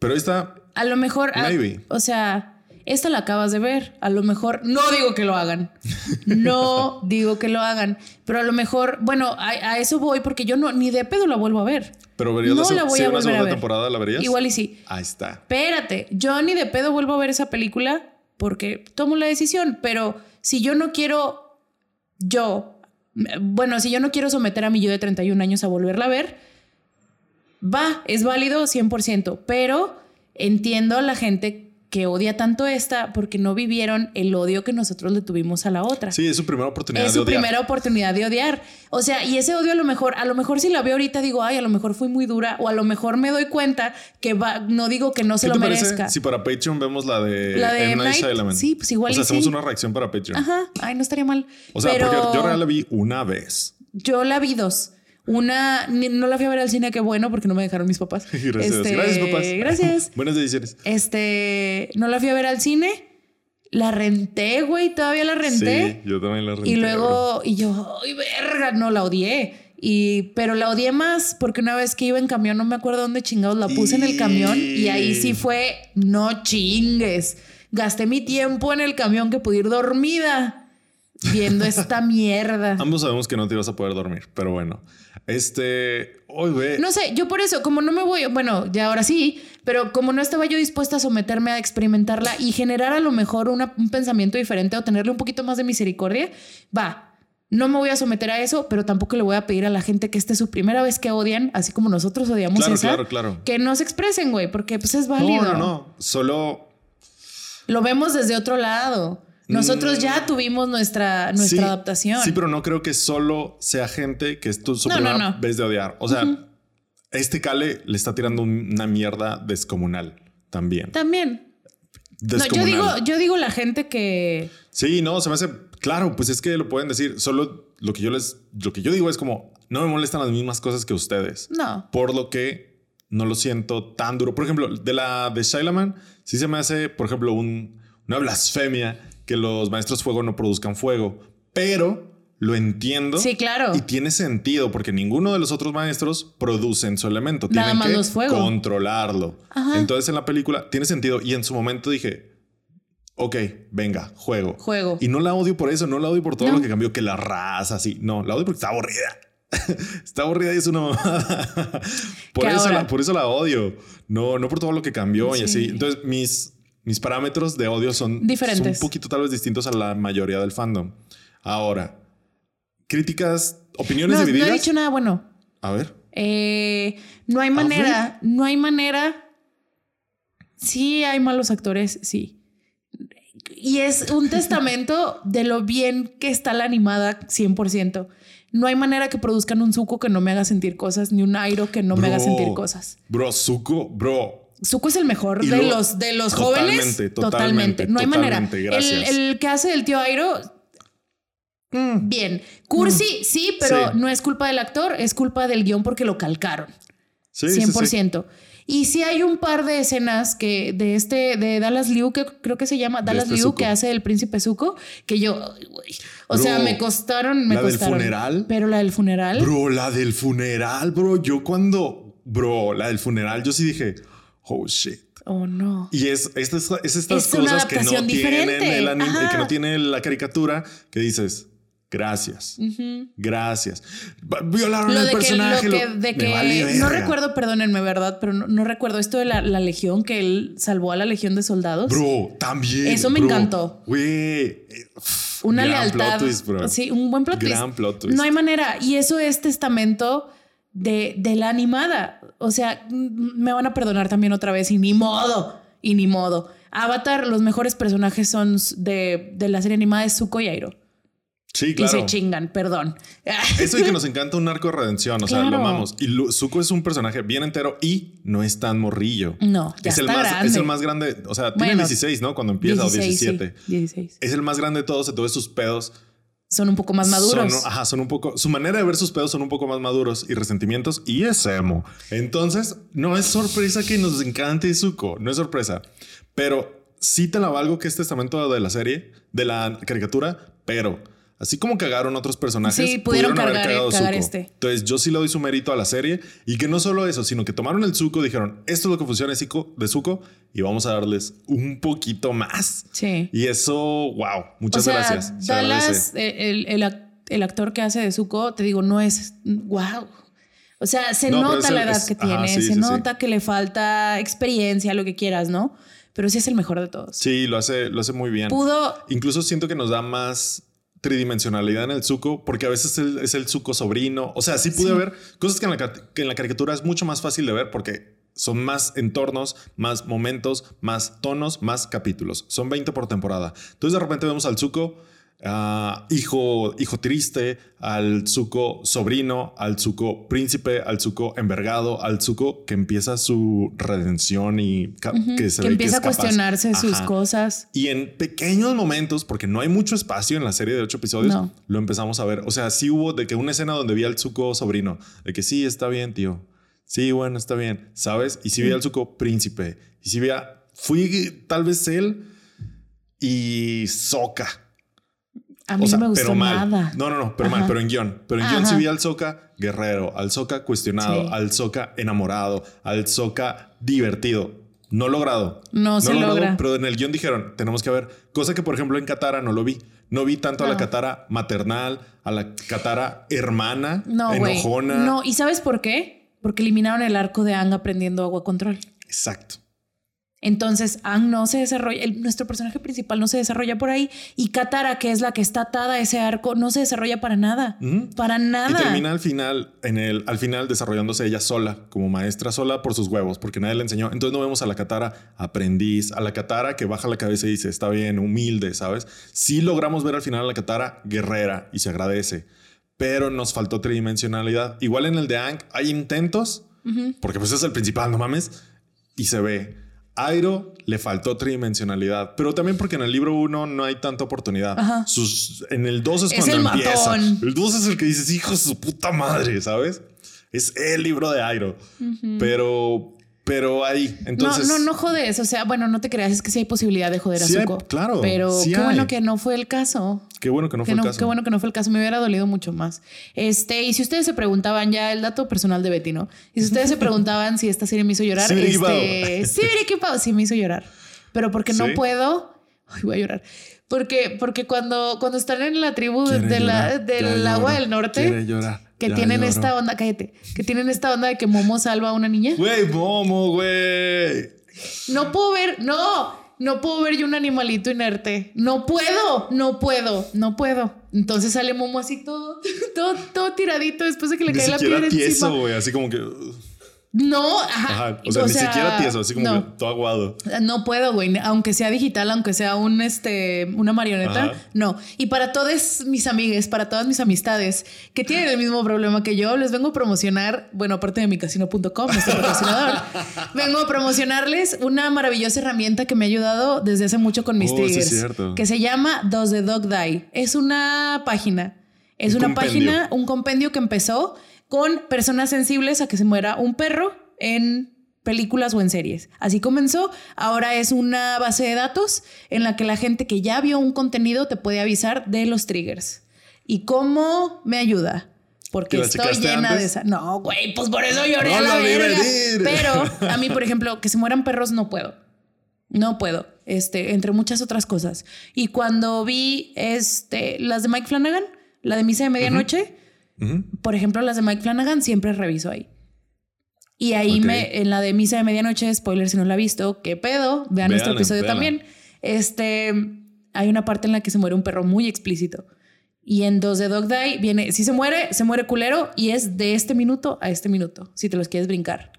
[SPEAKER 2] Pero esta,
[SPEAKER 1] A lo mejor. a-
[SPEAKER 2] Maybe.
[SPEAKER 1] o sea, esta la acabas de ver. A lo mejor. No digo que lo hagan. No digo que lo hagan. Pero a lo mejor. Bueno, a, a eso voy porque yo no ni de pedo la vuelvo a ver.
[SPEAKER 2] pero verías
[SPEAKER 1] no
[SPEAKER 2] la, se-
[SPEAKER 1] la voy a
[SPEAKER 2] sí, una
[SPEAKER 1] volver
[SPEAKER 2] segunda
[SPEAKER 1] a ver.
[SPEAKER 2] temporada, ¿la verías?
[SPEAKER 1] Igual y sí.
[SPEAKER 2] Ahí está.
[SPEAKER 1] Espérate, yo ni de pedo vuelvo a ver esa película porque tomo la decisión. Pero si yo no quiero. Yo. Bueno, si yo no quiero someter a mi yo de 31 años a volverla a ver, va, es válido 100%, pero entiendo a la gente que odia tanto esta porque no vivieron el odio que nosotros le tuvimos a la otra.
[SPEAKER 2] Sí, es su primera oportunidad
[SPEAKER 1] es
[SPEAKER 2] de
[SPEAKER 1] su
[SPEAKER 2] odiar.
[SPEAKER 1] primera oportunidad de odiar. O sea, y ese odio a lo mejor, a lo mejor si la veo ahorita digo, ay, a lo mejor fui muy dura o a lo mejor me doy cuenta que va, no digo que no se
[SPEAKER 2] ¿Qué
[SPEAKER 1] lo
[SPEAKER 2] te parece
[SPEAKER 1] merezca.
[SPEAKER 2] si para Patreon vemos la de,
[SPEAKER 1] La de
[SPEAKER 2] M.
[SPEAKER 1] Night,
[SPEAKER 2] Night Shyamalan?
[SPEAKER 1] sí, pues igual
[SPEAKER 2] O
[SPEAKER 1] y
[SPEAKER 2] sea, hacemos
[SPEAKER 1] sí.
[SPEAKER 2] una reacción para Patreon.
[SPEAKER 1] Ajá, ay, no estaría mal.
[SPEAKER 2] O sea,
[SPEAKER 1] Pero
[SPEAKER 2] porque yo realmente la vi una vez.
[SPEAKER 1] yo la vi dos. Una, ni- no la fui a ver al cine, qué bueno, porque no me dejaron mis papás.
[SPEAKER 2] Gracias.
[SPEAKER 1] Este,
[SPEAKER 2] gracias, papás.
[SPEAKER 1] Gracias.
[SPEAKER 2] Buenas decisiones.
[SPEAKER 1] Este, no la fui a ver al cine. La renté, güey, todavía la renté.
[SPEAKER 2] Sí, yo también la renté.
[SPEAKER 1] y luego, y yo, ay, verga, no la odié. Y, pero la odié más porque una vez que iba en camión, no me acuerdo dónde chingados, la puse en el camión y ahí sí fue, no chingues. Gasté mi tiempo en el camión que pude ir dormida viendo esta mierda.
[SPEAKER 2] Ambos sabemos que no te ibas a poder dormir, pero bueno. Este. Hoy ve.
[SPEAKER 1] No sé, yo por eso, como no me voy, bueno, ya ahora sí, pero como no estaba yo dispuesta a someterme a experimentarla y generar a lo mejor una- un pensamiento diferente o tenerle un poquito más de misericordia, va, no me voy a someter a eso, pero tampoco le voy a pedir a la gente que esta es su primera vez que odian, así como nosotros odiamos
[SPEAKER 2] Claro,
[SPEAKER 1] esa,
[SPEAKER 2] claro, claro.
[SPEAKER 1] que no se expresen, güey, porque pues es
[SPEAKER 2] no,
[SPEAKER 1] válido.
[SPEAKER 2] no, no. Solo.
[SPEAKER 1] Lo vemos desde otro lado. Nosotros ya tuvimos nuestra, nuestra
[SPEAKER 2] Mm. sí,
[SPEAKER 1] adaptación.
[SPEAKER 2] Sí, pero no creo que solo sea gente que es tu, su
[SPEAKER 1] No, no,
[SPEAKER 2] primera
[SPEAKER 1] no.
[SPEAKER 2] vez de odiar. O sea, este Cale le está tirando un- una mierda descomunal también.
[SPEAKER 1] También. No, yo
[SPEAKER 2] Descomunal.
[SPEAKER 1] digo, yo digo la gente que...
[SPEAKER 2] Sí, no, se me hace claro, pues es que lo pueden decir. Solo lo que yo les, lo que yo digo es como no me molestan las mismas cosas que ustedes,
[SPEAKER 1] No.
[SPEAKER 2] por lo que no lo siento tan duro. Por ejemplo, de la de Shyamalan, sí se me hace, por ejemplo, un- una blasfemia que los maestros fuego no produzcan fuego, pero lo entiendo.
[SPEAKER 1] Sí, claro.
[SPEAKER 2] Y tiene sentido porque ninguno de los otros maestros producen su elemento.
[SPEAKER 1] Nada
[SPEAKER 2] Tienen
[SPEAKER 1] más
[SPEAKER 2] que
[SPEAKER 1] los fuego.
[SPEAKER 2] controlarlo.
[SPEAKER 1] Ajá.
[SPEAKER 2] Entonces en la película tiene sentido y en su momento dije, ok, venga, juego.
[SPEAKER 1] Juego.
[SPEAKER 2] Y no la odio por eso, no la odio por todo
[SPEAKER 1] No.
[SPEAKER 2] lo que cambió, que la raza, así. No, la odio porque está aburrida. está aburrida y es una mamada. por,
[SPEAKER 1] Que
[SPEAKER 2] eso
[SPEAKER 1] ahora-
[SPEAKER 2] la, por eso la odio. No, no por todo lo que cambió y así.
[SPEAKER 1] Sí.
[SPEAKER 2] Entonces mis, mis parámetros de odio son
[SPEAKER 1] Diferentes.
[SPEAKER 2] son un poquito tal vez distintos a la mayoría del fandom. Ahora, críticas,
[SPEAKER 1] No,
[SPEAKER 2] opiniones
[SPEAKER 1] no
[SPEAKER 2] divididas. ¿Ah,
[SPEAKER 1] he dicho nada bueno.
[SPEAKER 2] A ver,
[SPEAKER 1] Eh, no hay manera, no hay manera. Sí, hay malos actores, sí. Y es un testamento de lo bien que está la animada 100%. No hay manera que produzcan un Zuko que no me haga sentir cosas, ni un Airo que no me haga
[SPEAKER 2] Bro.
[SPEAKER 1] sentir cosas.
[SPEAKER 2] bro, Zuko, bro,
[SPEAKER 1] Zuko es el mejor
[SPEAKER 2] Y
[SPEAKER 1] de
[SPEAKER 2] lo-
[SPEAKER 1] los, de los
[SPEAKER 2] totalmente,
[SPEAKER 1] jóvenes. Totalmente,
[SPEAKER 2] totalmente,
[SPEAKER 1] No hay manera.
[SPEAKER 2] totalmente, gracias.
[SPEAKER 1] El, el que hace del tío Airo. Bien. Cursi, sí, pero
[SPEAKER 2] Mm. Sí.
[SPEAKER 1] no es culpa del actor, es culpa del guión porque lo calcaron.
[SPEAKER 2] Sí, sí, sí.
[SPEAKER 1] 100%. Y sí hay un par de escenas que de este, de Dallas Liu, que creo que se llama Dallas
[SPEAKER 2] este
[SPEAKER 1] Liu,
[SPEAKER 2] Zuko.
[SPEAKER 1] que hace el príncipe Zuko, que yo, ay, güey. o
[SPEAKER 2] Bro,
[SPEAKER 1] sea, me costaron, me
[SPEAKER 2] la del
[SPEAKER 1] costaron.
[SPEAKER 2] funeral.
[SPEAKER 1] Pero la del funeral.
[SPEAKER 2] Bro, la del funeral, bro. Yo cuando, bro, la del funeral, yo sí dije, oh shit.
[SPEAKER 1] Oh, no.
[SPEAKER 2] Y es, es, es- es estas
[SPEAKER 1] Es una
[SPEAKER 2] cosas que no,
[SPEAKER 1] adaptación
[SPEAKER 2] tienen
[SPEAKER 1] diferente.
[SPEAKER 2] el anime,
[SPEAKER 1] Ajá.
[SPEAKER 2] que no tiene la caricatura, que dices, gracias,
[SPEAKER 1] Ujú.
[SPEAKER 2] gracias. Va- Violaron
[SPEAKER 1] Mm. Lo
[SPEAKER 2] Ah, el
[SPEAKER 1] de que, lo
[SPEAKER 2] personaje.
[SPEAKER 1] que,
[SPEAKER 2] lo-
[SPEAKER 1] de
[SPEAKER 2] me
[SPEAKER 1] que
[SPEAKER 2] vale
[SPEAKER 1] no
[SPEAKER 2] verga.
[SPEAKER 1] recuerdo, perdónenme, ¿verdad? Pero no, no recuerdo esto de la, la legión que él salvó a la legión de soldados.
[SPEAKER 2] Bro, también.
[SPEAKER 1] Eso me
[SPEAKER 2] bro.
[SPEAKER 1] encantó.
[SPEAKER 2] Güey. eh, pff,
[SPEAKER 1] Una
[SPEAKER 2] gran
[SPEAKER 1] lealtad.
[SPEAKER 2] plot twist, bro.
[SPEAKER 1] Sí, un buen plot twist.
[SPEAKER 2] Gran plot twist.
[SPEAKER 1] No hay manera. Y eso es testamento de, de la animada. O sea, mm, me van a perdonar también otra vez y ni modo. Y ni modo. Avatar, los mejores personajes son s- de, de la serie animada de Zuko y Airo.
[SPEAKER 2] Sí,
[SPEAKER 1] Y se
[SPEAKER 2] claro.
[SPEAKER 1] chingan, perdón. Ah,
[SPEAKER 2] Eso y que nos encanta un arco de redención, o sea, lo
[SPEAKER 1] Claro.
[SPEAKER 2] amamos. Y Lu- Zuko es un personaje bien entero y no es tan morrillo.
[SPEAKER 1] No, Mm, ya
[SPEAKER 2] es el
[SPEAKER 1] está
[SPEAKER 2] más,
[SPEAKER 1] grande.
[SPEAKER 2] Es el más grande, o sea, tiene
[SPEAKER 1] Bueno,
[SPEAKER 2] 16, ¿no? Cuando empieza, o 17.
[SPEAKER 1] sí, 16.
[SPEAKER 2] Es el más grande de todos, entonces sus pedos
[SPEAKER 1] Son un poco más maduros.
[SPEAKER 2] Son, ajá, son un ah. poco. Su manera de ver sus pedos son un poco más maduros y resentimientos y es emo. Entonces, no es sorpresa que nos encante Zuko, no es sorpresa. Pero sí te la valgo que es testamento de la serie, de la caricatura, pero así como cagaron otros personajes,
[SPEAKER 1] Sí, pudieron cargar- cagar
[SPEAKER 2] Zuko.
[SPEAKER 1] este.
[SPEAKER 2] Entonces, yo sí le doy su mérito a la serie y que no solo eso, sino que tomaron el Zuko, dijeron esto es lo que funciona de Zuko, de Zuko y vamos a darles un poquito más.
[SPEAKER 1] sí.
[SPEAKER 2] Y eso, wow, muchas
[SPEAKER 1] o sea,
[SPEAKER 2] gracias. se agradece.
[SPEAKER 1] Dallas, eh, el, el ac- el actor que hace de Zuko, te digo, no es wow. O sea, se
[SPEAKER 2] No, pero
[SPEAKER 1] nota
[SPEAKER 2] es
[SPEAKER 1] la
[SPEAKER 2] el-
[SPEAKER 1] edad
[SPEAKER 2] es-
[SPEAKER 1] que
[SPEAKER 2] ajá,
[SPEAKER 1] tiene,
[SPEAKER 2] sí,
[SPEAKER 1] se
[SPEAKER 2] sí, sí.
[SPEAKER 1] nota que le falta experiencia, lo que quieras, ¿no? Pero sí es el mejor de todos.
[SPEAKER 2] Sí, lo hace, lo hace muy bien.
[SPEAKER 1] Pudo,
[SPEAKER 2] Incluso siento que nos da más tridimensionalidad en el Zuko, porque a veces el- es el Zuko sobrino. O sea, sí pude ver cosas que en, la, car- que en la caricatura es mucho más fácil de ver porque son más entornos, más momentos, más tonos, más capítulos. Son 20 por temporada. Entonces de repente vemos al Zuko ah, hijo, hijo triste, al Zuko sobrino, al Zuko príncipe, al Zuko envergado, al Zuko que empieza su redención y ca-
[SPEAKER 1] ujú,
[SPEAKER 2] que
[SPEAKER 1] que,
[SPEAKER 2] se ve
[SPEAKER 1] empieza
[SPEAKER 2] es
[SPEAKER 1] a
[SPEAKER 2] capaz.
[SPEAKER 1] cuestionarse sus
[SPEAKER 2] Ajá.
[SPEAKER 1] cosas.
[SPEAKER 2] Y en pequeños momentos, porque no hay mucho espacio en la serie de ocho episodios,
[SPEAKER 1] No.
[SPEAKER 2] lo empezamos a ver. O sea, sí hubo de que una escena donde vi al Zuko sobrino, de que sí, está bien, tío. Sí, bueno, está bien, ¿sabes? Y sí vi al Zuko príncipe. Y sí vi a... Fui tal vez él y Soka.
[SPEAKER 1] A mí
[SPEAKER 2] O sea,
[SPEAKER 1] no me gustó
[SPEAKER 2] pero mal.
[SPEAKER 1] nada.
[SPEAKER 2] No, no, no, pero
[SPEAKER 1] Ajá.
[SPEAKER 2] mal, pero en guión. Pero en guión
[SPEAKER 1] Ajá.
[SPEAKER 2] sí vi al Soca guerrero, al Soca cuestionado,
[SPEAKER 1] Sí.
[SPEAKER 2] al Soca enamorado, al Soca divertido. No logrado.
[SPEAKER 1] No se
[SPEAKER 2] logrado,
[SPEAKER 1] logra.
[SPEAKER 2] Pero en el guión dijeron, tenemos que ver. Cosa que, por ejemplo, en Katara no lo vi. No vi tanto a la
[SPEAKER 1] No.
[SPEAKER 2] Katara maternal, a la Katara hermana,
[SPEAKER 1] No, güey.
[SPEAKER 2] enojona.
[SPEAKER 1] No, ¿y sabes por qué? Porque eliminaron el arco de Ang aprendiendo agua control.
[SPEAKER 2] Exacto.
[SPEAKER 1] Entonces, Ang no se desarrolla, el- nuestro personaje principal no se desarrolla por ahí y Katara, que es la que está atada a ese arco, no se desarrolla para nada.
[SPEAKER 2] Ujú.
[SPEAKER 1] Para nada.
[SPEAKER 2] Y termina al final, en el, al final desarrollándose ella sola, como maestra sola por sus huevos, porque nadie le enseñó. Entonces no vemos a la Catara aprendiz, a la Catara que baja la cabeza y dice, está bien, humilde, ¿sabes? Sí logramos ver al final a la Catara guerrera y se agradece, pero nos faltó tridimensionalidad. Igual en el de Ang hay intentos,
[SPEAKER 1] Ujú.
[SPEAKER 2] porque pues es el principal, no mames, y se ve. Airo le faltó tridimensionalidad, pero también porque en el libro 1 no hay tanta oportunidad.
[SPEAKER 1] Ajá.
[SPEAKER 2] Sus, en el 2 es,
[SPEAKER 1] Es
[SPEAKER 2] cuando
[SPEAKER 1] el
[SPEAKER 2] empieza.
[SPEAKER 1] matón.
[SPEAKER 2] El 2 es el que dices, hijo de su puta madre, ¿sabes? Es el libro de Airo. Pero, pero ahí, entonces.
[SPEAKER 1] no, no, no jodes. O sea, bueno, no te creas, es que sí hay posibilidad de joder a
[SPEAKER 2] Sí hay-
[SPEAKER 1] Zuko.
[SPEAKER 2] claro,
[SPEAKER 1] Pero
[SPEAKER 2] sí
[SPEAKER 1] qué bueno
[SPEAKER 2] hay.
[SPEAKER 1] que no fue el caso.
[SPEAKER 2] Qué bueno que no
[SPEAKER 1] Que
[SPEAKER 2] fue
[SPEAKER 1] no-
[SPEAKER 2] el caso.
[SPEAKER 1] Qué bueno que no fue el caso, me hubiera dolido mucho más. Este, y si ustedes se preguntaban ya el dato personal de Betty, ¿no? Y si ustedes se preguntaban si esta serie me hizo llorar,
[SPEAKER 2] Sibiri
[SPEAKER 1] este,
[SPEAKER 2] Kipao.
[SPEAKER 1] sí, equipado, sí me hizo llorar. Pero porque no
[SPEAKER 2] ¿Sí?
[SPEAKER 1] puedo, ay, voy a llorar. Porque porque cuando cuando están en la tribu de,
[SPEAKER 2] Quiere
[SPEAKER 1] de la
[SPEAKER 2] llorar, ya
[SPEAKER 1] del
[SPEAKER 2] lloro,
[SPEAKER 1] agua del
[SPEAKER 2] quiere
[SPEAKER 1] norte
[SPEAKER 2] llorar,
[SPEAKER 1] que
[SPEAKER 2] ya
[SPEAKER 1] tienen
[SPEAKER 2] lloro.
[SPEAKER 1] esta onda, cállate, que tienen esta onda de que Momo salva a una niña.
[SPEAKER 2] Güey, Momo, güey.
[SPEAKER 1] No puedo ver, no, no puedo ver yo un animalito inerte. No puedo, no puedo, no puedo. Entonces sale Momo así todo, todo, todo tiradito después de que le
[SPEAKER 2] Ni
[SPEAKER 1] cae la piedra
[SPEAKER 2] siquiera tieso,
[SPEAKER 1] encima.
[SPEAKER 2] güey. Así como que.
[SPEAKER 1] No, ajá.
[SPEAKER 2] Ajá. O sea, ni siquiera tieso, así como
[SPEAKER 1] no.
[SPEAKER 2] que todo aguado.
[SPEAKER 1] Ah, No puedo, güey. Aunque sea digital, aunque sea un este, una marioneta,
[SPEAKER 2] Ajá.
[SPEAKER 1] no. Y para todas mis amigas, para todas mis amistades que tienen el mismo problema que yo, les vengo a promocionar, bueno, aparte de mi casino.com, nuestro patrocinador, vengo a promocionarles una maravillosa herramienta que me ha ayudado desde hace mucho con mis
[SPEAKER 2] Oh, sí,
[SPEAKER 1] triggers,
[SPEAKER 2] es cierto.
[SPEAKER 1] que se llama Dos de Dog Die. Es una página, es
[SPEAKER 2] Un
[SPEAKER 1] una
[SPEAKER 2] compendio.
[SPEAKER 1] página, un compendio que empezó con personas sensibles a que se muera un perro en películas o en series. Así comenzó. Ahora es una base de datos en la que la gente que ya vio un contenido te puede avisar de los triggers. ¿Y cómo me ayuda? Porque
[SPEAKER 2] ¿Te la
[SPEAKER 1] estoy
[SPEAKER 2] checaste
[SPEAKER 1] llena de
[SPEAKER 2] antes?
[SPEAKER 1] esa. No, güey, pues por eso lloré
[SPEAKER 2] No
[SPEAKER 1] a la
[SPEAKER 2] lo vi
[SPEAKER 1] verga.
[SPEAKER 2] venir.
[SPEAKER 1] Pero a mí, por ejemplo, que se mueran perros no puedo. No puedo, este, entre muchas otras cosas. Y cuando vi este, las de Mike Flanagan, la de Misa de Medianoche,
[SPEAKER 2] Ujú.
[SPEAKER 1] por ejemplo, las de Mike Flanagan siempre reviso ahí. Y ahí
[SPEAKER 2] Ok.
[SPEAKER 1] me, en la de Misa de Medianoche, spoiler si no la ha visto, qué pedo, vean nuestro
[SPEAKER 2] Véanla,
[SPEAKER 1] episodio
[SPEAKER 2] véanla.
[SPEAKER 1] también. Este, hay una parte en la que se muere un perro muy explícito. Y en dos de Dog Die viene, si se muere, se muere culero y es de este minuto a este minuto, si te los quieres brincar.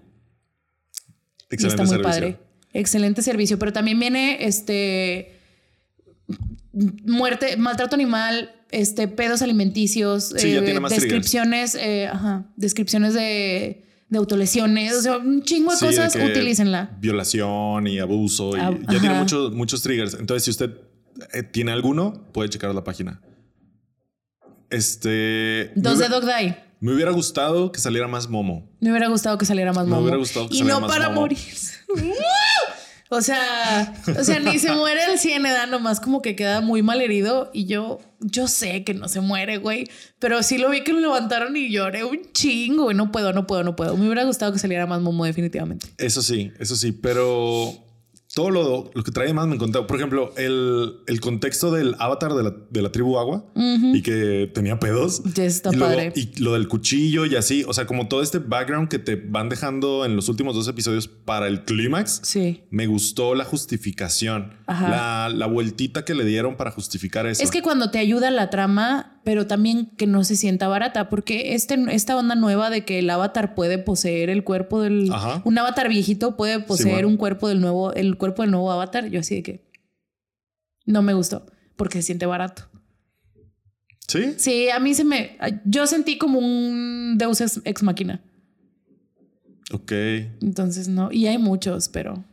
[SPEAKER 1] Y
[SPEAKER 2] Excelente
[SPEAKER 1] está muy
[SPEAKER 2] servicio.
[SPEAKER 1] padre. Excelente servicio, pero también viene este muerte, maltrato animal, este pedos alimenticios, eh,
[SPEAKER 2] Sí, ya tiene más triggers.
[SPEAKER 1] descripciones, eh, ajá, descripciones de, de autolesiones, o sea, un chingo de
[SPEAKER 2] Sí, de
[SPEAKER 1] cosas,
[SPEAKER 2] que
[SPEAKER 1] utilícenla.
[SPEAKER 2] Violación y abuso. Y
[SPEAKER 1] Ah,
[SPEAKER 2] ya tiene
[SPEAKER 1] ajá.
[SPEAKER 2] muchos, muchos triggers. Entonces, si usted eh, tiene alguno, puede checar la página. Este.
[SPEAKER 1] Dos
[SPEAKER 2] me,
[SPEAKER 1] de
[SPEAKER 2] hubi-
[SPEAKER 1] Dog Die.
[SPEAKER 2] me hubiera gustado que saliera más Momo.
[SPEAKER 1] Me hubiera gustado que saliera más
[SPEAKER 2] Me
[SPEAKER 1] Momo.
[SPEAKER 2] hubiera gustado que
[SPEAKER 1] y
[SPEAKER 2] saliera
[SPEAKER 1] no
[SPEAKER 2] más
[SPEAKER 1] para
[SPEAKER 2] Momo.
[SPEAKER 1] morirse. o sea, o sea, ni se muere el cien edad, nomás como que queda muy mal herido. Y yo, yo sé que no se muere, güey. Pero sí lo vi que lo levantaron y lloré un chingo, güey. No puedo, no puedo, no puedo. Me hubiera gustado que saliera más Momo, definitivamente.
[SPEAKER 2] Eso sí, eso sí, pero todo lo, lo que trae más me contaba. Por ejemplo, el, el contexto del avatar de la, de la tribu agua y que tenía pedos.
[SPEAKER 1] Ya está
[SPEAKER 2] y, luego-
[SPEAKER 1] padre.
[SPEAKER 2] y lo del cuchillo y así. O sea, como todo este background que te van dejando en los últimos dos episodios para el clímax.
[SPEAKER 1] Sí.
[SPEAKER 2] Me gustó la justificación,
[SPEAKER 1] Ajá.
[SPEAKER 2] la, la vueltita que le dieron para justificar eso.
[SPEAKER 1] Es que cuando te ayuda la trama, pero también que no se sienta barata, porque este, esta onda nueva de que el avatar puede poseer el cuerpo del.
[SPEAKER 2] Ajá.
[SPEAKER 1] Un avatar viejito puede poseer
[SPEAKER 2] bueno.
[SPEAKER 1] un cuerpo del nuevo, el cuerpo del nuevo avatar. Yo así de que. No me gustó, porque se siente barato.
[SPEAKER 2] sí,
[SPEAKER 1] Sí, a mí se me. Yo sentí como un Deus ex, ex máquina.
[SPEAKER 2] ok.
[SPEAKER 1] Entonces no. Y hay muchos, pero.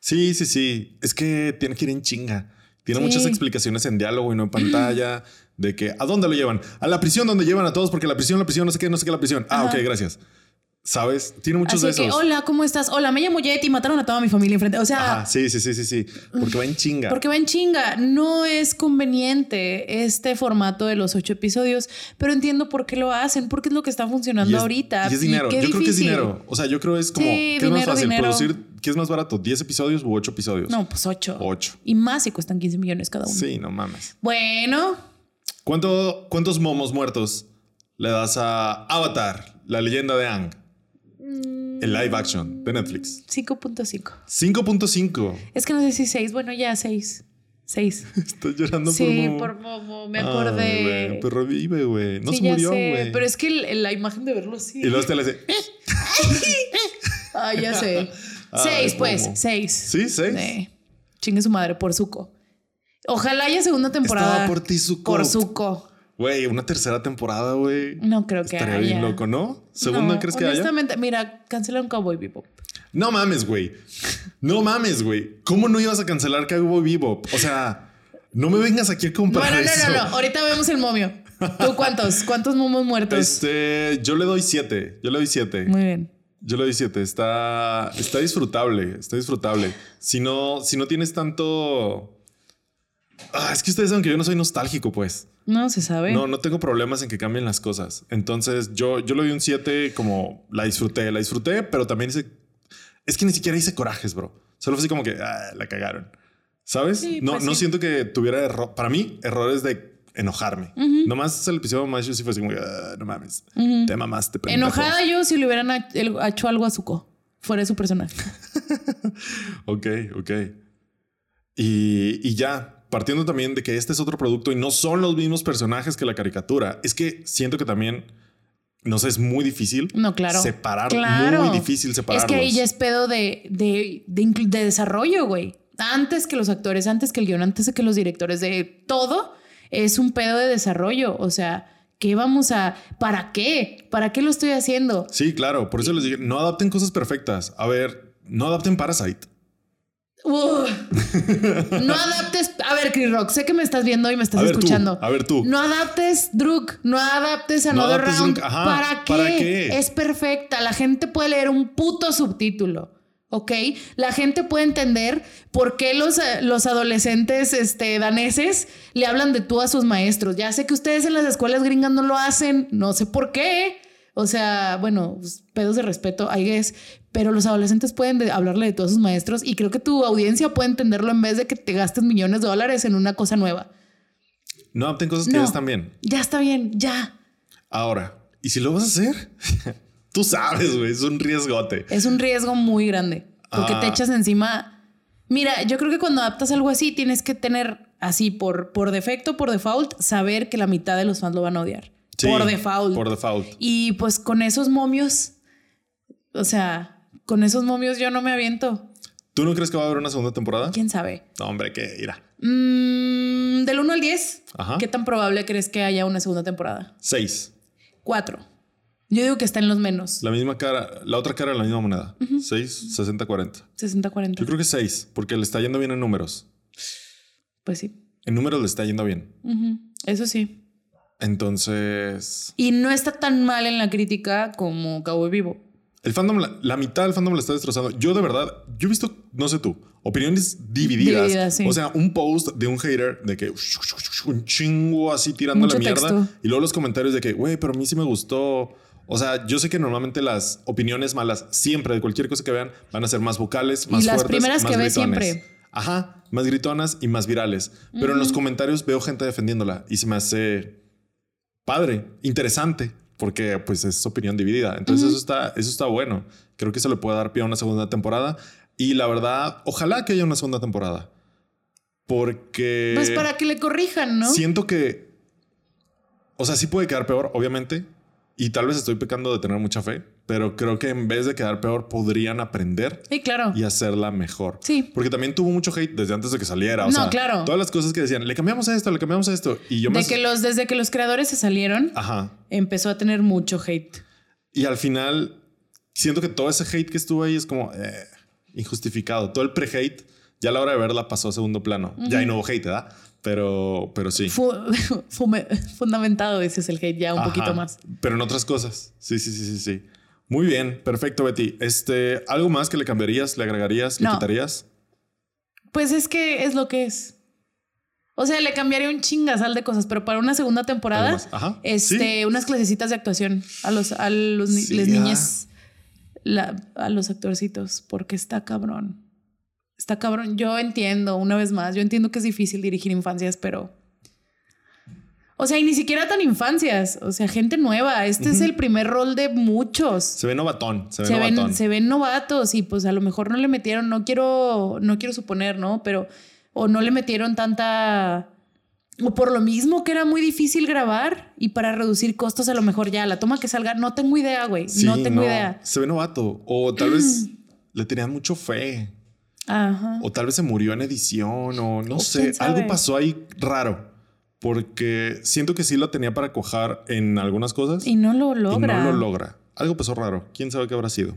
[SPEAKER 2] Sí, sí, sí. Es que tiene que ir en chinga. Tiene
[SPEAKER 1] Sí.
[SPEAKER 2] muchas explicaciones en diálogo y no en pantalla. De que, ¿a dónde lo llevan? A la prisión donde llevan a todos, porque la prisión, la prisión, no sé qué, no sé qué, la prisión. Ah,
[SPEAKER 1] Ajá.
[SPEAKER 2] ok, gracias. ¿Sabes? Tiene muchos
[SPEAKER 1] así
[SPEAKER 2] de esos.
[SPEAKER 1] que, hola, ¿cómo estás? Hola, me llamo Yeti y mataron a toda mi familia enfrente. O sea.
[SPEAKER 2] Ajá, sí, sí, sí, sí, sí. Porque va en chinga.
[SPEAKER 1] Porque va en chinga. No es conveniente este formato de los ocho episodios, pero entiendo por qué lo hacen, porque es lo que está funcionando
[SPEAKER 2] Y es-
[SPEAKER 1] ahorita.
[SPEAKER 2] Y es dinero.
[SPEAKER 1] qué
[SPEAKER 2] Yo creo que es
[SPEAKER 1] difícil.
[SPEAKER 2] dinero. O sea, yo creo es como,
[SPEAKER 1] Sí,
[SPEAKER 2] ¿qué es más
[SPEAKER 1] dinero,
[SPEAKER 2] fácil?
[SPEAKER 1] dinero.
[SPEAKER 2] Producir, ¿qué es más barato? ¿10 episodios u 8 episodios?
[SPEAKER 1] No, pues ocho.
[SPEAKER 2] Ocho.
[SPEAKER 1] Y más si cuestan 15 millones cada uno.
[SPEAKER 2] Sí, no mames.
[SPEAKER 1] Bueno,
[SPEAKER 2] ¿Cuánto, ¿Cuántos momos muertos le das a Avatar, la leyenda de Ang?
[SPEAKER 1] Mm.
[SPEAKER 2] El live action de Netflix.
[SPEAKER 1] 5.5.
[SPEAKER 2] 5.5.
[SPEAKER 1] Es que no sé si seis. Bueno, ya seis. Seis.
[SPEAKER 2] Estás llorando
[SPEAKER 1] sí,
[SPEAKER 2] Momo.
[SPEAKER 1] por Momo. Me
[SPEAKER 2] Ay,
[SPEAKER 1] acordé.
[SPEAKER 2] güey, pero vive, güey. No
[SPEAKER 1] sí,
[SPEAKER 2] se
[SPEAKER 1] ya
[SPEAKER 2] murió,
[SPEAKER 1] sé.
[SPEAKER 2] güey.
[SPEAKER 1] Pero es que el- la imagen de verlo sí.
[SPEAKER 2] Y luego te le hace.
[SPEAKER 1] Ah, ya sé.
[SPEAKER 2] Ay,
[SPEAKER 1] seis, pues.
[SPEAKER 2] Momo.
[SPEAKER 1] Seis.
[SPEAKER 2] Sí, seis.
[SPEAKER 1] Sí. Chingue su madre por Zuko. Ojalá haya segunda temporada.
[SPEAKER 2] Estaba por ti, Zuko.
[SPEAKER 1] Por Zuko.
[SPEAKER 2] Güey, una tercera temporada, güey.
[SPEAKER 1] No creo que
[SPEAKER 2] Estaría
[SPEAKER 1] haya.
[SPEAKER 2] bien loco, ¿no? ¿Segunda
[SPEAKER 1] No,
[SPEAKER 2] crees que haya?
[SPEAKER 1] Honestamente, mira, cancelaron Cowboy Bebop.
[SPEAKER 2] No mames, güey. No mames, güey. ¿Cómo no ibas a cancelar Cowboy Bebop? O sea, no me vengas aquí a
[SPEAKER 1] No,
[SPEAKER 2] comprar
[SPEAKER 1] no,
[SPEAKER 2] eso.
[SPEAKER 1] no, no, no. Ahorita vemos el momio. ¿Tú cuántos? ¿Cuántos momos muertos?
[SPEAKER 2] Este, yo le doy siete. Yo le doy siete.
[SPEAKER 1] Muy bien.
[SPEAKER 2] Yo le doy siete. Está, está disfrutable. Está disfrutable. Si no, si no tienes tanto. Ah, es que ustedes saben que yo no soy nostálgico, pues.
[SPEAKER 1] No se sabe.
[SPEAKER 2] No, no tengo problemas en que cambien las cosas. Entonces, yo, yo le di un 7 como la disfruté, la disfruté, pero también hice... Es que ni siquiera hice corajes, bro. Solo fue así como que ah, la cagaron. ¿Sabes?
[SPEAKER 1] Sí,
[SPEAKER 2] no
[SPEAKER 1] pues
[SPEAKER 2] no
[SPEAKER 1] sí.
[SPEAKER 2] siento que tuviera error. Para mí, errores de enojarme. Nomás el episodio más yo sí fue así como que, "Ah, no mames. Te mamaste. pendejo".
[SPEAKER 1] Enojada yo si le hubieran ha- el- hecho algo a Zuko. Fuera de su personaje.
[SPEAKER 2] Ok, ok. Y, y ya, partiendo también de que este es otro producto y no son los mismos personajes que la caricatura, es que siento que también, no sé, es muy difícil
[SPEAKER 1] No, claro.
[SPEAKER 2] separar,
[SPEAKER 1] Claro.
[SPEAKER 2] muy difícil separarlos.
[SPEAKER 1] Es que ahí ya es pedo de, de, de inclu- de desarrollo, güey. Antes que los actores, antes que el guión, antes que los directores, de todo es un pedo de desarrollo. O sea, ¿qué vamos a...? ¿Para qué? ¿Para qué lo estoy haciendo?
[SPEAKER 2] Sí, claro, por eso les dije, no adapten cosas perfectas. A ver, no adapten Parasite.
[SPEAKER 1] Uf. No adaptes... A ver, Chris Rock, sé que me estás viendo y me estás
[SPEAKER 2] A ver tú,
[SPEAKER 1] escuchando.
[SPEAKER 2] a ver tú.
[SPEAKER 1] No adaptes Druk, no adaptes Another
[SPEAKER 2] adaptes
[SPEAKER 1] Round.
[SPEAKER 2] Druk, ajá,
[SPEAKER 1] ¿Para, qué?
[SPEAKER 2] ¿para qué?
[SPEAKER 1] Es perfecta. La gente puede leer un puto subtítulo. ¿Ok? La gente puede entender por qué los, eh, los adolescentes este, daneses le hablan de tú a sus maestros. Ya sé que ustedes en las escuelas gringas no lo hacen, no sé por qué. O sea, bueno, pues, pedos de respeto, I guess. Pero los adolescentes pueden de- hablarle de tú a sus maestros y creo que tu audiencia puede entenderlo en vez de que te gastes millones de dólares en una cosa nueva.
[SPEAKER 2] No adapten cosas que
[SPEAKER 1] No.
[SPEAKER 2] ya están bien.
[SPEAKER 1] Ya está bien, ya.
[SPEAKER 2] Ahora, ¿y si lo vas a hacer? Tú sabes, güey, es un riesgote.
[SPEAKER 1] Es un riesgo muy grande. Porque
[SPEAKER 2] Ah.
[SPEAKER 1] te echas encima. Mira, yo creo que cuando adaptas algo así, tienes que tener así por, por defecto, por default, saber que la mitad de los fans lo van a odiar.
[SPEAKER 2] Sí,
[SPEAKER 1] por default.
[SPEAKER 2] Por default.
[SPEAKER 1] Y pues con esos momios, o sea, con esos momios yo no me aviento.
[SPEAKER 2] ¿Tú no crees que va a haber una segunda temporada?
[SPEAKER 1] ¿Quién sabe?
[SPEAKER 2] No, hombre, que irá.
[SPEAKER 1] Mm, del 1 al 10,
[SPEAKER 2] Ajá.
[SPEAKER 1] ¿qué tan probable crees que haya una segunda temporada?
[SPEAKER 2] Seis.
[SPEAKER 1] 4. Yo digo que está en los menos.
[SPEAKER 2] La misma cara, la otra cara de la misma moneda. 6, 60, 40.
[SPEAKER 1] 60-40.
[SPEAKER 2] Yo creo que 6, porque le está yendo bien en números.
[SPEAKER 1] Pues sí.
[SPEAKER 2] En números le está yendo bien.
[SPEAKER 1] Ujú. Eso sí.
[SPEAKER 2] Entonces,
[SPEAKER 1] Y no está tan mal en la crítica como Cowboy Vivo.
[SPEAKER 2] el fandom, la, la mitad del fandom la está destrozando. Yo de verdad, yo he visto, no sé tú, opiniones divididas.
[SPEAKER 1] Divididas, sí.
[SPEAKER 2] O sea, un post de un hater de que un chingo así tirando
[SPEAKER 1] Mucho
[SPEAKER 2] la mierda.
[SPEAKER 1] texto.
[SPEAKER 2] Y luego los comentarios de que, güey, pero a mí sí me gustó. O sea, yo sé que normalmente las opiniones malas, siempre de cualquier cosa que vean, van a ser más vocales, más
[SPEAKER 1] las
[SPEAKER 2] fuertes,
[SPEAKER 1] primeras
[SPEAKER 2] más
[SPEAKER 1] que ve
[SPEAKER 2] gritones.
[SPEAKER 1] siempre.
[SPEAKER 2] Ajá, más gritonas y más virales. Pero en los comentarios veo gente defendiéndola y se me hace padre, interesante, porque pues es opinión dividida. Entonces eso está eso está bueno. Creo que eso le puede dar pie a una segunda temporada y la verdad, ojalá que haya una segunda temporada. Porque
[SPEAKER 1] Pues para que le corrijan, ¿no?
[SPEAKER 2] Eh, Siento que. O sea, sí puede quedar peor, obviamente. Y tal vez estoy pecando de tener mucha fe, pero creo que en vez de quedar peor, podrían aprender
[SPEAKER 1] Sí, claro.
[SPEAKER 2] y hacerla mejor.
[SPEAKER 1] Sí.
[SPEAKER 2] Porque también tuvo mucho hate desde antes de que saliera. O
[SPEAKER 1] No,
[SPEAKER 2] sea,
[SPEAKER 1] claro.
[SPEAKER 2] Todas las cosas que decían, le cambiamos esto, le cambiamos esto. Y yo Ah. me.
[SPEAKER 1] De que los, desde que los creadores se salieron,
[SPEAKER 2] Ajá.
[SPEAKER 1] empezó a tener mucho hate.
[SPEAKER 2] Y al final, siento que todo ese hate que estuvo ahí es como eh, injustificado. Todo el pre-hate, ya a la hora de verla pasó a segundo plano. Ya hay nuevo hate, ¿verdad? Pero, pero sí.
[SPEAKER 1] Fu- fume- fundamentado, ese es el hate ya un
[SPEAKER 2] Ajá,
[SPEAKER 1] poquito más.
[SPEAKER 2] Pero en otras cosas. Sí, sí, sí, sí, sí. Muy bien, perfecto, Betty. Este, ¿algo más que le cambiarías, le agregarías, le
[SPEAKER 1] No.
[SPEAKER 2] quitarías?
[SPEAKER 1] Pues es que es lo que es. O sea, le cambiaría un chingazal de cosas, pero para una segunda
[SPEAKER 2] ¿Algo
[SPEAKER 1] temporada,
[SPEAKER 2] más? Ajá.
[SPEAKER 1] este, unas clasecitas de actuación a los, a los ni-
[SPEAKER 2] Sí,
[SPEAKER 1] les
[SPEAKER 2] ah.
[SPEAKER 1] niñes, la- a los actorcitos, porque está cabrón. Está cabrón. Yo entiendo, una vez más, yo entiendo que es difícil dirigir infancias, pero. O sea, y ni siquiera tan infancias. O sea, gente nueva. Este es el primer rol de muchos
[SPEAKER 2] Se ve novatón, se ve
[SPEAKER 1] se
[SPEAKER 2] novatón.
[SPEAKER 1] ven, se ven novatos y pues a lo mejor no le metieron, no quiero, no quiero suponer, ¿no? Pero, o no le metieron tanta, o por lo mismo que era muy difícil grabar y para reducir costos a lo mejor ya la toma que salga, no tengo idea, güey,
[SPEAKER 2] Sí,
[SPEAKER 1] no tengo idea.
[SPEAKER 2] Se ve novato. O tal vez le tenían mucho fe.
[SPEAKER 1] Ajá.
[SPEAKER 2] O tal vez se murió en edición o no
[SPEAKER 1] O Pues,
[SPEAKER 2] sé.
[SPEAKER 1] quién sabe.
[SPEAKER 2] Algo pasó ahí raro. Porque siento que sí lo tenía para cojar en algunas cosas.
[SPEAKER 1] Y no lo logra.
[SPEAKER 2] Y no lo logra. Algo pasó raro. ¿Quién sabe qué habrá sido?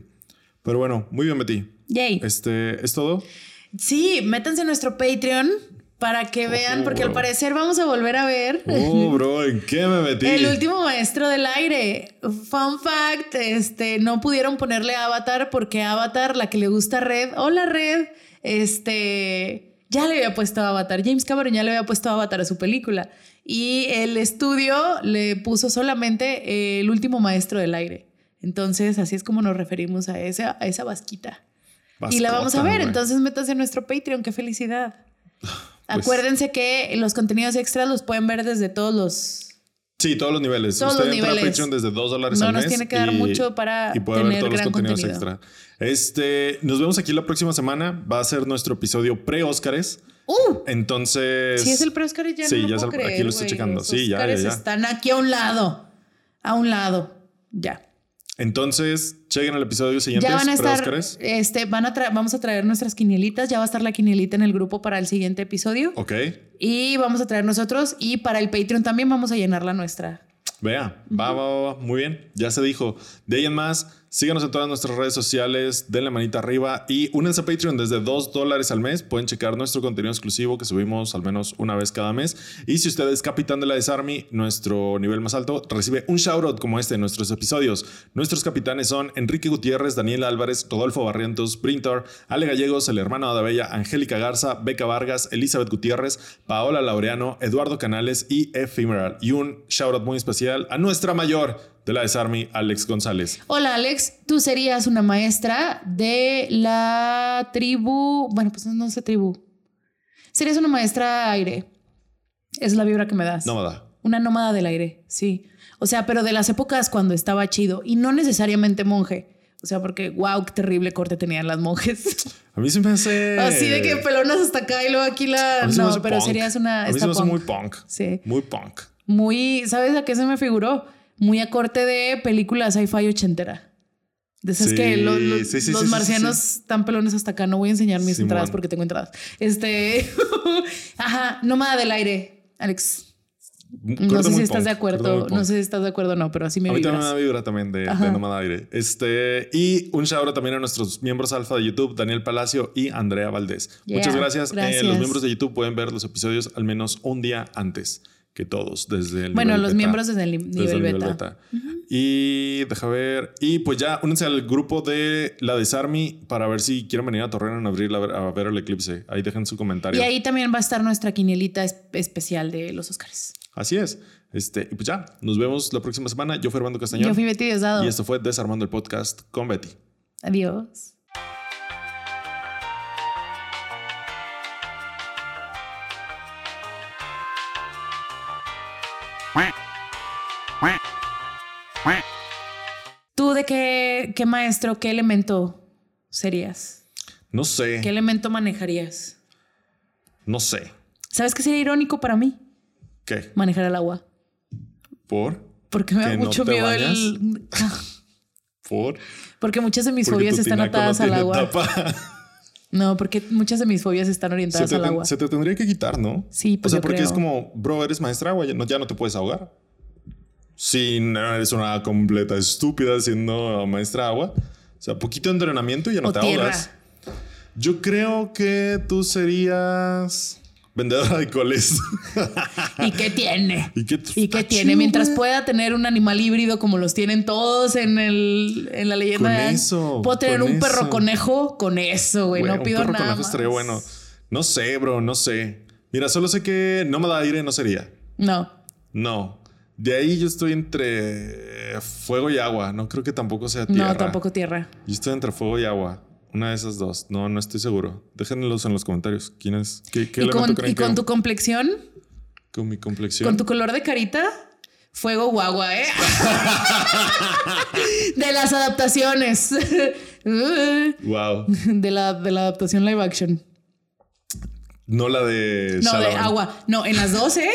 [SPEAKER 2] Pero bueno, muy bien, Betty.
[SPEAKER 1] Yay.
[SPEAKER 2] Este, ¿es todo?
[SPEAKER 1] Sí, métanse a nuestro Patreon para que vean, porque al
[SPEAKER 2] bro.
[SPEAKER 1] parecer vamos a volver a ver.
[SPEAKER 2] Oh, bro, ¿en qué me metí?
[SPEAKER 1] El último maestro del aire. Fun fact, este, no pudieron ponerle Avatar porque Avatar, la que le gusta a Red, hola Red, este, ya le había puesto Avatar. James Cameron ya le había puesto Avatar a su película. Y el estudio le puso solamente eh, El último maestro del aire. Entonces, así es como nos referimos a esa, a esa vasquita. y la vamos a
[SPEAKER 2] Bascota,
[SPEAKER 1] ver.
[SPEAKER 2] güey.
[SPEAKER 1] Entonces, métanse en nuestro Patreon. ¡Qué felicidad!
[SPEAKER 2] Pues-
[SPEAKER 1] Acuérdense que los contenidos extras los pueden ver desde todos los.
[SPEAKER 2] Sí, todos los niveles.
[SPEAKER 1] Todos
[SPEAKER 2] Usted
[SPEAKER 1] los
[SPEAKER 2] entra
[SPEAKER 1] niveles.
[SPEAKER 2] a Patreon desde 2 dólares
[SPEAKER 1] No
[SPEAKER 2] al
[SPEAKER 1] nos
[SPEAKER 2] mes
[SPEAKER 1] tiene que dar mucho para
[SPEAKER 2] y puede
[SPEAKER 1] tener
[SPEAKER 2] ver todos los
[SPEAKER 1] gran
[SPEAKER 2] contenidos
[SPEAKER 1] contenido.
[SPEAKER 2] extra. Este, nos vemos aquí la próxima semana. Va a ser nuestro episodio pre-Óscares.
[SPEAKER 1] ¡Uh!
[SPEAKER 2] Entonces.
[SPEAKER 1] Si es el pre-Oscar, ya
[SPEAKER 2] Sí,
[SPEAKER 1] no lo
[SPEAKER 2] ya es
[SPEAKER 1] puedo
[SPEAKER 2] el- aquí
[SPEAKER 1] creer,
[SPEAKER 2] lo estoy
[SPEAKER 1] güey.
[SPEAKER 2] checando.
[SPEAKER 1] Los
[SPEAKER 2] Sí, ya, ya,
[SPEAKER 1] Oscars
[SPEAKER 2] ya.
[SPEAKER 1] Están aquí a un lado. A un lado. Ya.
[SPEAKER 2] Entonces, chequen el episodio siguiente.
[SPEAKER 1] Ya van a estar.
[SPEAKER 2] pre-Óscares.
[SPEAKER 1] Este, van a tra- vamos a traer nuestras quinielitas. Ya va a estar la quinielita en el grupo para el siguiente episodio.
[SPEAKER 2] Ok.
[SPEAKER 1] Y vamos a traer nosotros. Y para el Patreon también vamos a llenar la nuestra.
[SPEAKER 2] Vea, va, va, va, va. muy bien, ya se dijo. De ahí en más, síganos en todas nuestras redes sociales, denle manita arriba y únanse a Patreon desde 2 dólares al mes. Pueden checar nuestro contenido exclusivo que subimos al menos una vez cada mes. Y si usted es capitán de la Desarmy, nuestro nivel más alto, recibe un shoutout como este en nuestros episodios. Nuestros capitanes son Enrique Gutiérrez, Daniel Álvarez, Rodolfo Barrientos, Brintor, Ale Gallegos, el hermano de Adabella, Angélica Garza, Beca Vargas, Elizabeth Gutiérrez, Paola Laureano, Eduardo Canales y Ephemeral. Y un shoutout muy especial a nuestra mayor de la Desarmy, Alex González.
[SPEAKER 1] Hola Alex, tú serías una maestra de la tribu, bueno, pues no sé tribu. Serías una maestra aire. Es la vibra que me das.
[SPEAKER 2] Nómada.
[SPEAKER 1] Una nómada del aire, sí. O sea, pero de las épocas cuando estaba chido y no necesariamente monje. O sea, porque wow, qué terrible corte tenían las monjes.
[SPEAKER 2] A mí se me hace.
[SPEAKER 1] Así Oh, de que pelonas hasta acá y luego aquí la.
[SPEAKER 2] A mí se me hace
[SPEAKER 1] No, pero
[SPEAKER 2] punk.
[SPEAKER 1] serías una.
[SPEAKER 2] A mí se
[SPEAKER 1] esta
[SPEAKER 2] me hace
[SPEAKER 1] punk.
[SPEAKER 2] muy punk.
[SPEAKER 1] Sí.
[SPEAKER 2] Muy punk.
[SPEAKER 1] Muy, ¿sabes a qué se me figuró? Muy a corte de películas sci-fi ochentera. De esas
[SPEAKER 2] Sí,
[SPEAKER 1] que lo- lo-
[SPEAKER 2] sí, sí, sí,
[SPEAKER 1] los
[SPEAKER 2] sí, sí,
[SPEAKER 1] marcianos están pelones hasta acá. No voy a enseñar mis
[SPEAKER 2] Simón.
[SPEAKER 1] entradas porque tengo entradas. Este. Ajá, nómada del aire, Alex. no
[SPEAKER 2] Corte
[SPEAKER 1] sé si
[SPEAKER 2] muy
[SPEAKER 1] estás
[SPEAKER 2] punk,
[SPEAKER 1] de
[SPEAKER 2] corte muy
[SPEAKER 1] acuerdo.
[SPEAKER 2] punk.
[SPEAKER 1] No sé si estás de acuerdo o no, pero así me
[SPEAKER 2] A mí también
[SPEAKER 1] vibras.
[SPEAKER 2] me vibra también de,
[SPEAKER 1] Ajá.
[SPEAKER 2] de Nómada Aire. Este, y un shout out también a nuestros miembros alfa de YouTube, Daniel Palacio y Andrea Valdés.
[SPEAKER 1] Yeah,
[SPEAKER 2] Muchas gracias. Eh,
[SPEAKER 1] gracias.
[SPEAKER 2] los miembros de YouTube pueden ver los episodios al menos un día antes que todos, desde el
[SPEAKER 1] Bueno,
[SPEAKER 2] nivel
[SPEAKER 1] los
[SPEAKER 2] beta.
[SPEAKER 1] miembros desde el ni- nivel,
[SPEAKER 2] Desde el
[SPEAKER 1] beta.
[SPEAKER 2] Y deja ver. Y pues ya, únense al grupo de la Desarmy para ver si quieren venir a Torreón a, abrir, la- a ver el eclipse. Ahí dejen su comentario.
[SPEAKER 1] Y ahí también va a estar nuestra quinielita es- especial de los Oscars.
[SPEAKER 2] Así es. Este, y pues ya, nos vemos la próxima semana. Yo fui Armando Castañón.
[SPEAKER 1] Yo fui Betty Diosdado.
[SPEAKER 2] y esto fue Desarmando el Podcast con Betty.
[SPEAKER 1] Adiós. ¿Tú de qué, qué maestro, qué elemento serías?
[SPEAKER 2] No sé.
[SPEAKER 1] ¿Qué elemento manejarías?
[SPEAKER 2] No sé.
[SPEAKER 1] ¿Sabes qué sería irónico para mí?
[SPEAKER 2] ¿Qué?
[SPEAKER 1] Manejar el agua.
[SPEAKER 2] ¿Por?
[SPEAKER 1] Porque me da
[SPEAKER 2] ¿Que no
[SPEAKER 1] mucho
[SPEAKER 2] te
[SPEAKER 1] miedo el...
[SPEAKER 2] ¿Por?
[SPEAKER 1] Porque muchas de mis
[SPEAKER 2] Porque
[SPEAKER 1] fobias
[SPEAKER 2] tu
[SPEAKER 1] están
[SPEAKER 2] tinaco
[SPEAKER 1] atadas
[SPEAKER 2] no
[SPEAKER 1] al
[SPEAKER 2] tiene
[SPEAKER 1] agua.
[SPEAKER 2] tapa.
[SPEAKER 1] No, porque muchas de mis fobias están
[SPEAKER 2] Se
[SPEAKER 1] orientadas
[SPEAKER 2] te,
[SPEAKER 1] al
[SPEAKER 2] ten-
[SPEAKER 1] agua.
[SPEAKER 2] se te tendría que quitar, ¿no?
[SPEAKER 1] Sí, pues
[SPEAKER 2] O sea,
[SPEAKER 1] yo
[SPEAKER 2] porque
[SPEAKER 1] creo.
[SPEAKER 2] es como, bro, eres maestra agua, ya no, ya no te puedes ahogar. Si no eres una completa estúpida siendo maestra agua. O sea, poquito de entrenamiento y ya no
[SPEAKER 1] O
[SPEAKER 2] te
[SPEAKER 1] tierra.
[SPEAKER 2] ahogas. Yo creo que tú serías vendedora de coles.
[SPEAKER 1] ¿Y qué tiene?
[SPEAKER 2] Ah. ¿Y qué, t-
[SPEAKER 1] ¿Y qué
[SPEAKER 2] está
[SPEAKER 1] tiene?
[SPEAKER 2] chido,
[SPEAKER 1] Mientras
[SPEAKER 2] güey.
[SPEAKER 1] pueda tener un animal híbrido como los tienen todos en, el, en la leyenda.
[SPEAKER 2] Con
[SPEAKER 1] de Aang.
[SPEAKER 2] eso,
[SPEAKER 1] Puedo tener
[SPEAKER 2] con
[SPEAKER 1] un perro
[SPEAKER 2] eso.
[SPEAKER 1] conejo con eso, güey.
[SPEAKER 2] Güey,
[SPEAKER 1] No pido
[SPEAKER 2] un perro
[SPEAKER 1] nada.
[SPEAKER 2] conejo estaría
[SPEAKER 1] más.
[SPEAKER 2] bueno. No sé, bro, no sé. Mira, solo sé que no me da aire, no sería.
[SPEAKER 1] No.
[SPEAKER 2] No. De ahí yo estoy entre fuego y agua. No creo que tampoco sea tierra.
[SPEAKER 1] No, tampoco tierra.
[SPEAKER 2] Yo estoy entre fuego y agua. Una de esas dos. No, no estoy seguro. Déjenlos en los comentarios. ¿Quién es? ¿Qué, qué
[SPEAKER 1] Y
[SPEAKER 2] elemento
[SPEAKER 1] con,
[SPEAKER 2] creen
[SPEAKER 1] y con
[SPEAKER 2] que-
[SPEAKER 1] tu complexión,
[SPEAKER 2] con mi complexión?
[SPEAKER 1] con tu color de carita, fuego guagua, ¿eh? de las adaptaciones. de,
[SPEAKER 2] Wow.
[SPEAKER 1] la, de la adaptación live action.
[SPEAKER 2] No la de.
[SPEAKER 1] No, de
[SPEAKER 2] Shyamalan.
[SPEAKER 1] agua. No, en las 12.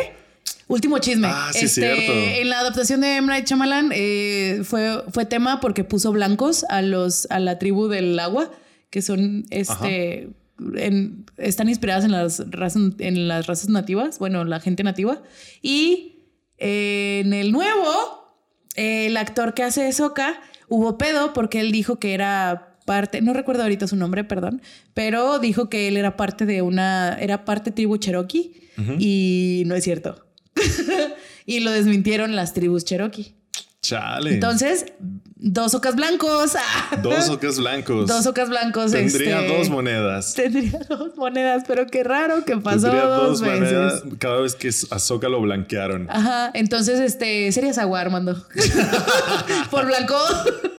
[SPEAKER 1] Último chisme. Este,
[SPEAKER 2] Ah, sí, es cierto.
[SPEAKER 1] En la adaptación de M. Night Shyamalan eh, fue, fue tema porque puso blancos a, los, a la tribu del agua, que son este. en- están inspiradas en las, razas, en las razas nativas, bueno, la gente nativa. Y eh, en el nuevo, eh, el actor que hace Soca hubo pedo porque él dijo que era parte, no recuerdo ahorita su nombre, perdón, pero dijo que él era parte de una, era parte tribu cherokee y no es cierto. y lo desmintieron las tribus cherokee.
[SPEAKER 2] Chale.
[SPEAKER 1] Entonces, dos ocas blancos. Ah.
[SPEAKER 2] dos ocas blancos.
[SPEAKER 1] Dos ocas blancos.
[SPEAKER 2] Tendría
[SPEAKER 1] este,
[SPEAKER 2] dos monedas.
[SPEAKER 1] Tendría dos monedas, pero qué raro que pasó
[SPEAKER 2] Tendría
[SPEAKER 1] dos, veces.
[SPEAKER 2] monedas cada vez que a Soca lo blanquearon.
[SPEAKER 1] Ajá, entonces este sería Zaguar, mando. Por blanco.